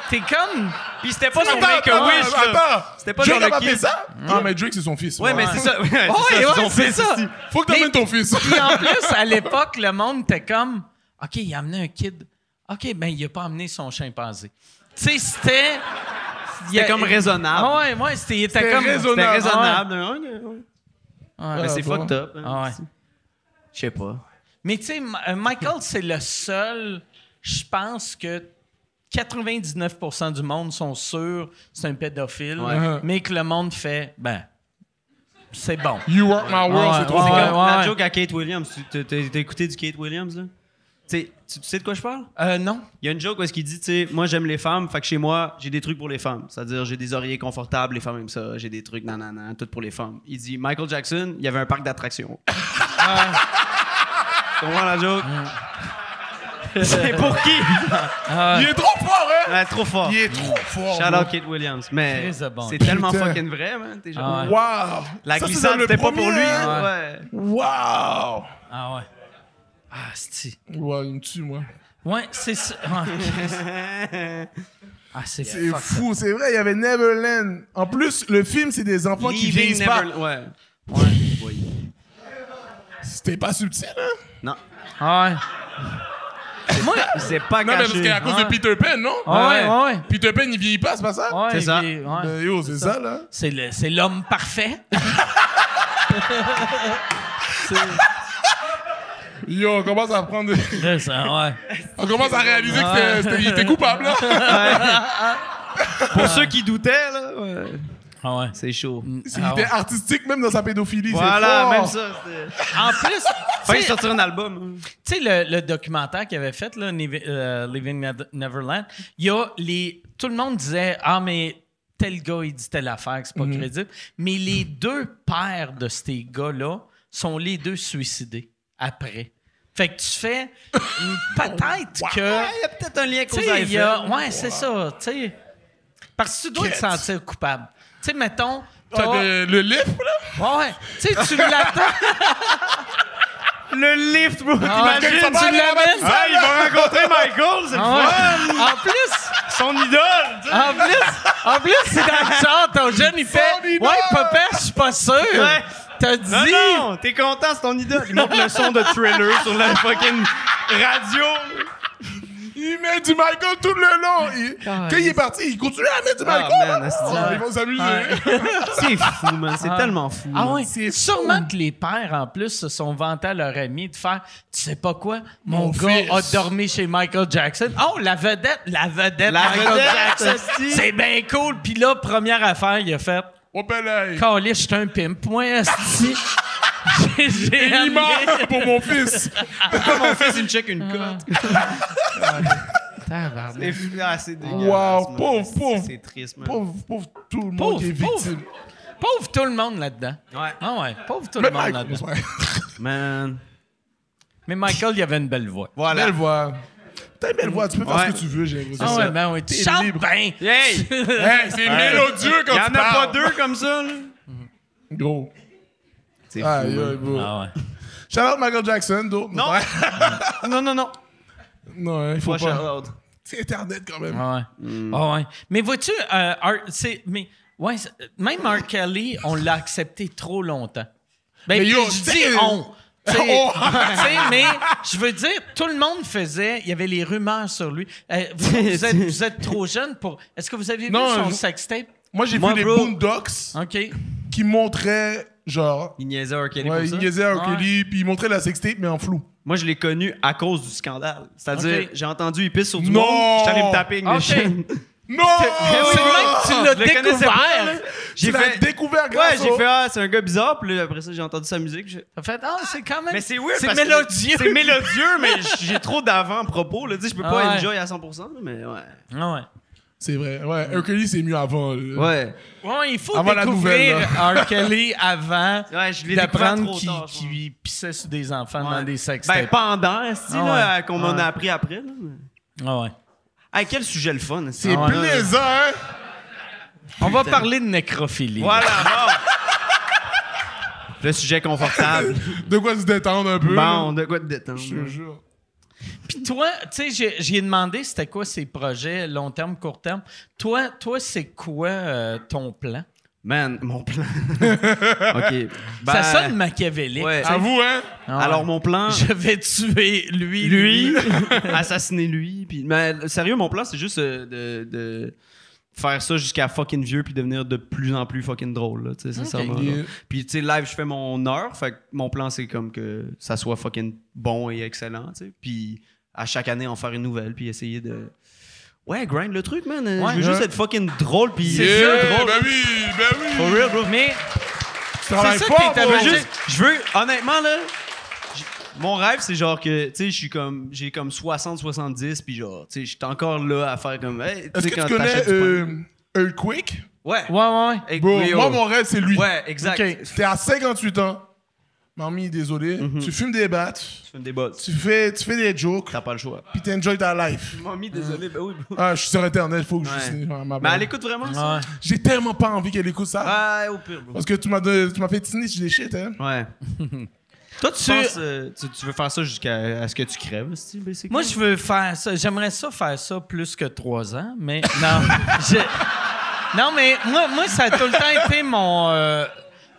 t'es comme. Puis c'était pas son Attends, make attends, a wish, là. attends. C'était pas Drake le a pas kid. fait ça? Ah, mais Drake, c'est son fils. Ouais, mais c'est ça. Ouais, c'est ça, Ouais, ouais, son c'est fils, ça. ici. Faut que t'emmènes ton fils. Puis en plus, à l'époque, le monde était comme OK, il a amené un kid. OK, ben il a pas amené son chimpanzé. Tu sais, c'était. C'était comme raisonnable. Ah ouais, ouais, c'était il était C'était comme. raisonnable. C'était Ah ouais. raisonnable. Ouais, ouais. Ah Mais ouais. c'est Ah, fucked up. hein. Ah ouais. Je sais pas. Mais tu sais, Ma- euh, Michael, c'est le seul. Je pense que 99% du monde sont sûrs que c'est un pédophile, Ouais. Uh-huh. mais que le monde fait ben c'est bon. You work my world, Ouais, c'est trop ouais, C'est fort. comme ouais, la ouais. joke à Kate Williams. Tu- t'as- T'as t'as écouté du Kate Williams, là? Tu sais- tu tu sais de quoi je parle? Euh, non. Il y a une joke où est-ce qu'il dit, tu sais, moi j'aime les femmes, fait que chez moi, j'ai des trucs pour les femmes. C'est-à-dire, j'ai des oreillers confortables, les femmes aiment ça, j'ai des trucs, nanana, tout pour les femmes. Il dit, Michael Jackson, il y avait un parc d'attractions. Tu comprends la joke? C'est pour qui? Il est trop fort, hein. Ah Ouais, trop fort. Il est trop fort. Shout out Kate Williams. Mais Très bon. c'est tellement Putain. fucking vrai, man. t'es genre- Ah ouais. Wow! La Ça, c'est glissade, dans le c'était pas pour premier, lui. hein. Ouais. Wow! Ah ouais. Ah, c'est. Ouais, il me tue, moi. Ouais, c'est ça. Ah, Chris. Ah, c'est C'est fucked up. fou, c'est vrai, il y avait Neverland. En plus, le film, c'est des enfants qui Leaving vieillissent pas. Neverland- Ouais. Ouais. C'était pas subtil, hein? Non. Ah ouais. Moi, C'est pas Non, mais parce caché. que à cause ouais. de Peter Pan, non? ah ouais, ouais, ouais. Peter Pan, il vieillit pas, c'est pas ça? Ouais, C'est puis- ça. ouais. Ben, yo, c'est ça. là. C'est le- c'est l'homme parfait. C'est- Yo, on commence à prendre. Là, ça, ouais. On commence à réaliser que c'était- c'était- il était coupable, là. Pour ceux qui doutaient, là, ouais, Ah ouais. ah, c'est chaud. Ah Il était artistique même dans sa pédophilie. c'est Voilà, fort. même ça. c'était- En plus, tu Fallait sais, sortir un album. hein. tu sais, le, le documentaire qu'il avait fait, là, Niv- euh, Living Nev- Neverland, il y a les. Tout le monde disait Ah, mais tel gars, il dit telle affaire, que c'est pas Mhm. crédible. Mais les deux pères de ces gars-là sont les deux suicidés après. Fait que tu fais. Peut-être que. Il y a peut-être un lien Tu qu'on sais, a il y a- Ouais, c'est ça. Tu sais. Parce que tu dois te sentir coupable. Tu sais, mettons. Ah, t'as- ben- de- le lift, là. Ouais, ouais. Tu sais, tu l'attends. Le lift, bro. Ah, T'imagines? tu aller à la l'amènes. Ah, il va rencontrer Michael, c'est le Ah fun. ouais. En plus. Son idole, tu sais. En plus, en plus, c'est dans le char, ton jeune, il fait « Ouais, Formidable! papa, je suis pas sûr. Ouais. T'as dit... Non, ah, non, t'es content, c'est ton idole. Il montre le son de Thriller sur la fucking radio. Il met du Michael tout le long. Il- Quand il est parti, il continue à mettre du Ah, Michael. man, là. c'est ça. ils vont s'amuser. C'est fou, man. C'est tellement fou. Ah man. ouais, sûrement que les pères, en plus, se sont vantés à leur ami de faire « Tu sais pas quoi? Mon, Mon gars fils. a dormi chez Michael Jackson. Oh, la vedette! La vedette! La Michael vedette, Jackson! hostie. C'est bien cool! » Puis là, première affaire, il a fait On bel « oeil. Calais, je suis un pimp. Moi, esti. J'ai- J'ai Il amené... meurt pour mon fils. mon fils, il me check une cote. Ah. Tabarnak. C'est fou. Ah, c'est dégueulasse. Wow, man. pauvre, C'est- pauvre. C'est triste, man. Pauvre, pauvre tout le Pauvre, monde qui est pauvre. victime. Pauvre tout le monde là-dedans. Ouais. Ah ouais, pauvre tout Même le monde Michael. là-dedans. ouais. Man. Mais Michael, il avait une belle voix. Voilà. Belle voix. T'as une belle voix. Tu peux faire Ouais. ce que tu veux, j'ai l'impression. Ah ouais, ben oui, tu T'es chantes libre. bien. Hey! Hey, c'est mélodieux Il quand y tu en a parles. pas deux comme ça, là. Gros. C'est Ah, fou. yeah, bro. Ah ouais. Shout out Michael Jackson, though. Non. non, non, non. Non, hein, il faut Pas pas. Charlotte. C'est Internet quand même. Ah ouais. Ah ouais. Mais vois-tu, euh, R- c'est, mais, ouais, c'est- même R. Kelly, on l'a accepté trop longtemps. Mais Ben, puis yo, je t'sais- dis on. Tu sais, Oh! tu sais, mais je veux dire, tout le monde faisait, il y avait les rumeurs sur lui. Euh, vous, vous êtes, vous êtes trop jeune pour. Est-ce que vous avez vu Non, son je- sextape? Moi, j'ai Moi, vu des bro. Boondocks OK. qui montraient, genre, Il niaisait R. Kelly ouais, pour ça. ils niaisaient R. Ouais. Kelly, puis ils montraient la sextape, mais en flou. Moi, je l'ai connu à cause du scandale. C'est-à-dire, Ok. j'ai entendu, il pisse sur du Non! monde. J'étais allé me taper avec mes Ok. chaînes. Non! c'est le même que tu l'as Je le connaissais découvert. pas, là. J'ai J'ai fait... découvert Ouais, grâce j'ai au- fait, ah, c'est un gars bizarre. Puis là, après ça, j'ai entendu sa musique. j'ai- T'as fait, ah, c'est quand même. Mais c'est weird. C'est parce que- mélodieux. C'est mélodieux, mais j- j'ai trop d'avant-propos. là. Tu sais, Je peux Ah pas ouais. enjoy à 100%, mais ouais. Ah ouais. C'est vrai. Ouais, R. Kelly, c'est mieux avant. là. Ouais. Ouais, il faut Avant la découvrir nouvelle, R. Kelly avant Ouais, je l'ai découvert d'apprendre trop qu'il tard. je pense. qu'il pissait sur des enfants Ouais. dans des Ben, sextapes. pendant, esti, Ah là, euh, ouais. qu'on Ah m'en ouais. a appris après. Là. mais- Ah ouais. Hey, quel sujet le fun. esti. C'est Ah ouais. plaisant, hein? On va parler de nécrophilie. Voilà, bon. Le sujet confortable. De quoi se détendre un peu. bon, là. de quoi te détendre. Je te jure. Puis toi, tu sais, j'ai- j'y ai demandé c'était quoi ses projets long terme, court terme. Toi, toi c'est quoi euh, ton plan? Man, mon plan. OK. ben, Ça sonne machiavélique. ouais. À vous, hein? Ah ouais. Alors, mon plan... je vais tuer lui. lui, assassiner lui. Puis, mais sérieux, mon plan, c'est juste euh, de, de faire ça jusqu'à fucking vieux puis devenir de plus en plus fucking drôle. Là, tu sais, sincèrement, Ok. là. Puis, tu sais, live, je fais mon heure. Fait que mon plan, c'est comme que ça soit fucking bon et excellent. tu sais. Puis, à chaque année, en faire une nouvelle. Puis, essayer de. Ouais, grind le truc, man. Ouais. je veux juste être fucking drôle. Puis, Yeah, drôle. Ben oui, ben oui. For real, bro. Mais Tu c'est travailles ça fort, qui est Je bro. veux arrangé. juste- je veux, honnêtement, là, j- mon rêve, c'est genre que, tu sais, je suis comme, j'ai comme 60, 70, puis genre, tu sais, je suis encore là à faire comme, hey, tu Est-ce sais, que quand tu connais t'achètes du euh, Earthquake? pain. Ouais. ouais, ouais, ouais. Hey, Bro, oui, moi, oh. mon rêve, c'est lui. Ouais, exact. Ok. T'es à 58 ans. Mamie, désolé. Tu fumes des battes. Tu fais des bottes. Tu fais, tu fais des jokes. T'as pas le choix. Puis t'enjoy ta life. Mamie, désolé, ben oui, bro. Ah, je suis sur Internet, faut que Ouais. je... Ah, ma Mais Ah. bad. elle écoute vraiment ça? Ouais. J'ai tellement pas envie qu'elle écoute ça. Ouais, au pire, bro. Parce que tu m'as donné- tu m'as fait snitch des shit, hein. Ouais. Toi, tu, Tu- penses, euh, tu, tu veux faire ça jusqu'à à ce que tu crèves, c'est basically? Moi, je veux faire ça. J'aimerais ça faire ça plus que trois ans, mais non. Je- Non, mais moi, moi, ça a tout le temps été mon. euh,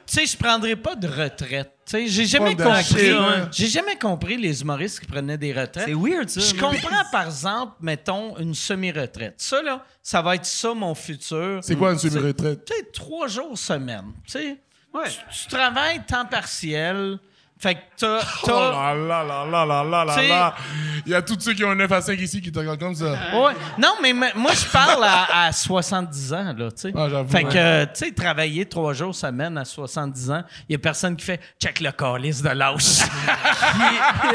Tu sais, je prendrais pas de retraite. Tu sais, j'ai jamais Pas de hein. compris. shit, ouais. J'ai jamais compris les humoristes qui prenaient des retraites. C'est weird, ça. Je man. comprends, par exemple, mettons, une semi-retraite. Ça, là, ça va être ça, mon futur. C'est quoi une semi-retraite? Tu sais, trois jours semaine. Tu sais, Ouais. tu, tu travailles temps partiel. Fait que t'as. Oh t'as- là là là là là là là T'sais- là. Il y a tous ceux qui ont un 9 à 5 ici qui te regardent comme ça. Ouais. Non, mais m- moi, je parle à, à 70 ans, là, tu sais. Ah, j'avoue, fait ouais. que, euh, tu sais, travailler trois jours semaine à 70 ans, il y a personne qui fait « check le calice de l'âge Qui-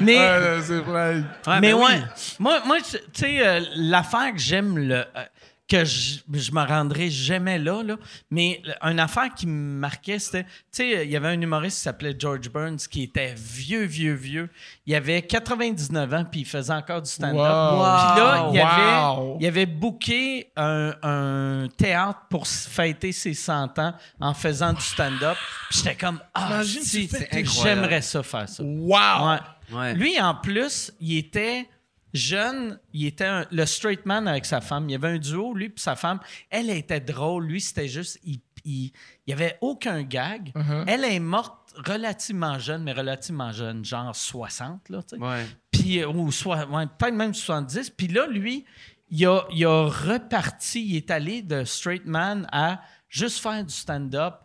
mais, Ouais, c'est vrai. mais ouais, moi, moi tu tu sais, euh, l'affaire que j'aime, le, euh, que je je me rendrai jamais là, là, mais le- une affaire qui me marquait, c'était, tu sais, il y avait un humoriste qui s'appelait George Burns qui était vieux, vieux, vieux. Il avait 99 ans, puis il faisait encore du stand-up. Wow. Puis là, il, Wow. avait, il avait booké un, un théâtre pour s- fêter ses 100 ans en faisant du stand-up. Puis j'étais comme, ah, Imagine, tu si, fais- C'est incroyable. j'aimerais ça faire ça. Ah. Wow! Ouais. Ouais. Lui, en plus, il était jeune, il était un- le straight man avec sa femme. Il y avait un duo, lui et sa femme. Elle elle était drôle, lui, c'était juste, il il il y avait aucun gag. Elle est morte relativement jeune, mais relativement jeune, genre 60, là, tu sais. Ouais. Puis, euh, ou soit, ouais, peut-être même 70. Puis là, lui, il a, il a reparti, il est allé de straight man à juste faire du stand-up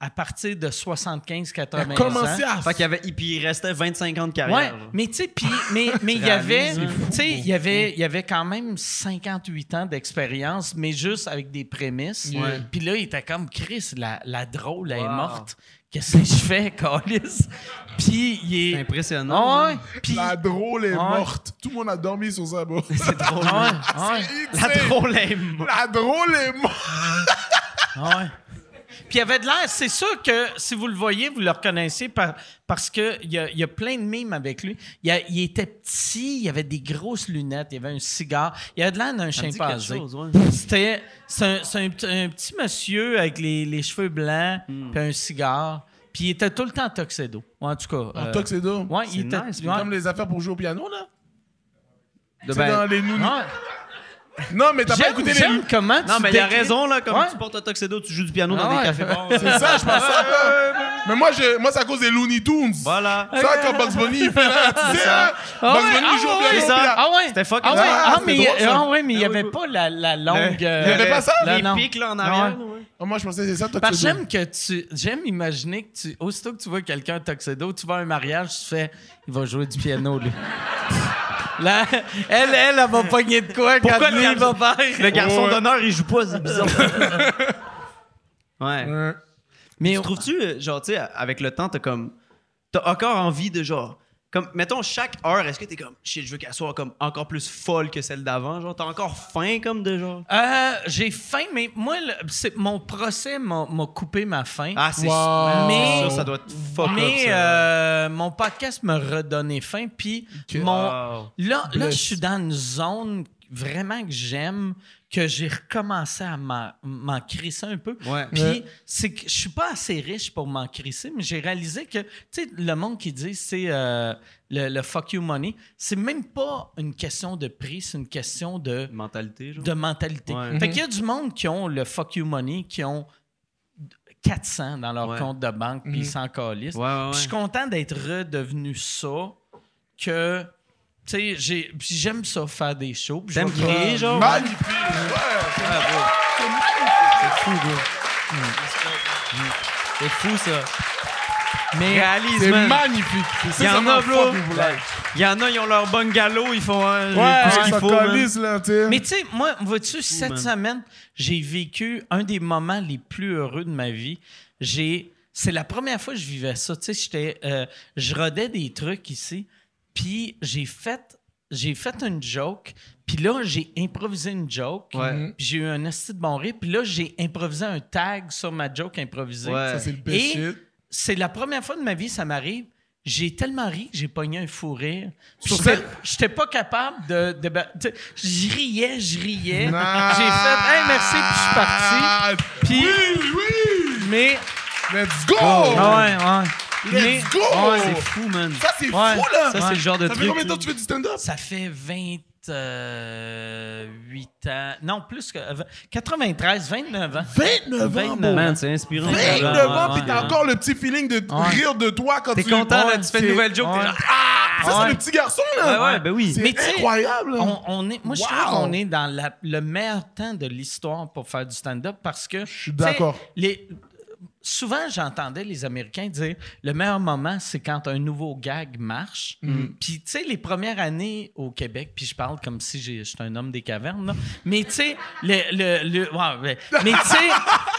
à partir de 75-80 ans. Commencez à. Fait qu'il y avait, et puis il restait 25 ans de Ouais, carrière. là. mais tu sais, puis- mais mais il y avait, tu sais, il y avait, il y avait quand même 58 ans d'expérience, mais juste avec des prémices. Ouais. Puis là, il était comme Chris, la, la drôle, elle est Wow. morte. Qu'est-ce que je fais, Calis? Puis il C'est est. impressionnant. Ah ouais, puis- La drôle est Ouais. morte. Tout le monde a dormi sur sa bouche. C'est drôle. ah hein? ouais, ah ouais, La drôle est morte. La drôle est morte. ah ouais. Puis il avait de l'air, c'est sûr que si vous le voyez, vous le reconnaissez par- parce qu'il y a, il y a plein de mimes avec lui. Il, a- il était petit, il avait des grosses lunettes, il avait un cigare, il avait de l'air d'un Ça me dit quelque chimpanzé. chose, ouais. C'était c'est un, c'est un petit- un petit monsieur avec les, les cheveux blancs, Hmm. puis un cigare, puis il était tout le temps en tuxedo. Ouais, en tout cas. En euh, tuxedo. ouais, il C'est était nice, C'est ouais. comme les affaires pour jouer au piano, là. De C'est ben- dans les nounous. Ouais. Non, mais t'as pas Ah, J'aime écouté les j'aime comment tu Non, mais il a décris- raison, là. Comme Ouais. tu portes un tuxedo, tu joues du piano Ah dans ouais. des cafés bars. C'est ça, je pense ça. Mais moi, je- moi c'est à cause des Looney Tunes. Voilà. Ça, quand Bugs Bunny, il fait là, tu sais, là, Ah Bugs ouais, Bunny ah joue au ouais, piano, ça. puis là, Ah ouais? C'était fucking Ah ouais, nice. ah, C'était mais il y a- drôle, ça. Eh ah ouais, mais il n'y avait pas la, la longue. euh, Il y avait pas ça? là, Les non. pics, là, en arrière. là, ouais. Ah, Moi, je pensais que c'est ça, tuxedo. Parce que j'aime que tu. J'aime imaginer que tu. Aussitôt que tu vois quelqu'un en tuxedo, tu vas à un mariage, tu fais. Il va jouer du piano, lui. Là, elle, elle, elle va pogner de quoi Pourquoi quand le lui, il va garçon- faire. Le garçon Ouais. d'honneur, il joue pas, c'est bizarre. ouais. Ouais. Mais Tu trouves-tu, euh, genre, tu sais, avec le temps, t'as comme. T'as encore envie de genre. Comme, mettons, chaque heure, est-ce que t'es comme. Shit, je veux qu'elle soit comme encore plus folle que celle d'avant? Genre, t'as encore faim, comme de genre. Euh, j'ai faim, mais moi, le- c'est- mon procès m'a m'a coupé ma faim. Ah, c'est Wow. mais... Mais- ça, ça doit être fuck mais up, ça. euh, mon podcast me redonnait faim, puis ah. mon, Wow. Là, là Bless. je suis dans une zone vraiment que j'aime, que j'ai recommencé à m'en m'en crisser un peu. Ouais. Puis, Ouais. c'est que je suis pas assez riche pour m'en crisser, mais j'ai réalisé que, tu sais, le monde qui dit c'est euh, le, le fuck you money, c'est même pas une question de prix, c'est une question de, Mentalité, genre. de mentalité. Ouais. Fait qu'il y a du monde qui ont le fuck you money, qui ont 400 dans leur Ouais. compte de banque, puis ils s'en calissent. Ouais, ouais, Puis Je suis ouais. content d'être redevenu ça que tu sais j'ai puis j'aime ça faire des shows puis je T'aimes vais créer, créer, genre? Magnifique. Ouais. C'est fou, ça. mais Réalise, C'est man. magnifique. Il y en a, bro. vous Il y en a, ils ont leur bungalow, ils font euh, Ouais, tout ce ils qu'il sont faut. man. colis, là, tu sais. mais tu sais moi vois-tu cette man. semaine j'ai vécu un des moments les plus heureux de ma vie j'ai c'est la première fois que je vivais ça tu sais j'étais euh, je rodais des trucs ici puis j'ai fait j'ai fait une joke puis là j'ai improvisé une joke Ouais. puis j'ai eu un esti de bon rire puis là j'ai improvisé un tag sur ma joke improvisée Ouais. Ça, c'est le best Et- shit. c'est la première fois de ma vie ça m'arrive. J'ai tellement ri que j'ai pogné un fou rire. Puis Sur J'étais scène? j'étais pas capable de. de ba- tu sais, je riais, je riais. J'ai fait, Ah. hey, merci, puis je suis parti. Ah, Puis- Oui, oui. Mais. Let's go. Ah ouais, ouais. Mais Let's go. Ouais, c'est fou, man. Ça, c'est fou, Ouais. là. Ça, c'est le genre de Ça fait truc. combien de temps là. que tu fais du stand-up? ça fait 28 ans. Non, plus que. euh, 93, 29 ans. 29 ans, mon Man, c'est inspirant. 29 ans, Ouais, puis t'as ouais. encore le petit feeling de Ouais. rire de toi quand T'es tu... content, là, Ouais, tu fais une c'est- nouvelle joke, ouais. t'es genre. Ça, Ouais. c'est le petit garçon, Ah là. ouais, ben oui. Mais tu C'est sais, incroyable, là. On, on est, moi, je trouve Wow! qu'on est dans la- le meilleur temps de l'histoire pour faire du stand-up parce que. Je suis d'accord. Les, souvent, j'entendais les Américains dire le meilleur moment, c'est quand un nouveau gag marche. Mm. Puis, tu sais, les premières années au Québec, puis je parle comme si j'ai- j'étais un homme des cavernes, là. mais tu sais, le. le, le- ouais, ouais. mais tu sais,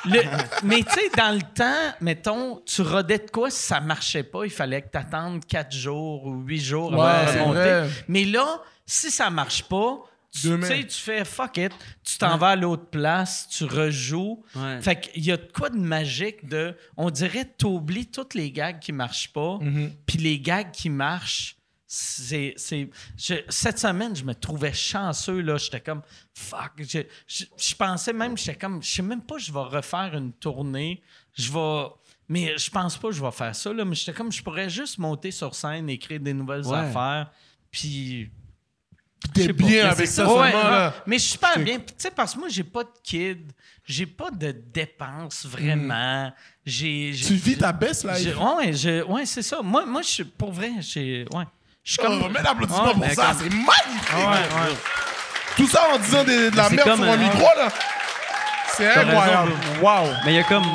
le- mais tu sais, dans le temps, mettons, tu rodais de quoi si ça marchait pas, il fallait que tu attendes quatre jours ou huit jours avant Ouais, de c'est remonter. vrai. Mais là, si ça marche pas, tu tu Demain. sais, tu fais fuck it, tu t'en vas à l'autre place, tu rejoues. Ouais. Fait qu'il y a de quoi de magique de. On dirait t'oublies toutes les gags qui marchent pas, Mhm. puis les gags qui marchent. C'est, c'est- je- cette semaine, je me trouvais chanceux. là. J'étais comme, fuck. Je, je- je pensais même, j'étais comme, je sais même pas, je vais refaire une tournée. Je vais. Mais je pense pas que je vais faire ça. Là, mais j'étais comme, je pourrais juste monter sur scène, écrire des nouvelles Ouais. affaires. Puis je T'es sais pas. bien Mais avec c'est ça, seulement, Ouais, là. ouais. Mais je suis super bien. Puis, Tu sais, parce que moi, j'ai pas de kid, j'ai pas de dépenses vraiment. J'ai, j'ai- Mm. Tu vis ta best j'ai- life. ouais, je- ouais, c'est ça. Moi, moi, je suis pour vrai. j'ai- ouais. Je suis comme. Oh, mets l'applaudissement Ah, Ouais, pour mais ça, comme- c'est magnifique! Tout ça en disant des- de la c'est merde comme sur un un- micro, là! C'est T'as incroyable! Wow! Mais il y a comme.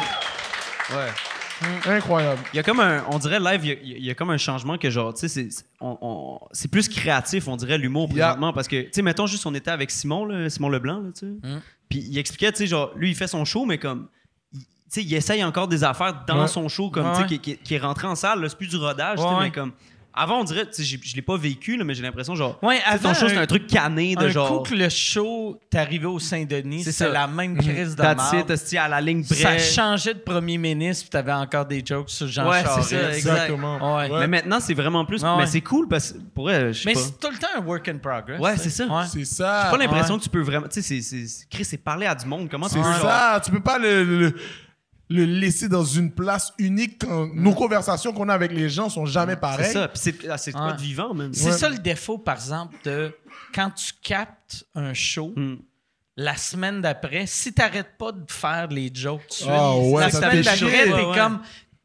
Incroyable! Il y a comme un. On dirait live, il y a- il y, a- il y a comme un changement que genre, tu sais, c'est- c'est- on- on- c'est plus créatif, on dirait l'humour Yeah. présentement. Parce que, tu sais, mettons juste, on était avec Simon, là, Simon Leblanc, là, tu sais. Puis il expliquait, tu sais, genre, lui, il fait son show, mais comme. il- Tu sais, il essaye encore des affaires dans Ouais. son show, comme, Ouais, tu sais, ouais. qui, qui- qui est rentré en salle, là, c'est plus du rodage, tu sais, Ouais, ouais. mais comme. Avant, on dirait, tu sais, j'ai- je l'ai pas vécu, là, mais j'ai l'impression, genre. Ouais, tu sais, ton avant, show, un- c'est un truc cané de un genre. coup que le show, t'es arrivé au Saint-Denis, C'est c'est ça. Mm-hmm. la même crise de That's it, merde. hostie, à la ligne Ça brèche. changeait de premier ministre, puis t'avais encore des jokes sur Jean Ouais, Charest. c'est ça, exact. Exactement. Ouais. Mais maintenant, c'est vraiment plus. Ah ouais. Mais c'est cool parce que pour vrai, je sais Mais pas. c'est tout le temps un work in progress. Ouais, tu sais. c'est ça. Ouais. C'est J'ai ça! pas l'impression ouais. que tu peux vraiment. Tu sais, c'est- c'est- Chris, c'est parler à du monde. Comment tu C'est peux, genre- ça, tu peux pas le, le- le laisser dans une place unique quand nos conversations qu'on a avec les gens sont jamais C'est pareilles. ça. Puis c'est ah, c'est de quoi Ouais. de vivant, même. C'est ça le défaut, par exemple, de quand tu captes un show, Hmm. la semaine d'après, si t'arrêtes pas de faire les jokes tout de suite, Ah ouais, la ça semaine fait d'après, t'es chier. Ouais, ouais. comme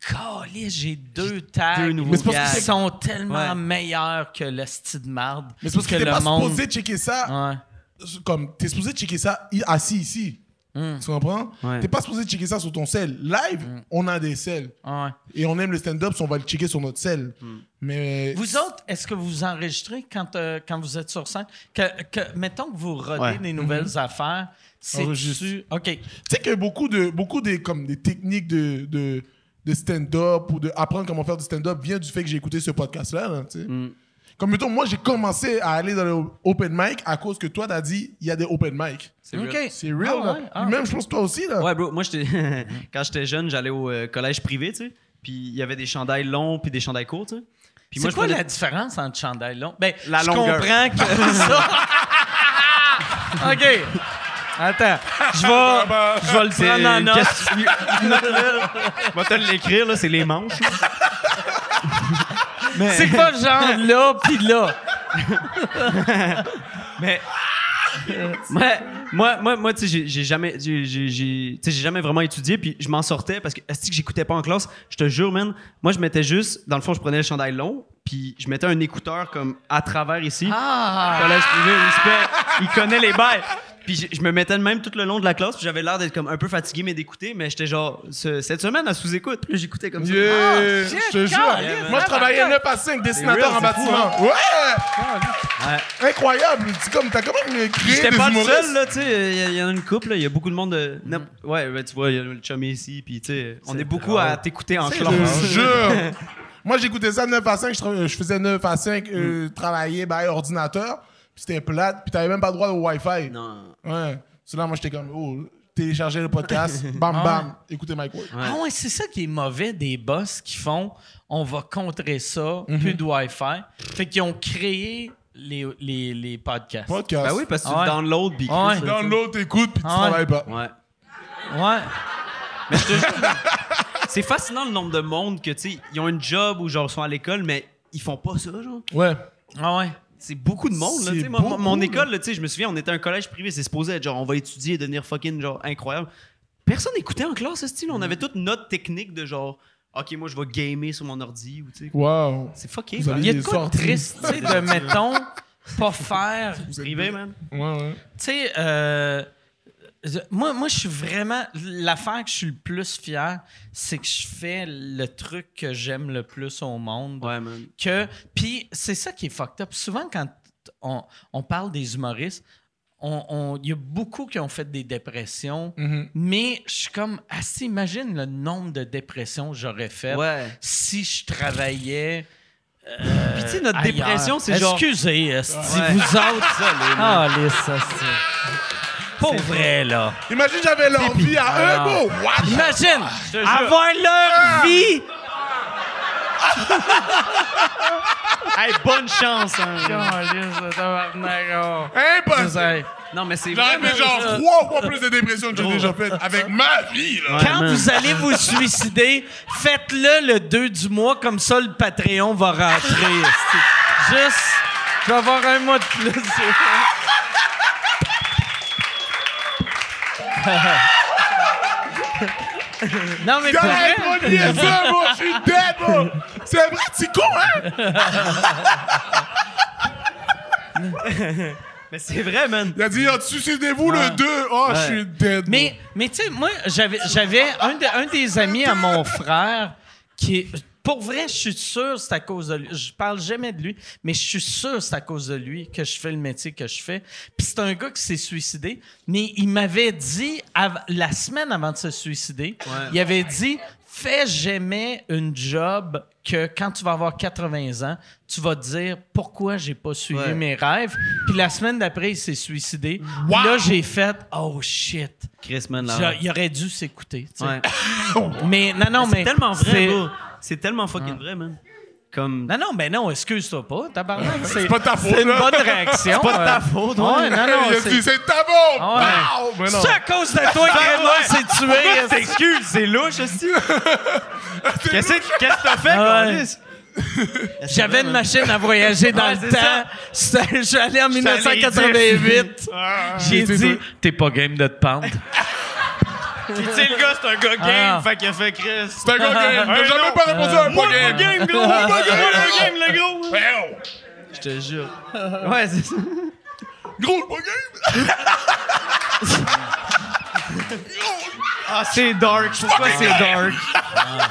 Calais, j'ai deux tags Deux nouveaux c'est parce que gars. qui c'est- sont tellement Ouais. meilleurs que le style de marde. Mais c'est parce que, t'es pas supposé checker ça, Ah. Ouais. comme t'es supposé checker ça i- assis ici. Tu comprends? Hmm. Ouais. Hmm. T'es pas supposé checker ça sur ton sel. Live, on a des selles. ouais. Et on aime le stand-up, so on va le checker sur notre sel. Hmm. Mais. Vous autres, est-ce que vous enregistrez quand, euh, quand vous êtes sur scène? Que, que- mettons que vous rodez Ouais. des nouvelles affaires, c'est Mhm. Enregistre. OK. Tu sais qu'il y a beaucoup de beaucoup des comme des techniques de, de, de stand-up ou de apprendre comment faire du stand-up vient du fait que j'ai écouté ce podcast là, tu sais. Mm. Comme mettons moi j'ai commencé à aller dans le open mic à cause que toi t'as dit il y a des open mic. OK. C'est real. Ah là. ouais? Puis Ah. même je pense toi aussi là. Ouais, bro. Moi, j'étais- quand j'étais jeune, j'allais au euh, collège privé, tu sais. Puis il y avait des chandails longs puis des chandails courts, tu sais. Puis C'est je quoi prenais- la différence entre chandail long? Ben, La je longueur. comprends que ça. OK. Attends. Je vais, je vais le C'est- prendre en note. qu'est-ce que- Note-le. Va te l'écrire, là, c'est les manches. là. C'est quoi genre là puis là? Ouais, moi, moi, moi, tu sais, j'ai- j'ai jamais, j'ai, j'ai- j'ai- tu sais, j'ai jamais vraiment étudié, puis je m'en sortais parce que est-ce que j'écoutais pas en classe Je te jure, man. Moi, je mettais juste, dans le fond, je prenais le chandail long, puis je mettais un écouteur comme à travers ici. Ah! Collège privé, respect. Il connaît les bails. Puis je, je me mettais de même tout le long de la classe, puis j'avais l'air d'être comme un peu fatigué, mais d'écouter, mais j'étais genre ce- cette semaine à sous-écoute, puis là, j'écoutais comme ça. Ah! Yeah, shit, je te jure. Caroline, Ah, Moi, je ça travaillais marque. 9 à 5 dessinateur real, en c'est fou, hein. bâtiment. Ouais! Incroyable! Tu comme, t'as quand même créé J'étais des pas le humoristes. seul, là, tu sais. Il y a- il y, en a une couple, là, il y a beaucoup de monde de. n'imp- Ouais, ben, tu vois, il y a le chum ici, puis tu sais, on est, beaucoup à t'écouter en Je classe. te jure. Moi, j'écoutais ça 9 à 5. Je, tra- je faisais 9 à 5, euh, travailler by ordinateur. Puis c'était plate. Puis t'avais même pas le droit au Wi-Fi. Non. Ouais. C'est là, moi, j'étais comme, oh, télécharger le podcast. Bam, bam. Écoutez Mike Ward. Ah ouais, c'est ça qui est mauvais des boss qui font on va contrer ça, plus de Wi-Fi. Fait qu'ils ont créé les, les, les podcasts. Podcast. Ben oui, parce que Ah ouais. tu download, puis Ah ouais. Chris, là, Download, t'écoutes, puis tu Ah ouais. travailles pas. tu- Ouais. Ouais. C'est fascinant le nombre de monde que, tu sais, ils ont une job ou genre sont à l'école, mais ils font pas ça, genre. Ouais. Ah ouais. C'est beaucoup de monde, là. C'est tu sais. Moi, mon- mon beaucoup, école, là, tu sais, je me souviens, on était un collège privé, c'est supposé être genre, on va étudier et devenir fucking, genre, incroyable. Personne n'écoutait en classe, ce style. Mm. On avait toute notre technique de genre, OK, moi, je vais gamer sur mon ordi, ou tu sais. Wow. C'est fucké. Vous avez Il y a de des quoi de sorties. triste, tu sais, de, mettons, pas faire Privé, man. Ouais, ouais. Tu sais, euh, je- moi, moi, je suis vraiment. L'affaire que je suis le plus fier, c'est que je fais le truc que j'aime le plus au monde. Ouais, man. que puis c'est ça qui est fucked up. Souvent quand on, on parle des humoristes, on- on- il y a beaucoup qui ont fait des dépressions, Mm-hmm. mais je suis comme assez imagine le nombre de dépressions que j'aurais fait Ouais. si je travaillais euh, Puis tu sais, notre ailleurs. dépression, c'est genre. Excusez, esti, Ouais. vous autres Ah, les esti. Pour vrai là. Ah, Imagine, j'avais l'envie à un Alors. mot. What? Imagine avoir leur vie. Hey, bonne chance, hein. Impossible. Non, mais c'est J'aurais vraiment fait genre ça. trois fois plus de dépression que j'ai déjà faite avec ma vie, là. Quand vous allez vous suicider, faites-le le 2 du mois, comme ça le Patreon va rentrer. esti. Juste, je vais avoir un mois de plus. non, mais pour vrai, T'aurais pas dit ça, moi, je suis dead, moi. C'est vrai, c'est con, hein? Mais c'est vrai, man. Il a dit, Ah, suicidez-vous le 2. Oh, je suis dead. Mais, mais tu sais, moi, j'avais, j'avais un, de- un des amis à mon frère qui. Pour vrai, je suis sûr que c'est à cause de lui. Je parle jamais de lui, mais je suis sûr que c'est à cause de lui que je fais le métier que je fais. Puis c'est un gars qui s'est suicidé, mais il m'avait dit, av- la semaine avant de se suicider, il avait dit Fais jamais une job que quand tu vas avoir 80 ans, tu vas te dire pourquoi j'ai pas suivi Ouais. mes rêves. Puis la semaine d'après, il s'est suicidé. Là, j'ai fait Oh shit. Chris, man, là. Ça, il aurait dû s'écouter. tu sais. Ouais. Mais non, non, mais. Ah, C'est tellement vrai, c'est- bro. C'est tellement fucking vrai, man. Comme. Non, non, mais non, excuse-toi pas, tabarnak. C'est pas de ta faute, C'est une là. bonne réaction. C'est pas de ta faute, ouais. Ouais, non, non. Il a dit, c'est- c'est ta faute. Ah ouais. Pow! Mais non. C'est à cause de toi que Raymond s'est tué. esti. T'excuses, c'est louche, aussi. Qu'est-ce que qu'est-ce que t'as fait, Ah ouais. câlisse? J'avais une machine à voyager dans Ouais, c'est le temps. C'était- Je suis allé en 1988. J'ai C'est dit, ça. t'es pas game de te pendre. Puis tu sais, le gars, c'est un gars game, Ah. fait qu'il a fait Chris. C'est un gars game. Il n'a Ouais, jamais non. pas répondu à un Moi, pas pas game. game, gros! Moi, pas game, le gros! Eh, oh. Je te jure. Ouais, c'est ça. Gros, pas game. Ah, c'est dark. Pourquoi c'est dark? Ah.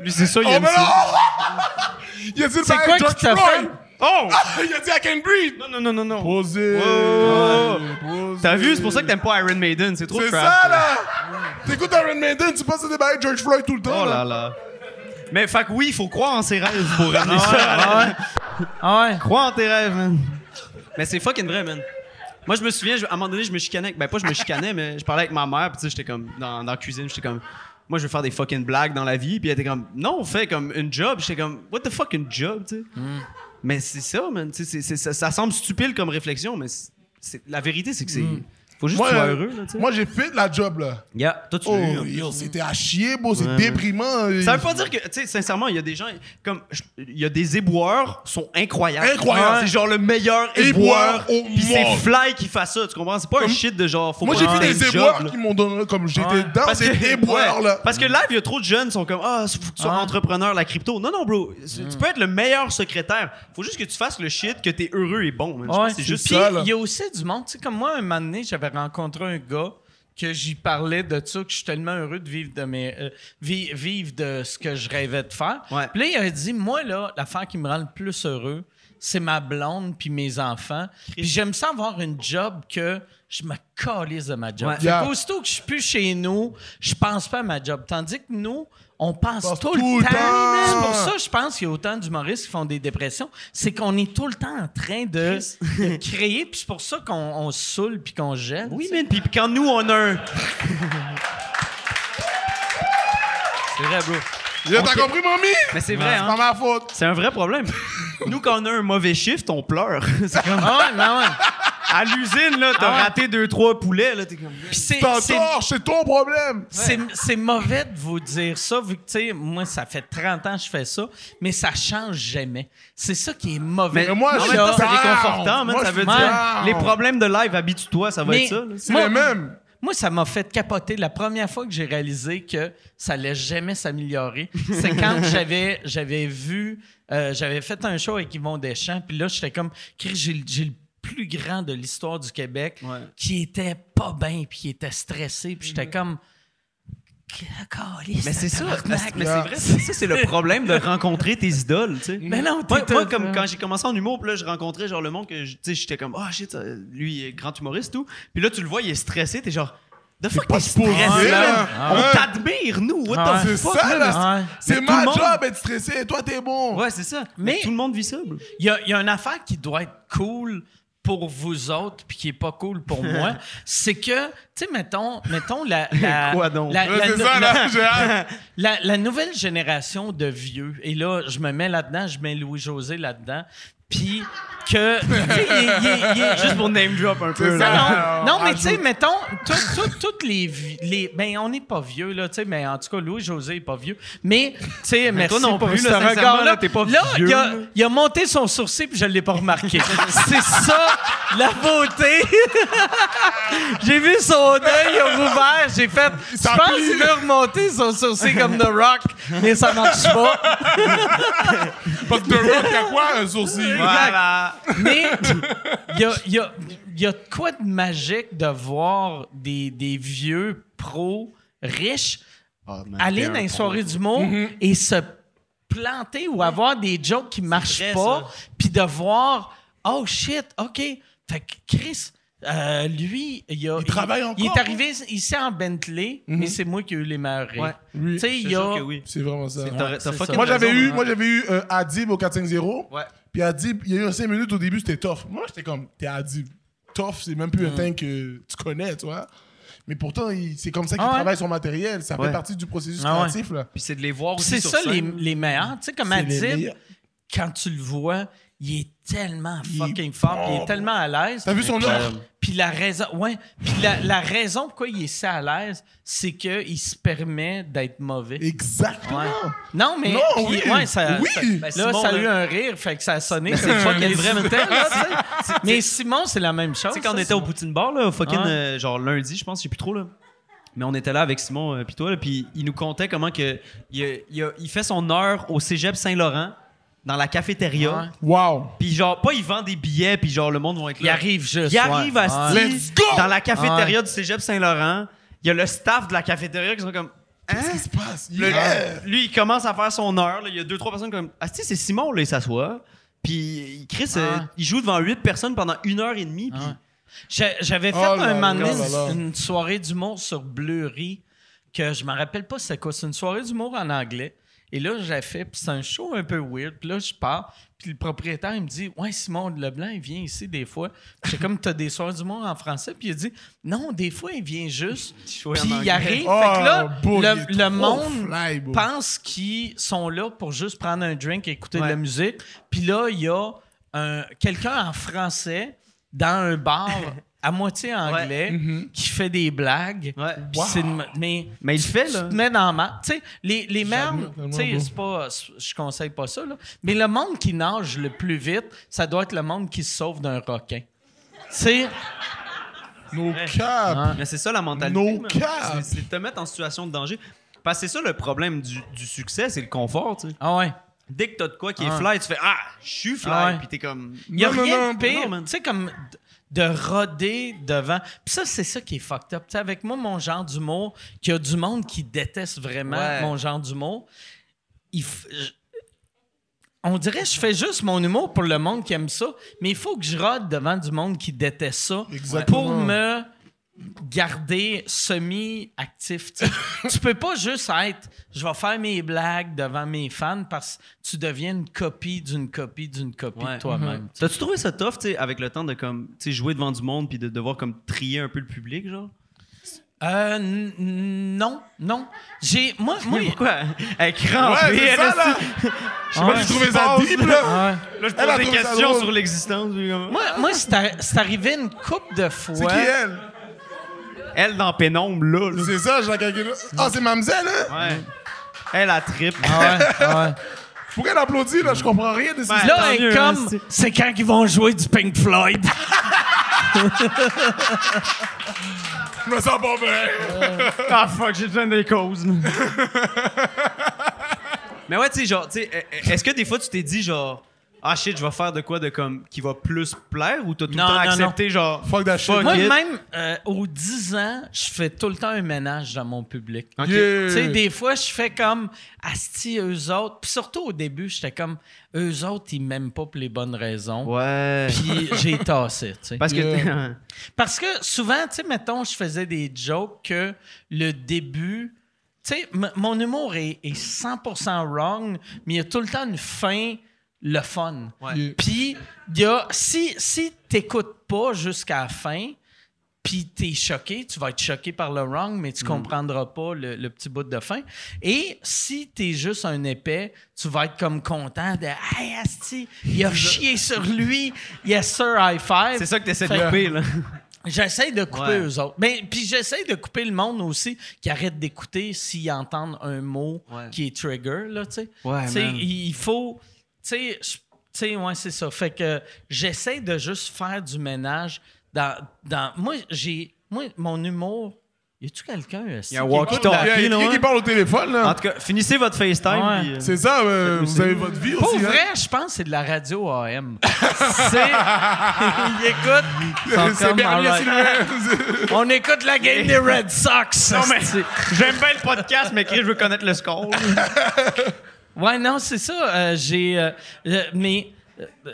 Lui, c'est ça, il Oh, mais aime ça. non. Il a dit, C'est quoi qui t'a fait? Oh! Il a dit, I can breathe. Non, non, non, non, non. Posez. Oh. Posez. T'as vu, c'est pour ça que t'aimes pas Iron Maiden, c'est trop C'est trash, ça, là. T'écoutes Iron Maiden, tu penses à des bails de George Floyd tout le temps. Oh là là. là. Mais fait que oui, il faut croire en ses rêves pour ramener ça. Ah ouais. Crois en tes rêves, man. Mais c'est fucking vrai, man. Moi, je me souviens, je- à un moment donné, je me chicanais. avec- Ben, pas je me chicanais, mais je parlais avec ma mère, puis tu sais, j'étais comme dans, dans la cuisine, j'étais comme. Moi, je veux faire des fucking blagues dans la vie, puis elle était comme. Non, on fait comme une job. J'étais comme. What the fuck, une job, tu sais. Mm. Mais c'est ça, man. Tu sais, c'est- c'est- ça, ça semble stupide comme réflexion, mais c'est- c'est- la vérité, c'est que c'est. Faut juste que Mm. Moi, tu sois euh, heureux, là, tu sais. Moi, j'ai fait de la job, là. Yeah, toi, tu Oh, l'as eu, hein. yo, c'était à chier, beau, c'est déprimant. Ça veut pas dire que, tu sais, sincèrement, il y a des gens, comme, je- il y a des éboueurs sont incroyables. Incroyables. C'est genre le meilleur Éboueur éboueur. au Puis c'est monde. Fly qui fait ça, tu comprends? C'est pas un shit de genre, faut Moi, j'ai vu prendre des une job, éboueurs là. qui m'ont donné, comme j'étais Ouais. dedans, Parce des que- éboueurs, ouais. là. Parce que live, il y a trop de jeunes qui sont comme Ah, faut que tu sois entrepreneur, la crypto. Non, non, bro. c'est- Tu peux être le meilleur secrétaire. Faut juste que tu fasses le shit, que t'es heureux et bon. man. Je pense Ouais. que C'est juste Puis, ça. là. il y a aussi du monde. Tu sais, comme moi, un moment donné, j'avais rencontré un gars que j'y parlais de ça, que je suis tellement heureux de vivre de, mes, euh, vi- vivre de ce que je rêvais de faire. Ouais. Puis là, il a dit, moi, là, l'affaire qui me rend le plus heureux, c'est ma blonde puis mes enfants. Puis j'aime ça avoir une job que je me calise de ma job. Ouais. Fait Yeah. Aussitôt que je suis plus chez nous, je pense pas à ma job. Tandis que nous, on pense Pense tout, le temps. C'est pour ça, je pense qu'il y a autant d'humoristes qui font des dépressions. C'est qu'on est tout le temps en train de, de créer, puis c'est pour ça qu'on on se saoule puis qu'on gêne. Oui, man. Puis quand nous, on a un. c'est vrai, bro. Yo, T'as compris, mamie? Mais c'est vrai, C'est hein. pas ma faute. C'est un vrai problème. Nous, quand on a un mauvais shift, on pleure. C'est comme- Ah ouais, ben ouais. à l'usine, là, t'as Ah ouais. raté deux, trois poulets, là, t'es comme... Puis c'est- T'as c'est- tort, Oh, c'est ton problème. C'est c'est mauvais de vous dire ça, vu que, tu sais, moi, ça fait 30 ans que je fais ça, mais ça change jamais. C'est ça qui est mauvais. Mais moi, en je même suis temps, c'est down. réconfortant, man. Moi, ça je veut suis dire... down. Les problèmes de live, habitue-toi, ça va Mais- être ça. là. C'est Moi- le même. Moi, ça m'a fait capoter. La première fois que j'ai réalisé que ça allait jamais s'améliorer, c'est quand j'avais, j'avais vu, euh, j'avais fait un show avec Yvon Deschamps, puis là, j'étais comme, Chris, j'ai, le- j'ai le plus grands de l'histoire du Québec Ouais. qui était pas bien, puis qui était stressé, puis j'étais comme. Mais c'est ça. tabarnak. Mais c'est vrai, c'est ça, c'est le problème de rencontrer tes idoles, tu sais. Mais non, Moi, t'es- moi, comme quand j'ai commencé en humour, puis là, je rencontrais genre le monde que je- tu sais, j'étais comme, ah shit, ça- lui, il est grand humoriste, tout. Puis là, tu le vois, il est stressé, t'es genre, the fuck, t'es stressé, supposé, man? hein? On Ouais. t'admire, nous, what Ah the C'est fuck? hein. ça, là. Ouais. C'est Mais tout ma le monde- job d'être stressé. Toi, t'es bon. Ouais, c'est ça. Mais- Mais tout le monde vit ça, bro. Il y, a- il y a une affaire qui doit être cool pour vous autres, puis qui est pas cool pour moi, c'est que, tu sais, mettons, mettons la, la, Quoi donc? la- Là, la- c'est ça, là. J'ai hâte. la- la nouvelle génération de vieux, et là, je me mets là-dedans, je mets Louis-José là-dedans, puis que... tu sais, il est- il est- il est- Juste pour name drop un C'est peu. ça. là. Ah, non, on mais tu sais, rajoute. mettons, tout- tout- toutes les, vi- les. Ben, on n'est pas vieux, là, tu sais, mais en tout cas, Louis-José n'est pas vieux. Mais, tu sais, merci non pour plus, ce là, sincèrement, regard-là. là, t'es pas Là, vieux, il a, là. il a monté son sourcil, puis je ne l'ai pas remarqué. C'est ça, la beauté. j'ai vu son œil, il a rouvert, j'ai fait. Je Ça pense plie. qu'il veut remonter son sourcil comme The Rock, mais ça marche pas. Parce que The Rock, il y a quoi, un sourcil? Voilà. Mais il y a, il y a- il y a de quoi de magique de voir des, des vieux pros riches Ah, aller dans les soirées du monde Mhm. et se planter ou avoir des jokes qui marchent vrai, pas, ça. puis de voir oh shit, ok, fait que Chris. euh, lui, il, a- Il travaille il encore, hein? est arrivé ici en Bentley, mais c'est moi qui ai eu les meilleurs rires. Mhm. Ouais. Tu sais, Je il suis y sûr a. que oui. C'est vraiment ça. T'aurais- T'as c'est ça. fucking Moi, j'avais raison, eu, hein. moi, j'avais eu euh, Adib au 4-5-0. Ouais. Puis Adib, il y a eu un 5 minutes au début, c'était tough. Moi, j'étais comme, t'es Adib. Tough, c'est même Mm. plus un thing que tu connais, tu vois. Mais pourtant, il- c'est comme ça qu'il Ah ouais. travaille son matériel. Ça fait Ouais. partie du processus Ah ouais. créatif, là. Puis c'est de les voir Puis aussi. C'est sur ça scène. les, les meilleurs. Tu sais, comme C'est les Adib, meilleurs. quand tu le vois, il est tellement Il est fucking fort, puis il est bon. tellement à l'aise. T'as vu son Puis- œuvre? Puis la raison, ouais, puis la, la raison pourquoi il est si à l'aise, c'est qu'il se permet d'être mauvais. Exactement. Ouais. Non, mais. Non, puis, oui. ouais, ça, Oui. ça- Ben, là, Simon, ça a là- eu un rire, fait que ça a sonné. C'est une fois qu'il vraiment Mais Simon, c'est la même chose. Tu sais, quand on ça, était au Simon. Poutine Bar, là, fucking, Ouais. euh, genre lundi, je pense, je sais plus trop, là. Mais on était là avec Simon euh, pis toi, là, puis il nous contait comment que il, a- il a- il fait son heure au cégep Saint-Laurent, dans la Ouais. cafétéria. Wow. Puis genre, pas il vend des billets, puis genre le monde va être là. Il arrive juste. Il arrive ouais. à se Ouais. Let's go! dans la cafétéria du cégep Saint-Laurent. Il y a le staff de la cafétéria qui sont comme. Qu'est-ce qui se passe? Le- Yeah. Lui, il commence à faire son heure. là. Il y a deux, trois personnes comme. Ah, tu sais, c'est Simon, là, il s'assoit. Puis il, Chris, Ouais. euh, il joue devant huit personnes pendant une heure et demie. puis Ouais. J'ai- J'avais fait Oh là un moment donné là là là. une, une soirée d'humour sur Blurry que je me rappelle pas c'est quoi. C'est une soirée d'humour en anglais. Et là, j'ai fait, puis c'est un show un peu weird. Puis là, je pars. Puis le propriétaire, il me dit Ouais, Simon Leblanc, il vient ici des fois. C'est comme, t'as des soirées d'humour en français. Puis il dit Non, des fois, il vient juste. show Puis en il anglais. arrive. Oh, fait que là, boy, le, il est trop le monde fly, boy. pense qu'ils sont là pour juste prendre un drink et écouter Ouais. de la musique. Puis là, il y a un- quelqu'un en français dans un bar à moitié anglais qui fait des blagues. Mm-hmm. Ouais. Puis c'est une- mais Mais il le fait, là. tu te mets dans la marde. Tu sais, les, les J'avoue, mêmes, tellement tu sais, beau. c'est pas, c'est- je conseille pas ça, là. mais le monde qui nage le plus vite, ça doit être le monde qui se sauve d'un requin. Tu sais, Nos Ah caps. Mais c'est ça la mentalité. No man. cap. C'est- C'est de te mettre en situation de danger. Parce que c'est ça le problème du, du succès, c'est le confort. tu sais. ah ouais. Dès que t'as de quoi qui est Ouais. fly, tu fais Ah, je suis fly. Ouais. Puis t'es comme. Il n'y a Non, non, rien non, de pire, non, man. tu sais, comme d- de roder devant. Puis ça, c'est ça qui est fucked up. Tu sais, avec moi, mon genre d'humour, qu'il y a du monde qui déteste vraiment Ouais. mon genre d'humour, il f- je- on dirait que je fais juste mon humour pour le monde qui aime ça, mais il faut que je rode devant du monde qui déteste ça Exactement. pour me garder semi-actif. tu sais. tu peux pas juste être je vais faire mes blagues devant mes fans parce que tu deviens une copie d'une copie d'une copie Ouais. Mm-hmm. de toi-même. T'as-tu trouvé ça tough, tu sais, avec le temps de comme, tu sais, jouer devant du monde puis de devoir comme trier un peu le public, genre? Euh, n- n- non, non. J'ai, moi, moi, Pourquoi? Elle Ouais, crampe. c'est ça, là. Je sais Moi, j'ai trouvé ça deep, là. Ouais. Là, je Elle a pose des trouvé ça questions drôle. sur l'existence. puis comme- moi, moi, c'est, arri- c'est arrivé une couple de fois. C'est qui, elle? Elle dans pénombre, là. là. C'est ça, je la calcule. Ah, c'est Mamzelle, hein? Ouais. Elle a trip. Ah ouais, ah ouais. Faut qu'elle applaudisse, là. Je comprends rien de ce Ouais. qui Là, tant elle est mieux, hein, comme, c'est- c'est quand ils vont jouer du Pink Floyd. Je me sens pas bien. Ah fuck, j'ai besoin des causes. e-, Mais ouais, tu sais, genre, tu sais, est- est-ce que des fois tu t'es dit, genre, ah shit, je vais faire de quoi de comme qui va plus plaire ou t'as tout Non, le temps non, accepté genre Fuck that shit. Fuck Moi, it. même euh, aux 10 ans, je fais tout le temps un ménage dans mon public. Ok. Yeah. Tu sais, des fois, je fais comme Asti, eux autres. Puis surtout au début, j'étais comme Eux autres, ils m'aiment pas pour les bonnes raisons. Ouais. Puis j'ai tassé, tu sais. Parce que Yeah. Parce que souvent, tu sais, mettons, je faisais des jokes que le début. Tu sais, m- mon humour est, est 100% wrong, mais il y a tout le temps une fin, le fun. Yeah. Puis, il y a, si, si t'écoutes pas jusqu'à la fin, puis t'es choqué, tu vas être choqué par le wrong, mais tu comprendras pas le, le petit bout de fin. Et si t'es juste un épais, tu vas être comme content de « Hey, Asti, il a chié sur lui, yes sir, high five ». c'est ça que t'essaies de Fait- couper là. J'essaie de couper Ouais. eux autres. Mais puis j'essaie de couper le monde aussi qui arrête d'écouter s'ils entendent un mot Ouais. qui est trigger là, tu sais. Ouais, Tu sais, man. il faut tu sais je- tu sais ouais, c'est ça. Fait que j'essaie de juste faire du ménage dans dans moi j'ai moi mon humour y a-tu quelqu'un euh, Il y a un Écoute, Il y a walkie-talkie il y a là. qui ouais. qui parle au téléphone, En là? tout cas, finissez votre FaceTime Ouais. puis, euh, C'est ça, euh, Faites-le, vous c'est- avez votre vie aussi. Pour hein? vrai, je pense que c'est de la radio AM. c'est il écoute C'est Comme, Bernier alright. Silvestre. on écoute la game des Red Sox. Non, mais j'aime bien le podcast, mais Chris, je veux connaître le score. là. Ouais, non, c'est ça. euh, j'ai. euh, euh, mais. euh,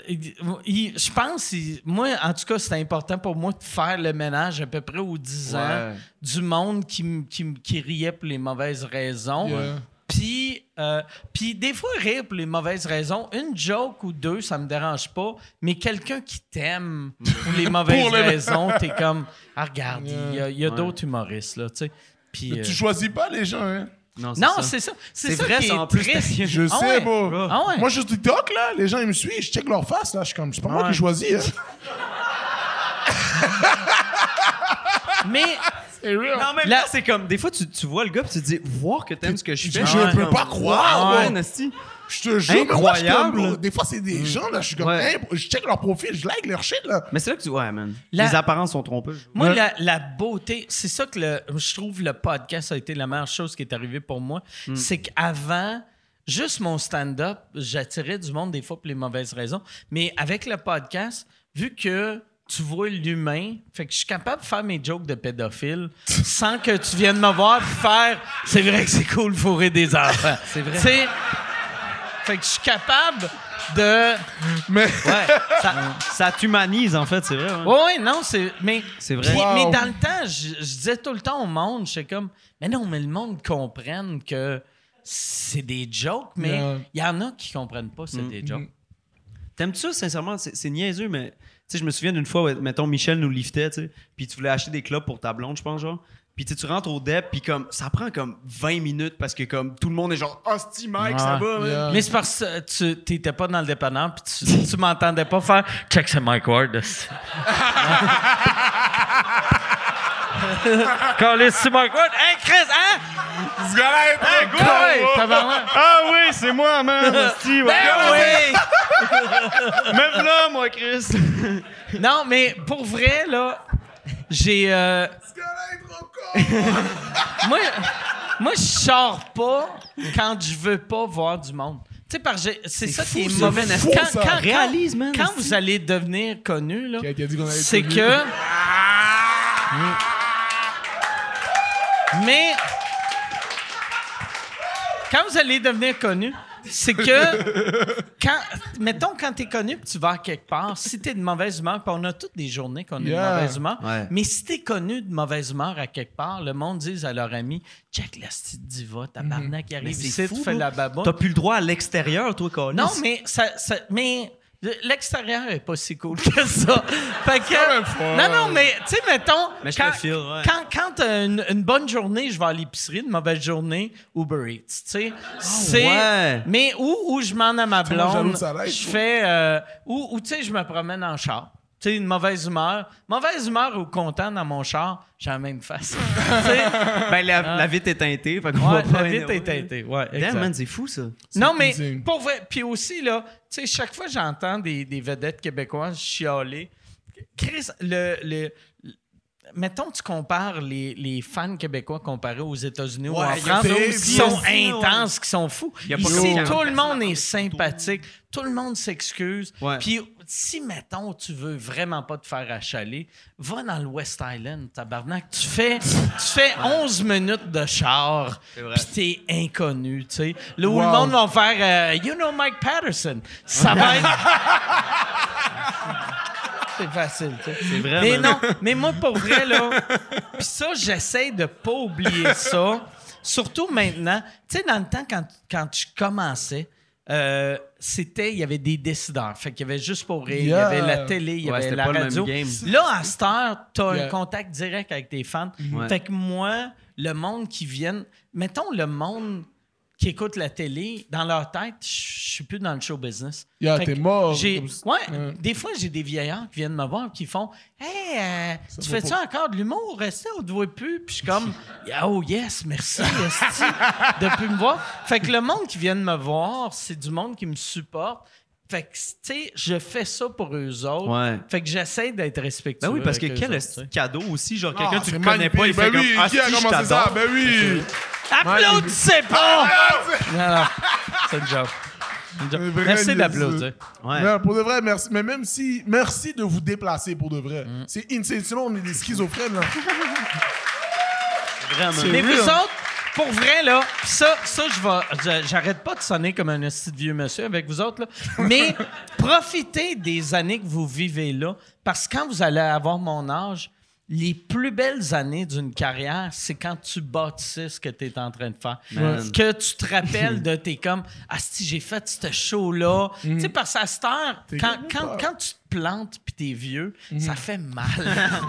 il- je pense, il- moi, en tout cas, c'est important pour moi de faire le ménage à peu près aux 10 ans du monde qui, m- qui, m- qui riait pour les mauvaises raisons. Yeah. Puis, euh, puis des fois, rire pour les mauvaises raisons, une joke ou deux, ça me dérange pas, mais quelqu'un qui t'aime pour les mauvaises Pour les- raisons, t'es comme, ah, regarde, il y a, il y a d'autres humoristes, là, tu sais. Puis, euh, Tu choisis pas les gens, hein? Non, ça. c'est ça. C'est C'est ça vrai, qui ça, est en plus, triste. t'as- Je Ah sais, ouais. bro. Ah ouais. Moi, je suis sur TikTok, là. Les gens, ils me suivent. Je check leur face, là. Je suis comme, c'est pas moi Ouais. qui choisis, hein. Mais. C'est real. Non, mais La- là, c'est comme, des fois, tu, tu vois le gars, puis tu te dis, voir que t'aimes ce que je Je fais. je Ouais, peux comme- pas croire, Ouais, bro. nasty. Je te jure, mais moi, je suis Incroyable. comme, bro, Des fois, c'est des Mm. gens, là. Je suis comme, Ouais. hey, bro, je check leur profil, je like leur shit, là. Mais c'est là que tu. Ouais, man. La- Les apparences sont trompeuses. Moi, la, la beauté, c'est ça que le- je trouve le podcast a été la meilleure chose qui est arrivée pour moi. C'est qu'avant, juste mon stand-up, j'attirais du monde des fois pour les mauvaises raisons. Mais avec le podcast, vu que tu vois l'humain, fait que je suis capable de faire mes jokes de pédophile sans que tu viennes me voir pour faire c'est vrai que c'est cool fourrer des enfants. c'est vrai. fait que je suis capable de. Mais. Ouais. ça, ça t'humanise, en fait, c'est vrai. ouais. Oui, non, c'est. Mais C'est vrai. Puis- Mais Wow. dans le temps, je, je disais tout le temps au monde, j'étais comme, mais non, mais le monde comprenne que c'est des jokes, mais Yeah. il y en a qui comprennent pas Mm, c'est des jokes. T'aimes-tu ça, sincèrement? C'est c'est niaiseux, mais tu sais, je me souviens d'une fois, où, mettons, Michel nous liftait, tu sais, puis tu voulais acheter des clubs pour ta blonde, je pense, genre. Puis tu sais, tu rentres au DEP, puis comme, ça prend comme 20 minutes parce que comme tout le monde est genre, hostie, Mike, ça va, man. Yeah. Mais c'est parce que tu t'étais pas dans le dépanneur puis tu, tu m'entendais pas faire check c'est Mike Ward. Quand les c'est Mike Ward, hey Chris, hein? Ce gars-là est pas con, Ouais, bro. tabarnak. Ah oui, c'est moi, man! hostie, ouais. Ben oui! Même là, moi, Chris! Non, mais pour vrai, là, j'ai. euh, Ce gars-là est trop con. moi, moi je sors pas quand je veux pas voir du monde. Tu sais, parce que j'ai- c'est ça qui est ça. mauvais. C'est fou, quand, ça. quand- quand- Réalise, man, quand c'est- vous allez devenir connu, là, Qui a- qui a dit qu'on allait être c'est connu? Mm. que. Mais quand vous allez devenir connu, c'est que quand mettons quand t'es connu puis tu vas à quelque part, si t'es de mauvaise humeur, puis on a toutes des journées qu'on est de Yeah. mauvaise humeur, Ouais. mais si t'es connu de mauvaise humeur à quelque part, le monde dit à leur ami check la petite diva, tabarnak qui Mhm. Mais arrive c'est ici, tu fou, fais bro. la baboune. T'as plus le droit à l'extérieur, toi, Colin. Non, mais ça, ça- mais l'extérieur est pas si cool que ça. Fait que- quand même fun. non, non, mais tu sais, mettons, Mais je quand, te file, ouais. quand, quand t'as une, une bonne journée, je vais à l'épicerie, une mauvaise journée, Uber Eats, tu sais. C'est- ouais. Mais où, où je m'en à ma Tellement jaloux blonde, de sa life, je toi. fais, euh, où, où, tu sais, je me promène en char. Tu sais, une mauvaise humeur. Mauvaise humeur ou content dans mon char, j'ai la même face. tu sais, Ben, la, la vie est teintée, fait qu'on ouais, va pas... la vie est teintée. Ouais, Damn, exact. man, c'est fou, ça. Non, mais confusing. pour vrai. Puis aussi, là, tu sais, chaque fois que j'entends des, des vedettes québécoises chialer, Chris, le, le- mettons que tu compares les, les fans québécois comparés aux États-Unis ou Ouais, en il y a France, ça qui aussi, sont ouais. intenses, qui sont fous. y a pas Ici, de- tout le monde est sympathique, tout le monde s'excuse. Ouais. Puis si, mettons, tu veux vraiment pas te faire achaler, va dans le West Island, tabarnak. Tu fais, tu fais 11 minutes de char, vrai. puis t'es inconnu, tu sais. Là où le monde va faire euh, You know Mike Patterson », ça va être... C'est facile, tu sais. C'est vrai, Mais man. non, mais moi, pour vrai, là, puis ça, j'essaie de pas oublier ça. Surtout maintenant. Tu sais, dans le temps, quand, quand je commençais, euh, c'était, il y avait des décideurs. Fait qu'il y avait juste pour rire, il y Yeah. avait la télé, il y Ouais, avait c'était la pas le même radio. game. Là, à cette heure, t'as Yeah. un contact direct avec tes fans. Mhm. Ouais. Fait que moi, le monde qui vient... Mettons, le monde qui écoute la télé, dans leur tête, je je suis plus dans le show business. Yeah, Fait t'es que mort. j'ai- Comme ça. Ouais, Ouais. des fois, j'ai des vieillards qui viennent me voir qui font Hey, euh, tu vaut fais-tu pas. encore de l'humour Restez, on te voit plus. Puis je suis comme Oh yes, merci, esti, de plus me voir. Fait que le monde qui vient de me voir, c'est du monde qui me supporte. Fait que, tu sais, je fais ça pour eux autres. Ouais. Fait que j'essaie d'être respectueux. Ben oui, parce que avec eux quel autres, esti tu de sais. cadeau aussi, genre Ah, quelqu'un tu c'est ne connais pas, il magnifique. fait Ben comme oui, Ah, qui a si, je commencé ça? t'adore. Ben oui! Applaudissez pas Non, non, c'est une joke. Une joke. Un vrai Merci niaiseux. d'applaudir. Ouais. Mais pour de vrai, merci. Mais même si, merci de vous déplacer pour de vrai. Mm. C'est insane. Sinon, on est des schizophrènes. là. Vraiment. Mais vous autres, pour vrai, là, ça, ça je vais. je- J'arrête pas de sonner comme un esti de vieux monsieur avec vous autres, là. Mais profitez des années que vous vivez là, parce que quand vous allez avoir mon âge, les plus belles années d'une carrière, c'est quand tu bâtissais ce que tu es en train de faire. Man. Que tu te rappelles de tes comme Ah, si j'ai fait ce show-là. Tu sais, parce qu'à cette heure, quand, comme quand, peur. quand tu te plantes puis t'es vieux, ça fait mal.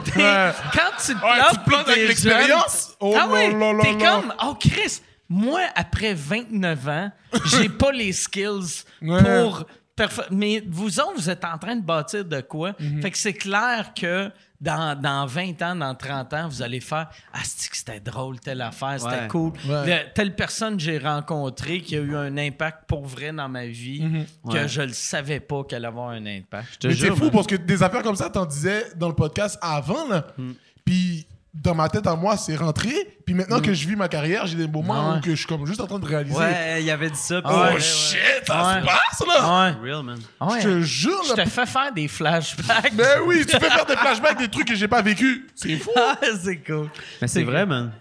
T'es- Ouais. Quand tu te Ouais, plantes, tu te plantes puis avec t'es jeune, l'expérience. Oh ah là ouais, là là t'es là. comme, oh Chris, moi, après 29 ans, j'ai pas les skills Ouais. pour... perfor- Mais vous autres, vous êtes en train de bâtir de quoi? Mm-hmm. Fait que c'est clair que dans, dans 20 ans, dans 30 ans, vous allez faire « Ah, c'est que c'était drôle, telle affaire, c'était Ouais. cool. Ouais. Le- telle personne que j'ai rencontrée qui a eu un impact pour vrai dans ma vie, Mm-hmm. que Ouais. je le savais pas qu'elle allait avoir un impact. Ben, Je te Mais jure, c'est fou man. parce que des affaires comme ça, t'en disais dans le podcast avant, là. Mm. Puis dans ma tête à moi, c'est rentré. Puis Mm. maintenant que je vis ma carrière, j'ai des moments Ouais. où que je suis comme juste en train de réaliser. Ah Ouais, il avait dit ça. puis- Oh Ouais, ouais, shit, ouais. ça se passe là! Ouais. Real, man. Ouais. Ah! Je te jure, Je là. te fais faire des flashbacks. Ben oui, tu peux faire des flashbacks des trucs que j'ai pas vécu. C'est fou. Ah, c'est cool. Mais c'est vrai, man.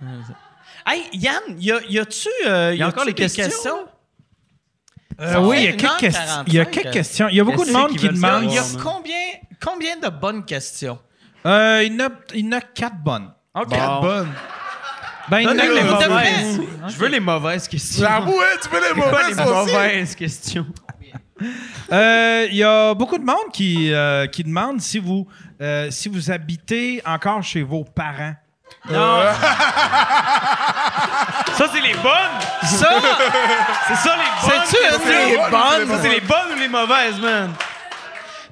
Hey, Yann, y, a, y a-tu euh, y a a-tu encore les des questions, Ça Euh, oui, Ah, il y, fait a une quelques heure questions. il y a 45, quelques euh, questions. Il y a beaucoup de qu'est-ce monde qu'ils qui veulent savoir? demande. Il y a Oh, man. combien, combien de bonnes questions? Euh, il y en a- il y en a quatre bonnes. OK. Bon. Bonne. Ben, il y en a Donnez-le, les vous mauvaises. mauvaises. Je veux les mauvaises questions. J'avoue, hein, tu fais les Pas les mauvaises aussi. mauvaises questions. Euh, Il y a beaucoup de monde qui, euh, qui demande si vous, euh, si vous habitez encore chez vos parents. Ça, c'est les bonnes. Ça, C'est ça, les bonnes. c'est-tu une questions. des bonnes, bonnes? Ça, c'est les bonnes ou les mauvaises, man?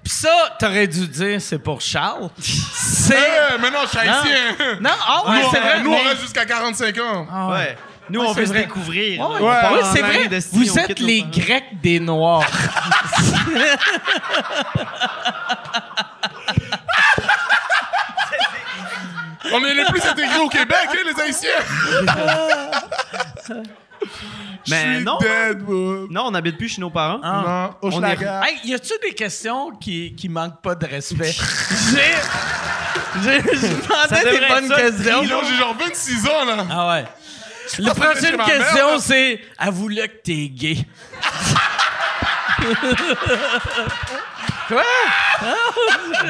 Pis ça, t'aurais dû dire c'est pour Charles. C'est... Eh, maintenant, je suis haïtien. Non, ah oui, Nous, c'est vrai. on- nous, mais- on reste jusqu'à 45 ans. Ah ouais. Ouais. Nous, Ouais, on c'est veut se vrai. découvrir. Ah ouais. On part oui, en c'est Inde, vrai. desti, on Vous êtes quitte nos les parents. Grecs des Noirs. On est les plus intégrés au Québec, hein, les haïtiens. Mais je suis non. dead, bro. Non, on n'habite plus chez nos parents. Non, au Ah, On Schlager. Hey, y a-tu des questions qui, qui manquent pas de respect? J'ai. J'ai je Ça demandais devrait des être bonnes ça, le questions. Yo, J'ai genre 26 ans, là. Ah ouais. La pense que c'est prochaine ma mère, question, là. c'est avoue-le que t'es gay.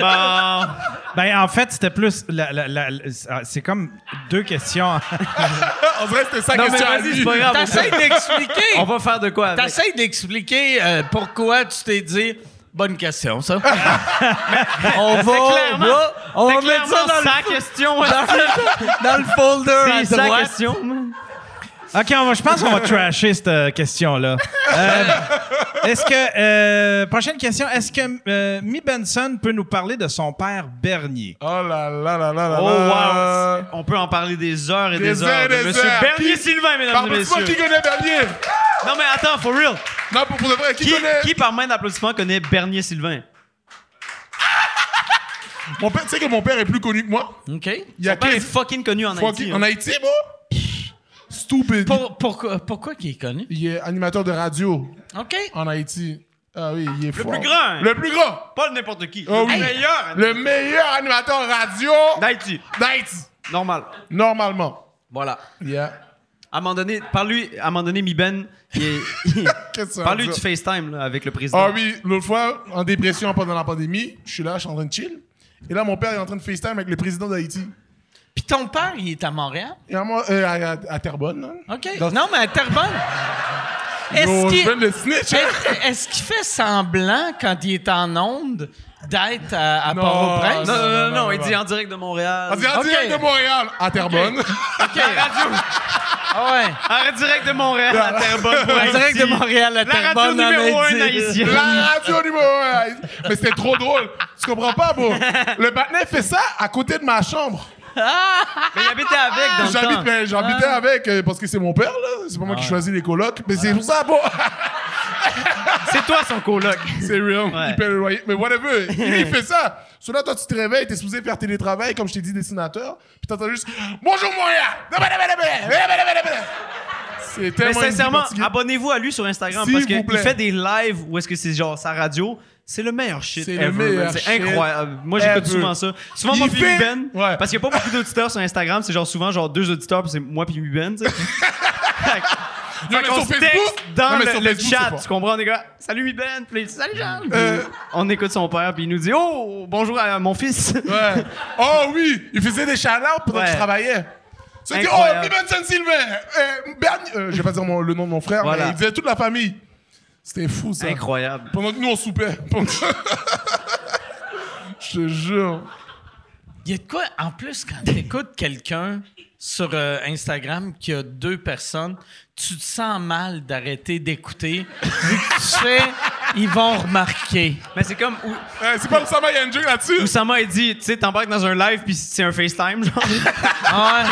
Bon. Ben, en fait, c'était plus. la- la- la- la- c'est comme deux questions. On dirait que c'était ça Non, mais question à vas-y, lui. c'est pas grave. T'essayes d'expliquer. On va faire de quoi avec. T'essayes d'expliquer euh, pourquoi tu t'es dit. Bonne question, ça. on va, clairement- va- on va Fait que mettre ça clairement, dans sa le, question. dans le folder à C'est sa droite. question. man. OK, on va- je pense qu'on va trasher cette euh, question-là. Euh, Est-ce que. euh, prochaine question. Est-ce que euh, Mi Benson peut nous parler de son père Bernier? Oh là là là là là. Oh, là. wow. On peut en parler des heures et des, Des heures heures. et de des Monsieur heures. Bernier Qui- Sylvain, mesdames Par et moi qui messieurs. connaît Bernier? Non, mais attends, for real. Non, pour, pour de vrai, qui, Qui, connaît? qui, par main d'applaudissement connaît Bernier Sylvain? Mon père, tu sais que mon père est plus connu que moi. OK. Il y a Mon père est 15 fucking connu en fois Haïti. qu'il- hein. En Haïti, moi? Stupid. Pour- pourquoi, pourquoi qu'il est connu? Il est animateur de radio OK. en Haïti. Ah oui, il est fort. plus grand, hein? Le plus grand. Pas n'importe qui. Ah le oui. meilleur hein, Le meilleur animateur radio d'Haïti. d'Haïti. Normal. Normalement. Voilà. Yeah. À un moment donné, par lui, à un moment donné, Mi Ben, il est- il- Qu'est-ce que ça par veut lui dire? tu FaceTime là, avec le président. Ah oui, l'autre fois, en dépression pendant la pandémie, je suis là, je suis en train de chill. Et là, mon père est en train de FaceTime avec le président d'Haïti. Puis ton père, il est à Montréal? Et à, moi- euh, à, à- à Terrebonne. hein. OK. Dans- Non, mais à Terrebonne. Yo, Est-ce je qu'il viens de le snitch. hein. est-ce- est-ce qu'il fait semblant, quand il est en onde, d'être à, à Non, Port-au-Prince? Non, non, non, non, non, il non. dit en direct de Montréal. On dirait en Ok. direct de Montréal à Terrebonne. OK. Ah ouais. En direct de Montréal à Terrebonne pour En direct de Montréal à La radio Terrebonne en numéro un Haïti. haïtienne. La radio numéro un. Mais c'était trop drôle. Tu comprends pas, bro? Le Batman fait ça à côté de ma chambre. Mais il habitait avec dans le temps. J'habite- mais J'habitais Ah. avec, euh, parce que c'est mon père, là. C'est pas moi qui choisis les colocs. Mais c'est pour ça, bro. C'est toi son coloc. C'est real. Ouais. Il paye le loyer. Mais whatever. Lui, il fait ça. Cela, toi, tu te réveilles, t'es supposé faire télétravail, comme je t'ai dit, dessinateur. Puis t'entends juste Bonjour, Montréal. C'est tellement. Mais une vie sincèrement, particulière. abonnez-vous à lui sur Instagram S'il parce vous qu'il plaît. fait des lives où est-ce que c'est genre sa radio. C'est le meilleur shit C'est le ever. meilleur man. C'est shit incroyable. Moi, j'écoute ever. souvent ça. Souvent, Il moi, puis fait- Ben. Ouais. Parce qu'il n'y a pas beaucoup d'auditeurs sur Instagram. C'est genre souvent genre deux auditeurs, puis c'est moi puis Ben. tu sais. Non, mais On sur se texte Facebook, dans non, mais le, sur le Facebook, chat, c'est fort. tu comprends, les gars? Salut, Ben. Puis, salut, Jean. Puis Euh. On écoute son père, puis il nous dit Oh, bonjour à mon fils. Ouais. Oh oui, il faisait des shout-outs pendant Ouais. que je travaillais. C'était dit, oh, Incroyable. Biban Saint-Sylvain, euh, Berni- euh, je vais pas dire mon- le nom de mon frère, Voilà. mais il disait toute la famille. C'était fou, ça. Incroyable. Pendant que nous, on soupait. Pendant- je te jure. Il y a de quoi, en plus, quand tu écoutes quelqu'un sur euh, Instagram qui a deux personnes, tu te sens mal d'arrêter d'écouter. Vu que tu sais, ils vont remarquer. Mais c'est comme où- Eh, c'est pas Oussama, il y a une joke là-dessus. Oussama, il dit Tu sais, t'embarques dans un live, puis c'est un FaceTime, genre. Ah ouais.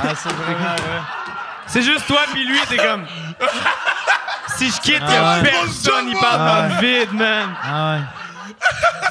Ah, C'est juste toi puis lui, t'es comme. si je quitte, Ah ouais. personne, il parle dans le vide, man. Ah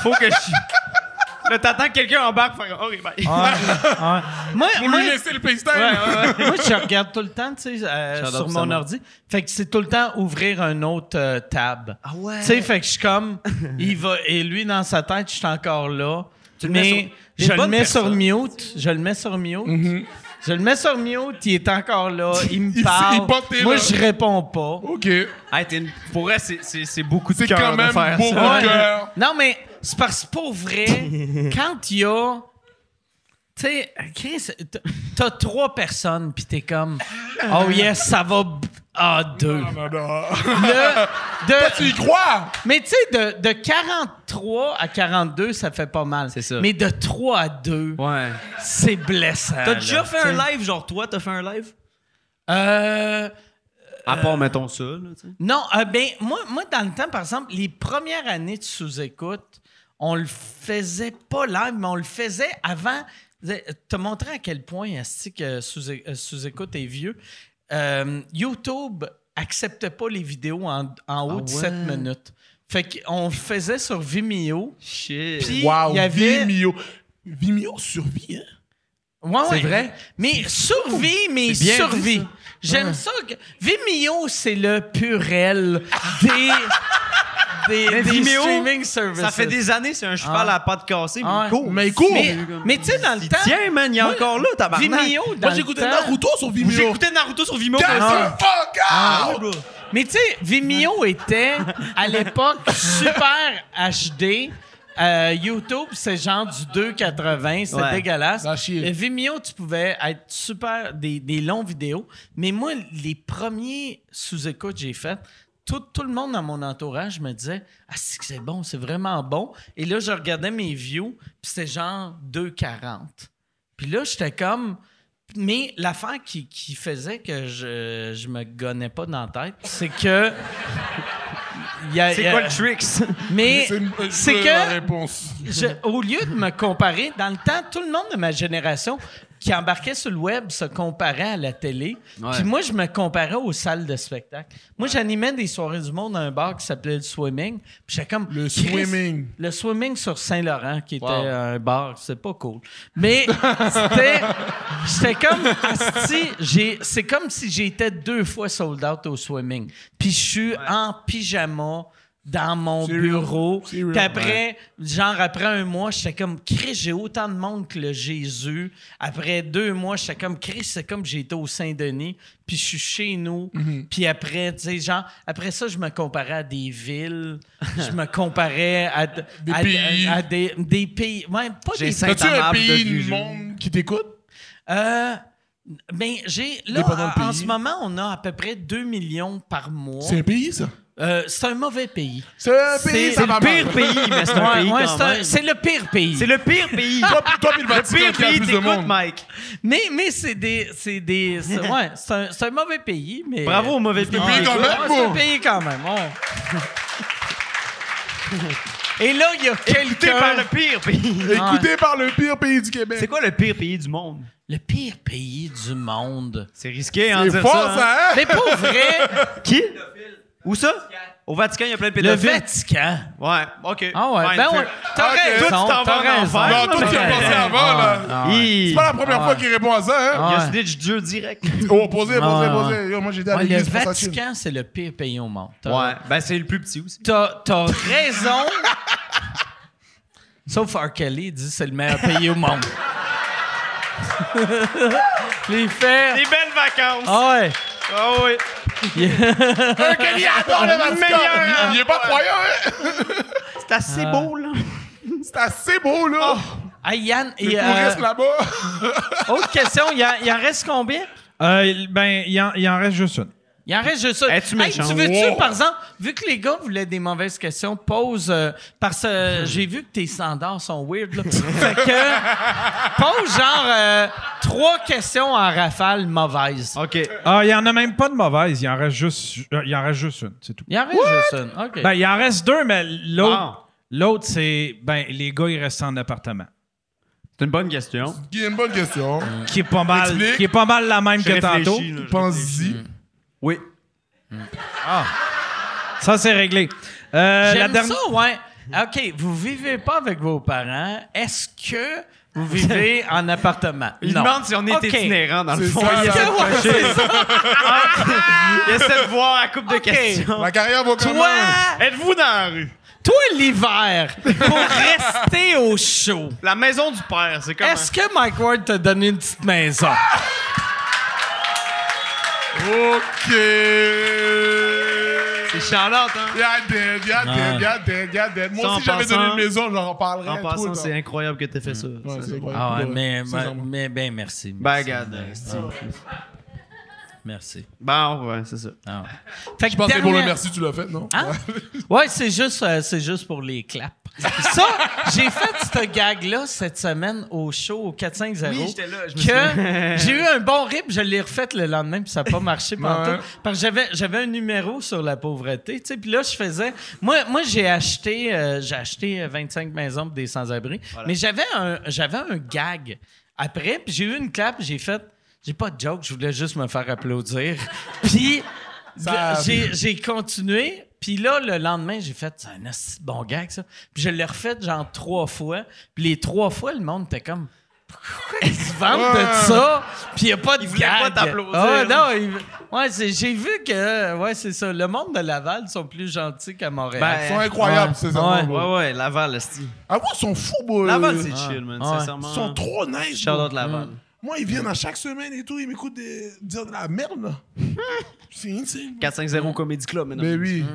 Faut que je. Là, t'attends que quelqu'un embarque, faire comme, OK, bye. ouais. Moi, Pour moi, lui laisser le FaceTime. moi, je regarde tout le temps, tu sais, euh, J'adore sur ça, mon moi. ordi. Fait que c'est tout le temps ouvrir un autre euh, tab. Ah ouais. Tu sais, fait que je suis comme, il va, et lui, dans sa tête, je suis encore là. Tu le mets sur- mais t'es je une le bonne mets sur personne. mute. Je le mets sur mute. Je le mets sur mute, il est encore là, il me Mm-hmm. Il- parle. il porte tes Moi, là. je réponds pas. Ok. Hey, t'es une- Pour vrai, c'est- c'est c'est beaucoup de C'est cœur quand de même faire beaucoup ça. Ouais. de cœur. Non, mais c'est parce que pour vrai, quand il y a. Tu sais, Chris, t'as- t'as trois personnes, puis t'es comme. Oh yes, ça va. b- Ah, deux. Non, non, non. Le- de- tu y crois? mais tu sais, de, de 43 à 42, ça fait pas mal. C'est ça. Mais de 3 à 2, Ouais. c'est blessant. T'as là, déjà fait tu un sais. live, genre toi, t'as fait un live? Euh. À part, mettons ça, là, tu sais. Non, euh, ben, moi, moi, dans le temps, par exemple, les premières années de sous-écoute, on le faisait pas live, mais on le faisait avant. Te montrer à quel point esti, que sous- euh, sous-écoute est vieux. Euh, YouTube acceptait pas les vidéos en, en haut de ouais. 7 minutes. Fait qu'on le faisait sur Vimeo. Shit. Puis il y Wow, avait. Vimeo. Vimeo survit, hein? Ouais, c'est vrai. Mais survie, mais C'est bien dit, survie. ça. J'aime ça. Que... Vimeo, c'est le purel des, des, des Vimeo, streaming services. ça fait des années, c'est un cheval Ah. à pas de cassé, mais Ah il ouais. court. Mais il court. Mais, mais tu sais, dans le Il temps, tient, man, il est encore là, tabarnak. Vimeo, dans Moi, j'écoutais le temps- Naruto sur Vimeo. J'ai écouté Naruto sur Vimeo. Get pendant- the fuck Ah, out! Mais tu sais, Vimeo était à l'époque super HD. Euh, YouTube, c'est genre du 2,80, c'est Ouais. dégueulasse. Ah, chier. Mais Euh, Vimeo, tu pouvais être super des, des longues vidéos. Mais moi, les premiers sous-écoutes que j'ai fait, tout, tout le monde dans mon entourage me disait Ah, c'est que c'est bon, c'est vraiment bon. Et là, je regardais mes views, puis c'était genre 2,40. Puis là, j'étais comme. Mais l'affaire qui, qui faisait que je, je me gonnais pas dans la tête, c'est que. il y a- il y C'est a- quoi le tricks? Mais une- euh, la c'est que. réponse. je- au lieu de me comparer, dans le temps, tout le monde de ma génération qui embarquaient sur le web se comparaient à la télé. Ouais. Puis moi, je me comparais aux salles de spectacle. Moi, j'animais des soirées du monde à un bar qui s'appelait le Swimming. Puis j'étais comme... Le Chris, Swimming. Le Swimming sur Saint-Laurent, qui était Wow. un bar. C'est pas cool. Mais c'était... J'étais comme... asti, j'ai- C'est comme si j'étais deux fois sold out au Swimming. Puis je suis en pyjama dans mon C'est bureau. real. C'est real. Puis après, genre après un mois, j'étais comme Chris, j'ai autant de monde que le Jésus. Après deux mois, j'étais comme Chris, c'est comme j'étais au Saint-Denis, puis je suis chez nous. Mm-hmm. Puis après, tu sais, genre après ça, je me comparais à des villes, je me comparais à, d- Des à- pays. à- à des, des pays, ouais, pas J'ai des cinq- As-tu un Amable pays depuis du Jus. monde qui t'écoute? Euh, ben, j'ai là Dépendant du en pays. ce moment, on a à peu près 2 millions par mois. C'est un pays, ça? Euh, c'est un mauvais pays. C'est un pays, C'est- ça c'est va le pire mal. pays, mais c'est un Ouais, pays ouais, quand c'est un- même. c'est le pire pays. C'est le pire pays. Toi, toi puis le Vatican le pire qui a le pays, plus de t'écoutes, monde. Mike. Mais, mais c'est des. C'est des. c'est- Ouais, c'est un, c'est un mauvais pays, mais. Bravo au Ouais, mauvais pays. Ah, quand ouais, même, C'est un moi. pays quand même. ouais. Et là, il y a Écouté par le quelqu'un. pire pays. Écouté par le pire pays du Québec. Ah. C'est quoi le pire pays du monde? Le pire pays du monde. C'est risqué, hein, de C'est dire fort, ça. hein? ça, hein? Mais pour vrai, Qui? Où ça? Au Vatican, il y a plein de le pédophiles. Vatican. Ouais, OK. Ah ouais, Fine, ben tu- ouais. T'as Ok. raison. Toi, tu t'en t'as vas en raison. enfer, Non, toi, tu y as mais- pensé avant, là. Hi. C'est pas la première Ah fois ouais. qu'il répond à ça, hein? Il y a Ouais. snitch Dieu direct. Oh, posez, posez, Ouais, posez. Yo, Moi, j'étais à Ouais, Ah, le l'église pour ça, chill. Vatican, c'est le pire pays au monde. T'as- Ouais, ben c'est le plus petit aussi. T'as t'as raison. Sauf R. Kelly il dit que c'est le meilleur pays au monde. Les faits. belles vacances. Ah ouais. Ah oui. Un Kelly adore Ah, le Vatican. Meilleur. Il est pas croyant, hein? C'est assez Ah. beau, là. C'est assez beau, là. Ah, Yann, Les et, euh, touristes là-bas. autre question, il en, il en reste combien? Euh, ben, il en, il en reste juste une. Il en reste juste ça. Es-tu méchant? tu veux-tu, Wow. par exemple, vu que les gars voulaient des mauvaises questions, pose, euh, parce que euh, j'ai vu que tes standards sont weird, là. fait que, pose genre euh, trois questions en rafale mauvaises. OK. Ah, il y en a même pas de mauvaise. Il en reste juste, euh, il en reste juste une, c'est tout. Il en reste juste une. OK. euh, Ben, il en reste deux, mais Ah. l'autre, l'autre c'est. Ben, les gars, ils restent en appartement. C'est une bonne question. Qui est une bonne question. Qui est pas mal, Explique. qui est pas mal la même Je que réfléchis, Hmm. Ah. tantôt. là, je Pense-y. Oui. Ça, c'est réglé. Euh, la J'aime dernière. ça, ouais. OK, vous vivez pas avec vos parents. Est-ce que vous vivez en appartement? Il non. demande si on est Ok. itinérant, dans le C'est fond. ça, Il là. essaie de Ouais, cocher. Il essaie de voir à coupe Ok. de questions. Ma carrière va comment? Toi, Êtes-vous dans la rue? toi l'hiver, pour rester au chaud, La maison du père, c'est comment? est-ce que Mike Ward t'a donné une petite maison? OK. C'est Charlotte, hein? Y'a dead, y'a dead, y'a dead, y'a dead. Ça, Moi, en si j'avais donné passant- une maison, j'en reparlerais. En tout le passant, temps. c'est incroyable que t'aies fait ça. Ouais, c'est incroyable. Ah ouais, mais, mais, sincèrement. mais- ben merci. Ben, Merci. regarde. euh, merci. Bon, ouais, c'est ça. Ah ouais. Fait que Je pense que c'est pour le dernière- merci, tu l'as fait, non? Hein? Ouais, c'est juste, euh, c'est juste pour les claps. Ça, j'ai fait cette gag-là cette semaine au show au 4-5-0. Oui, j'étais là, je me souviens. que j'ai eu un bon rip, je l'ai refait le lendemain, puis ça n'a pas marché pendant Ouais. Parce que j'avais, j'avais un numéro sur la pauvreté, tu sais, puis là, je faisais... Moi, moi j'ai acheté euh, j'ai acheté euh, 25 maisons pour des sans-abri, mais j'avais un, j'avais un gag après, puis j'ai eu une clap, j'ai fait... J'ai pas de joke, je voulais juste me faire applaudir. Puis... Ça- j'ai- j'ai- j'ai continué. Puis là, le lendemain, j'ai fait, c'est un asti de bon gag, ça. Puis je l'ai refait, genre, trois fois. Puis les trois fois, le monde était comme, pourquoi ils se vendent de ça? Puis il n'y a pas de Ils voulaient gag. pas t'applaudir. Ah, non, ils- ouais, c'est- j'ai vu que, ouais, c'est ça. Le monde de Laval sont plus gentils qu'à Ben, Montréal. Ils sont incroyables, Ouais. ces Ouais. enfants. Ouais, ouais, Laval, esti. Ah ouais, ils sont fous, boy. Laval, c'est chill, man, Ah ouais. sincèrement. Ils sont trop nice, Charlotte bro. Laval. Moi, ils viennent à chaque semaine et tout, ils m'écoutent des- dire de la merde, là. C'est insane. 450 Comedy Club, maintenant. Mais Ben oui,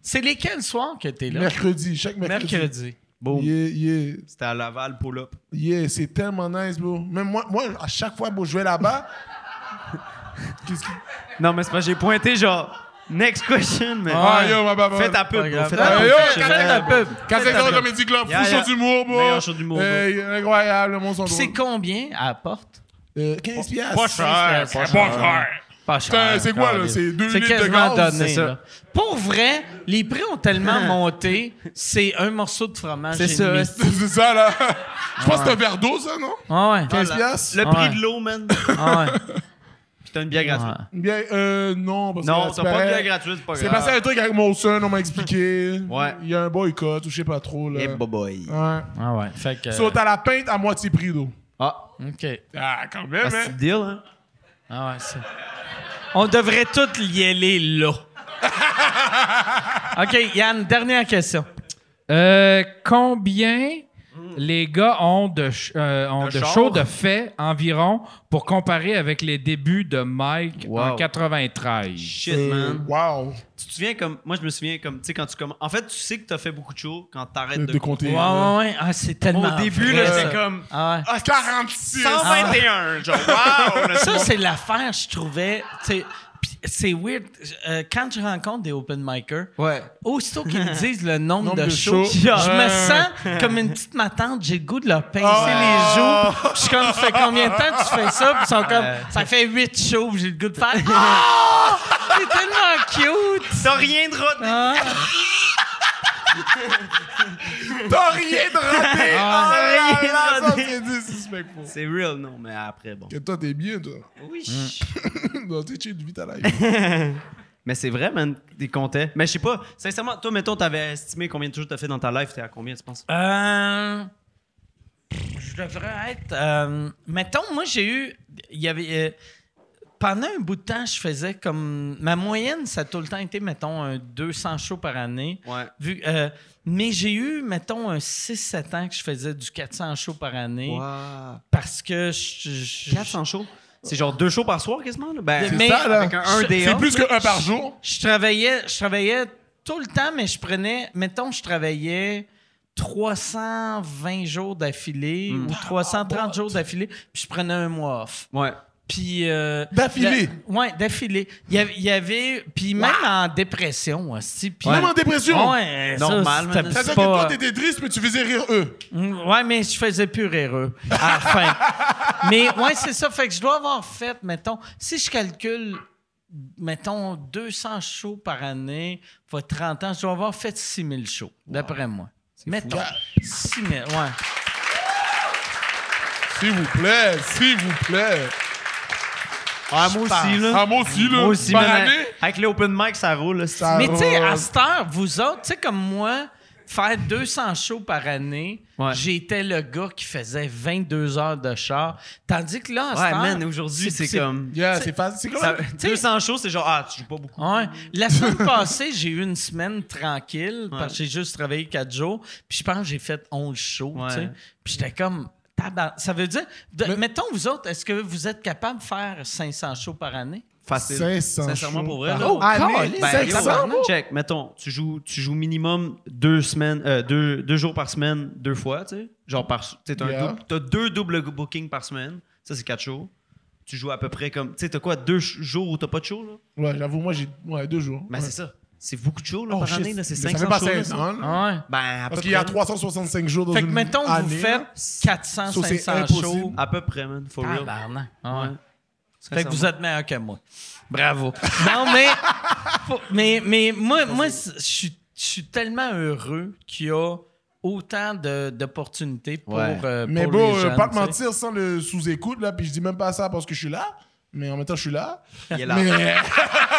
c'est lesquels soirs que t'es là? mercredi, chaque mercredi. Mercredi. Boom. Yeah, yeah, C'était à Laval, pull-up. yeah, c'est tellement nice, bro. Même moi, moi à chaque fois, bro, je vais là-bas. Qu'est-ce qui... Non, mais c'est pas j'ai pointé, genre, next question, mais... Ah, yo, ma baba. Fais ta pub, Pas bro, grave. Fais Ah, ta yo, pub. quatre- Fais ta pub. 450 Comedy Club, Yeah, fou yeah. show d'humour, bro. Meilleur show d'humour, bro. Hey, incroyable, mon son C'est drôle. combien à la porte? Euh, 15 piastres. Pas Ah, cher, pas cher. Pas Putain, cher. c'est quoi, là? Caliste. C'est deux C'est litres de quasiment gaz? donné. c'est ça. là. Pour vrai, les prix ont tellement monté, c'est un morceau de fromage. C'est et ça, demi. c'est- C'est ça, là. Je pense que c'est un verre d'eau, ça, non? Ah ouais. 15 piastres? Le prix Ouais. de l'eau, man. Ah ouais. Puis t'as une bière gratuite. Ah. Bien, euh, non, parce Non, que t'as c'est pas de pareil. bière gratuite, c'est pas grave. C'est passé un truc avec Molson, on m'a expliqué. Ouais. Il y a un boycott, ou je sais pas trop, là. Eh, boboy. Ouais. Ah ouais. Fait que. So, t'as la peinte à moitié prix d'eau. Ah, OK. Ah, quand même, c'est hein? le deal, hein? Ah ouais, c'est. On devrait tous y aller là. OK, Yann, dernière question. Euh, combien les gars ont de, ch- euh, ont De de char? shows de fait environ pour comparer avec les débuts de Mike en Wow. 93? Shit, man. Wow. Tu te souviens comme. Moi, je me souviens comme. Tu sais, quand tu commences. En fait, tu sais que t'as fait beaucoup de shows quand t'arrêtes De, de, de compter. Ouais, ouais, ouais. Ah, c'est tellement. Au début, vrai, là, ça. j'étais comme. Ah ouais. Ah, 46! 121, genre. Waouh! là, Ça, c'est l'affaire, je trouvais. tu sais, pis C'est weird. J- euh, quand je rencontre des open micers, Ouais. aussitôt qu'ils me disent le nombre, Nombre de de shows, shows. je me Ouais. sens comme une petite matante. J'ai le goût de leur pincer Ah. les joues. Je suis comme, ça fait combien de temps que tu fais ça? Puis ils sont comme, ça fait huit shows. J'ai le goût de faire, oh! C'est tellement cute! T'as rien de roté. Ah. T'as rien de raté! Ah, Ah, rien de là, là, ça, raté. c'est disrespectful. C'est real, non, mais après, bon. Que toi, t'es bien, toi. Oui. Non, t'es chill, vite à la Mais c'est vrai, man, des comptait. Mais je sais pas, sincèrement, toi, mettons, t'avais estimé combien de choses t'as fait dans ta life, t'es à combien, tu penses? Euh, je devrais être. euh, mettons, moi, j'ai eu. Il y avait. euh, pendant un bout de temps, je faisais comme. Ma moyenne, ça a tout le temps été, mettons, un 200 shows par année. Ouais. Vu, euh, mais j'ai eu, mettons, un 6-7 ans que je faisais du 400 shows par année. Wow. Parce que je. je- je- 400 shows? C'est genre deux shows par soir, quasiment, là? Ben, Mais- ça, là. avec un 1 je- DA. C'est plus que un par jour. Je travaillais, je travaillais tout le temps, mais je prenais, mettons, je travaillais 320 jours d'affilée Hmm. ou Ah, 330 jours d'affilée, puis je prenais un mois off. Ouais. Puis euh, D'affilée? la- Ouais, d'affilée. Il y avait, il y avait- puis même en dépression aussi. puis- Même en dépression. Ouais, ça, Normal, c'était man. Ça veut dire que pas- toi, t'étais triste, mais tu faisais rire eux. Mm, Ouais, mais je faisais plus rire eux, à la fin. mais ouais, c'est ça. Fait que je dois avoir fait, mettons, si je calcule, mettons, 200 shows par année, pour 30 ans, je dois avoir fait 6000 shows, d'après moi. Mettons. 6000, ouais. S'il vous plaît, s'il vous plaît. Ah, moi aussi, là. Ah, moi aussi, là. moi aussi, par man, année, Avec les open mic, ça roule, là. ça Mais tu sais, à rose. cette heure, vous autres, tu sais, comme moi, faire 200 shows par année, Ouais. j'étais le gars qui faisait 22 heures de char. Tandis que là, à cette Ouais, heure, man, aujourd'hui, c'est comme. Yeah, c'est facile. C'est comme ça- sais- 200 shows, c'est genre, ah, tu joues pas beaucoup. Ouais. La semaine passée, j'ai eu une semaine tranquille parce que j'ai juste travaillé quatre jours. Puis je pense que j'ai fait 11 shows. Ouais. tu sais. Puis j'étais comme. tabar- Ça veut dire. de- Mais- Mettons, vous autres, est-ce que vous êtes capable de faire 500 shows par année? Facile. 500 Sincèrement, shows pour vrai. par là. an. Ben, Ben, yo, 500, man, check, mettons, tu joues, tu joues minimum deux semaines, euh, deux, deux jours par semaine, deux fois, tu sais. Genre, par, tu sais, t'as un Yeah. double- t'as deux doubles bookings par semaine. Ça, c'est quatre shows. Tu joues à peu près comme, tu sais, t'as quoi, deux ch- jours où t'as pas de show, là? Ouais, j'avoue, moi, j'ai ouais, deux jours. Ben, Ouais. c'est ça. C'est beaucoup de shows, là, Oh, par shit. année, là. C'est Mais 500 Ça fait pas shows, là, ça. 500. là. Ouais. Ben, à peu Parce près. qu'il y a 365 jours dans Fait que, une mettons, année. vous faites 400, So, c'est 500 impossible. shows. À peu près, man, for real. Tabarnak. Ouais. Ouais. Fait que vous êtes meilleur que moi. Bravo. Non, mais, faut- mais, mais moi, moi c'est- je suis- je suis tellement heureux qu'il y a autant de- d'opportunités pour, Ouais. euh, Mais pour bon, les euh, jeunes, pas te tu sais. mentir, sans le sous-écoute, là, puis je dis même pas ça parce que je suis là, mais en même temps, je suis là. Il est là. Mais,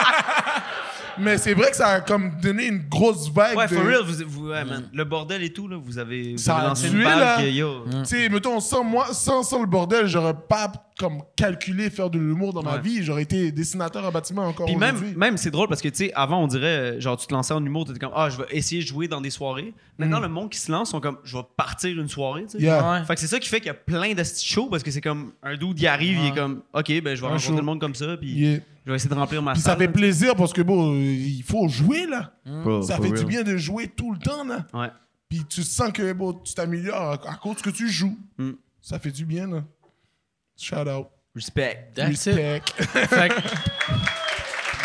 mais c'est vrai que ça a comme donné une grosse vague. Ouais, de- for real, vous, vous- ouais, man. Le bordel et tout, là, vous avez, vous Mm. Ça avez a lancé tué, une balle là. Mm. que, yo. Tu sais, mettons, sans, moi, sans, sans le bordel, j'aurais pas comme calculé faire de l'humour dans ma Ouais. vie. J'aurais été dessinateur à bâtiment encore Puis aujourd'hui. même, même c'est drôle parce que, tu sais, avant, on dirait, euh, genre, tu te lançais en humour, t'étais comme, ah, je vais essayer de jouer dans des soirées. Maintenant, le monde qui se lance, sont comme, je vais partir une soirée, tu sais. Mm. Yeah. Ouais. Fait que c'est ça qui fait qu'il y a plein de petits shows parce que c'est comme un dude qui arrive, il est comme, OK, ben, je vais rencontrer show. le monde comme ça, puis Yeah. je vais essayer de remplir ma Puis ça salle. fait plaisir parce que bon, euh, il faut jouer là. Bro, ça Oh, for fait real. du bien de jouer tout le temps là. Ouais. Puis tu sens que bon, tu t'améliores à, à cause que tu joues. Mm. Ça fait du bien là. Shout out. Respect. That's it. Respect. Fait que-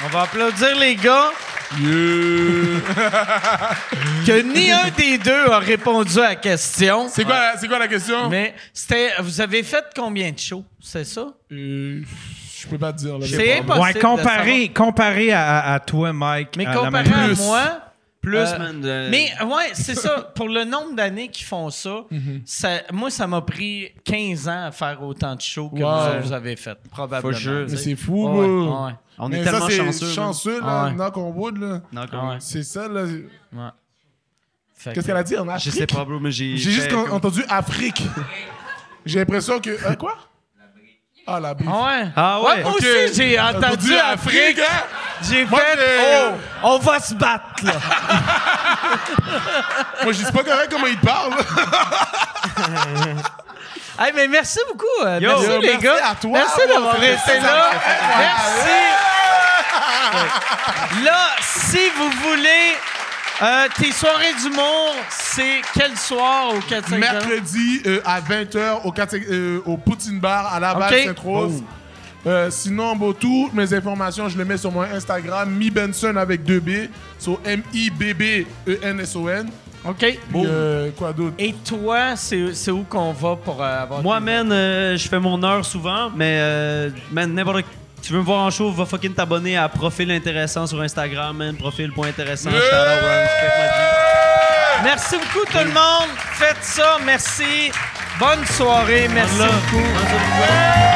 on va applaudir les gars que ni un des deux a répondu à la question. C'est quoi, la- c'est quoi la question Mais c'était, vous avez fait combien de shows, c'est ça? Euh, Je peux pas te dire. Là, C'est J'ai pas- Ah, impossible. Ouais, comparé, comparé à, à toi, Mike. Mais à la comparé à même- moi, Plus, Euh, man. de- Mais ouais, c'est ça. Pour le nombre d'années qu'ils font ça, Mhm. ça- moi, ça m'a pris 15 ans à faire autant de shows que Ouais. vous, autres, vous avez fait, probablement. Faut que je- Mais tu sais. c'est fou, Ouais, bro. ouais, on Mais est ça, tellement c'est chanceux. man. chanceux, là, Ah ouais. knock on wood, là. Non, Ah ouais. C'est ça, là. Fait que- Qu'est-ce qu'elle a dit en Je Afrique? sais pas, bro, mais j'ai. J'ai juste fait en- comme- entendu Afrique. J'ai l'impression que... hein, quoi? Ah, la brique. Ah ouais? Ah ouais, moi oh, ok. aussi, j'ai entendu Afrique. hein? J'ai Moi, fait, j'ai- oh, on va se battre, là. Moi, je dis c'est pas correct comment il parle. Hey, mais merci beaucoup. euh, Yo, merci, yo, les merci gars. à toi, merci bro. d'avoir C'est resté ça, là. ça fait plaisir. Merci. Là, si vous voulez, euh, tes soirées d'humour, c'est quel soir au 4 5 Mercredi euh, à 20h au, 4 euh, au Poutine Bar à Laval, Ok. Sainte-Rose. Euh, sinon, bon, toutes mes informations, je les mets sur mon Instagram, Mi Benson avec 2B, sur E M-I-B-B-E-N-S-O-N. OK. Puis, euh, quoi d'autre? Et toi, c'est c'est où qu'on va pour euh, avoir... Moi, tes- man, euh, je fais mon heure souvent, mais euh, man, n'importe Tu veux me voir en show, va fucking t'abonner à Profil Intéressant sur Instagram, man. Profil.intéressant. shout out, ouais, respect ma vie. Merci beaucoup, tout le hein. monde. Faites ça. Merci. Bonne soirée. Merci beaucoup.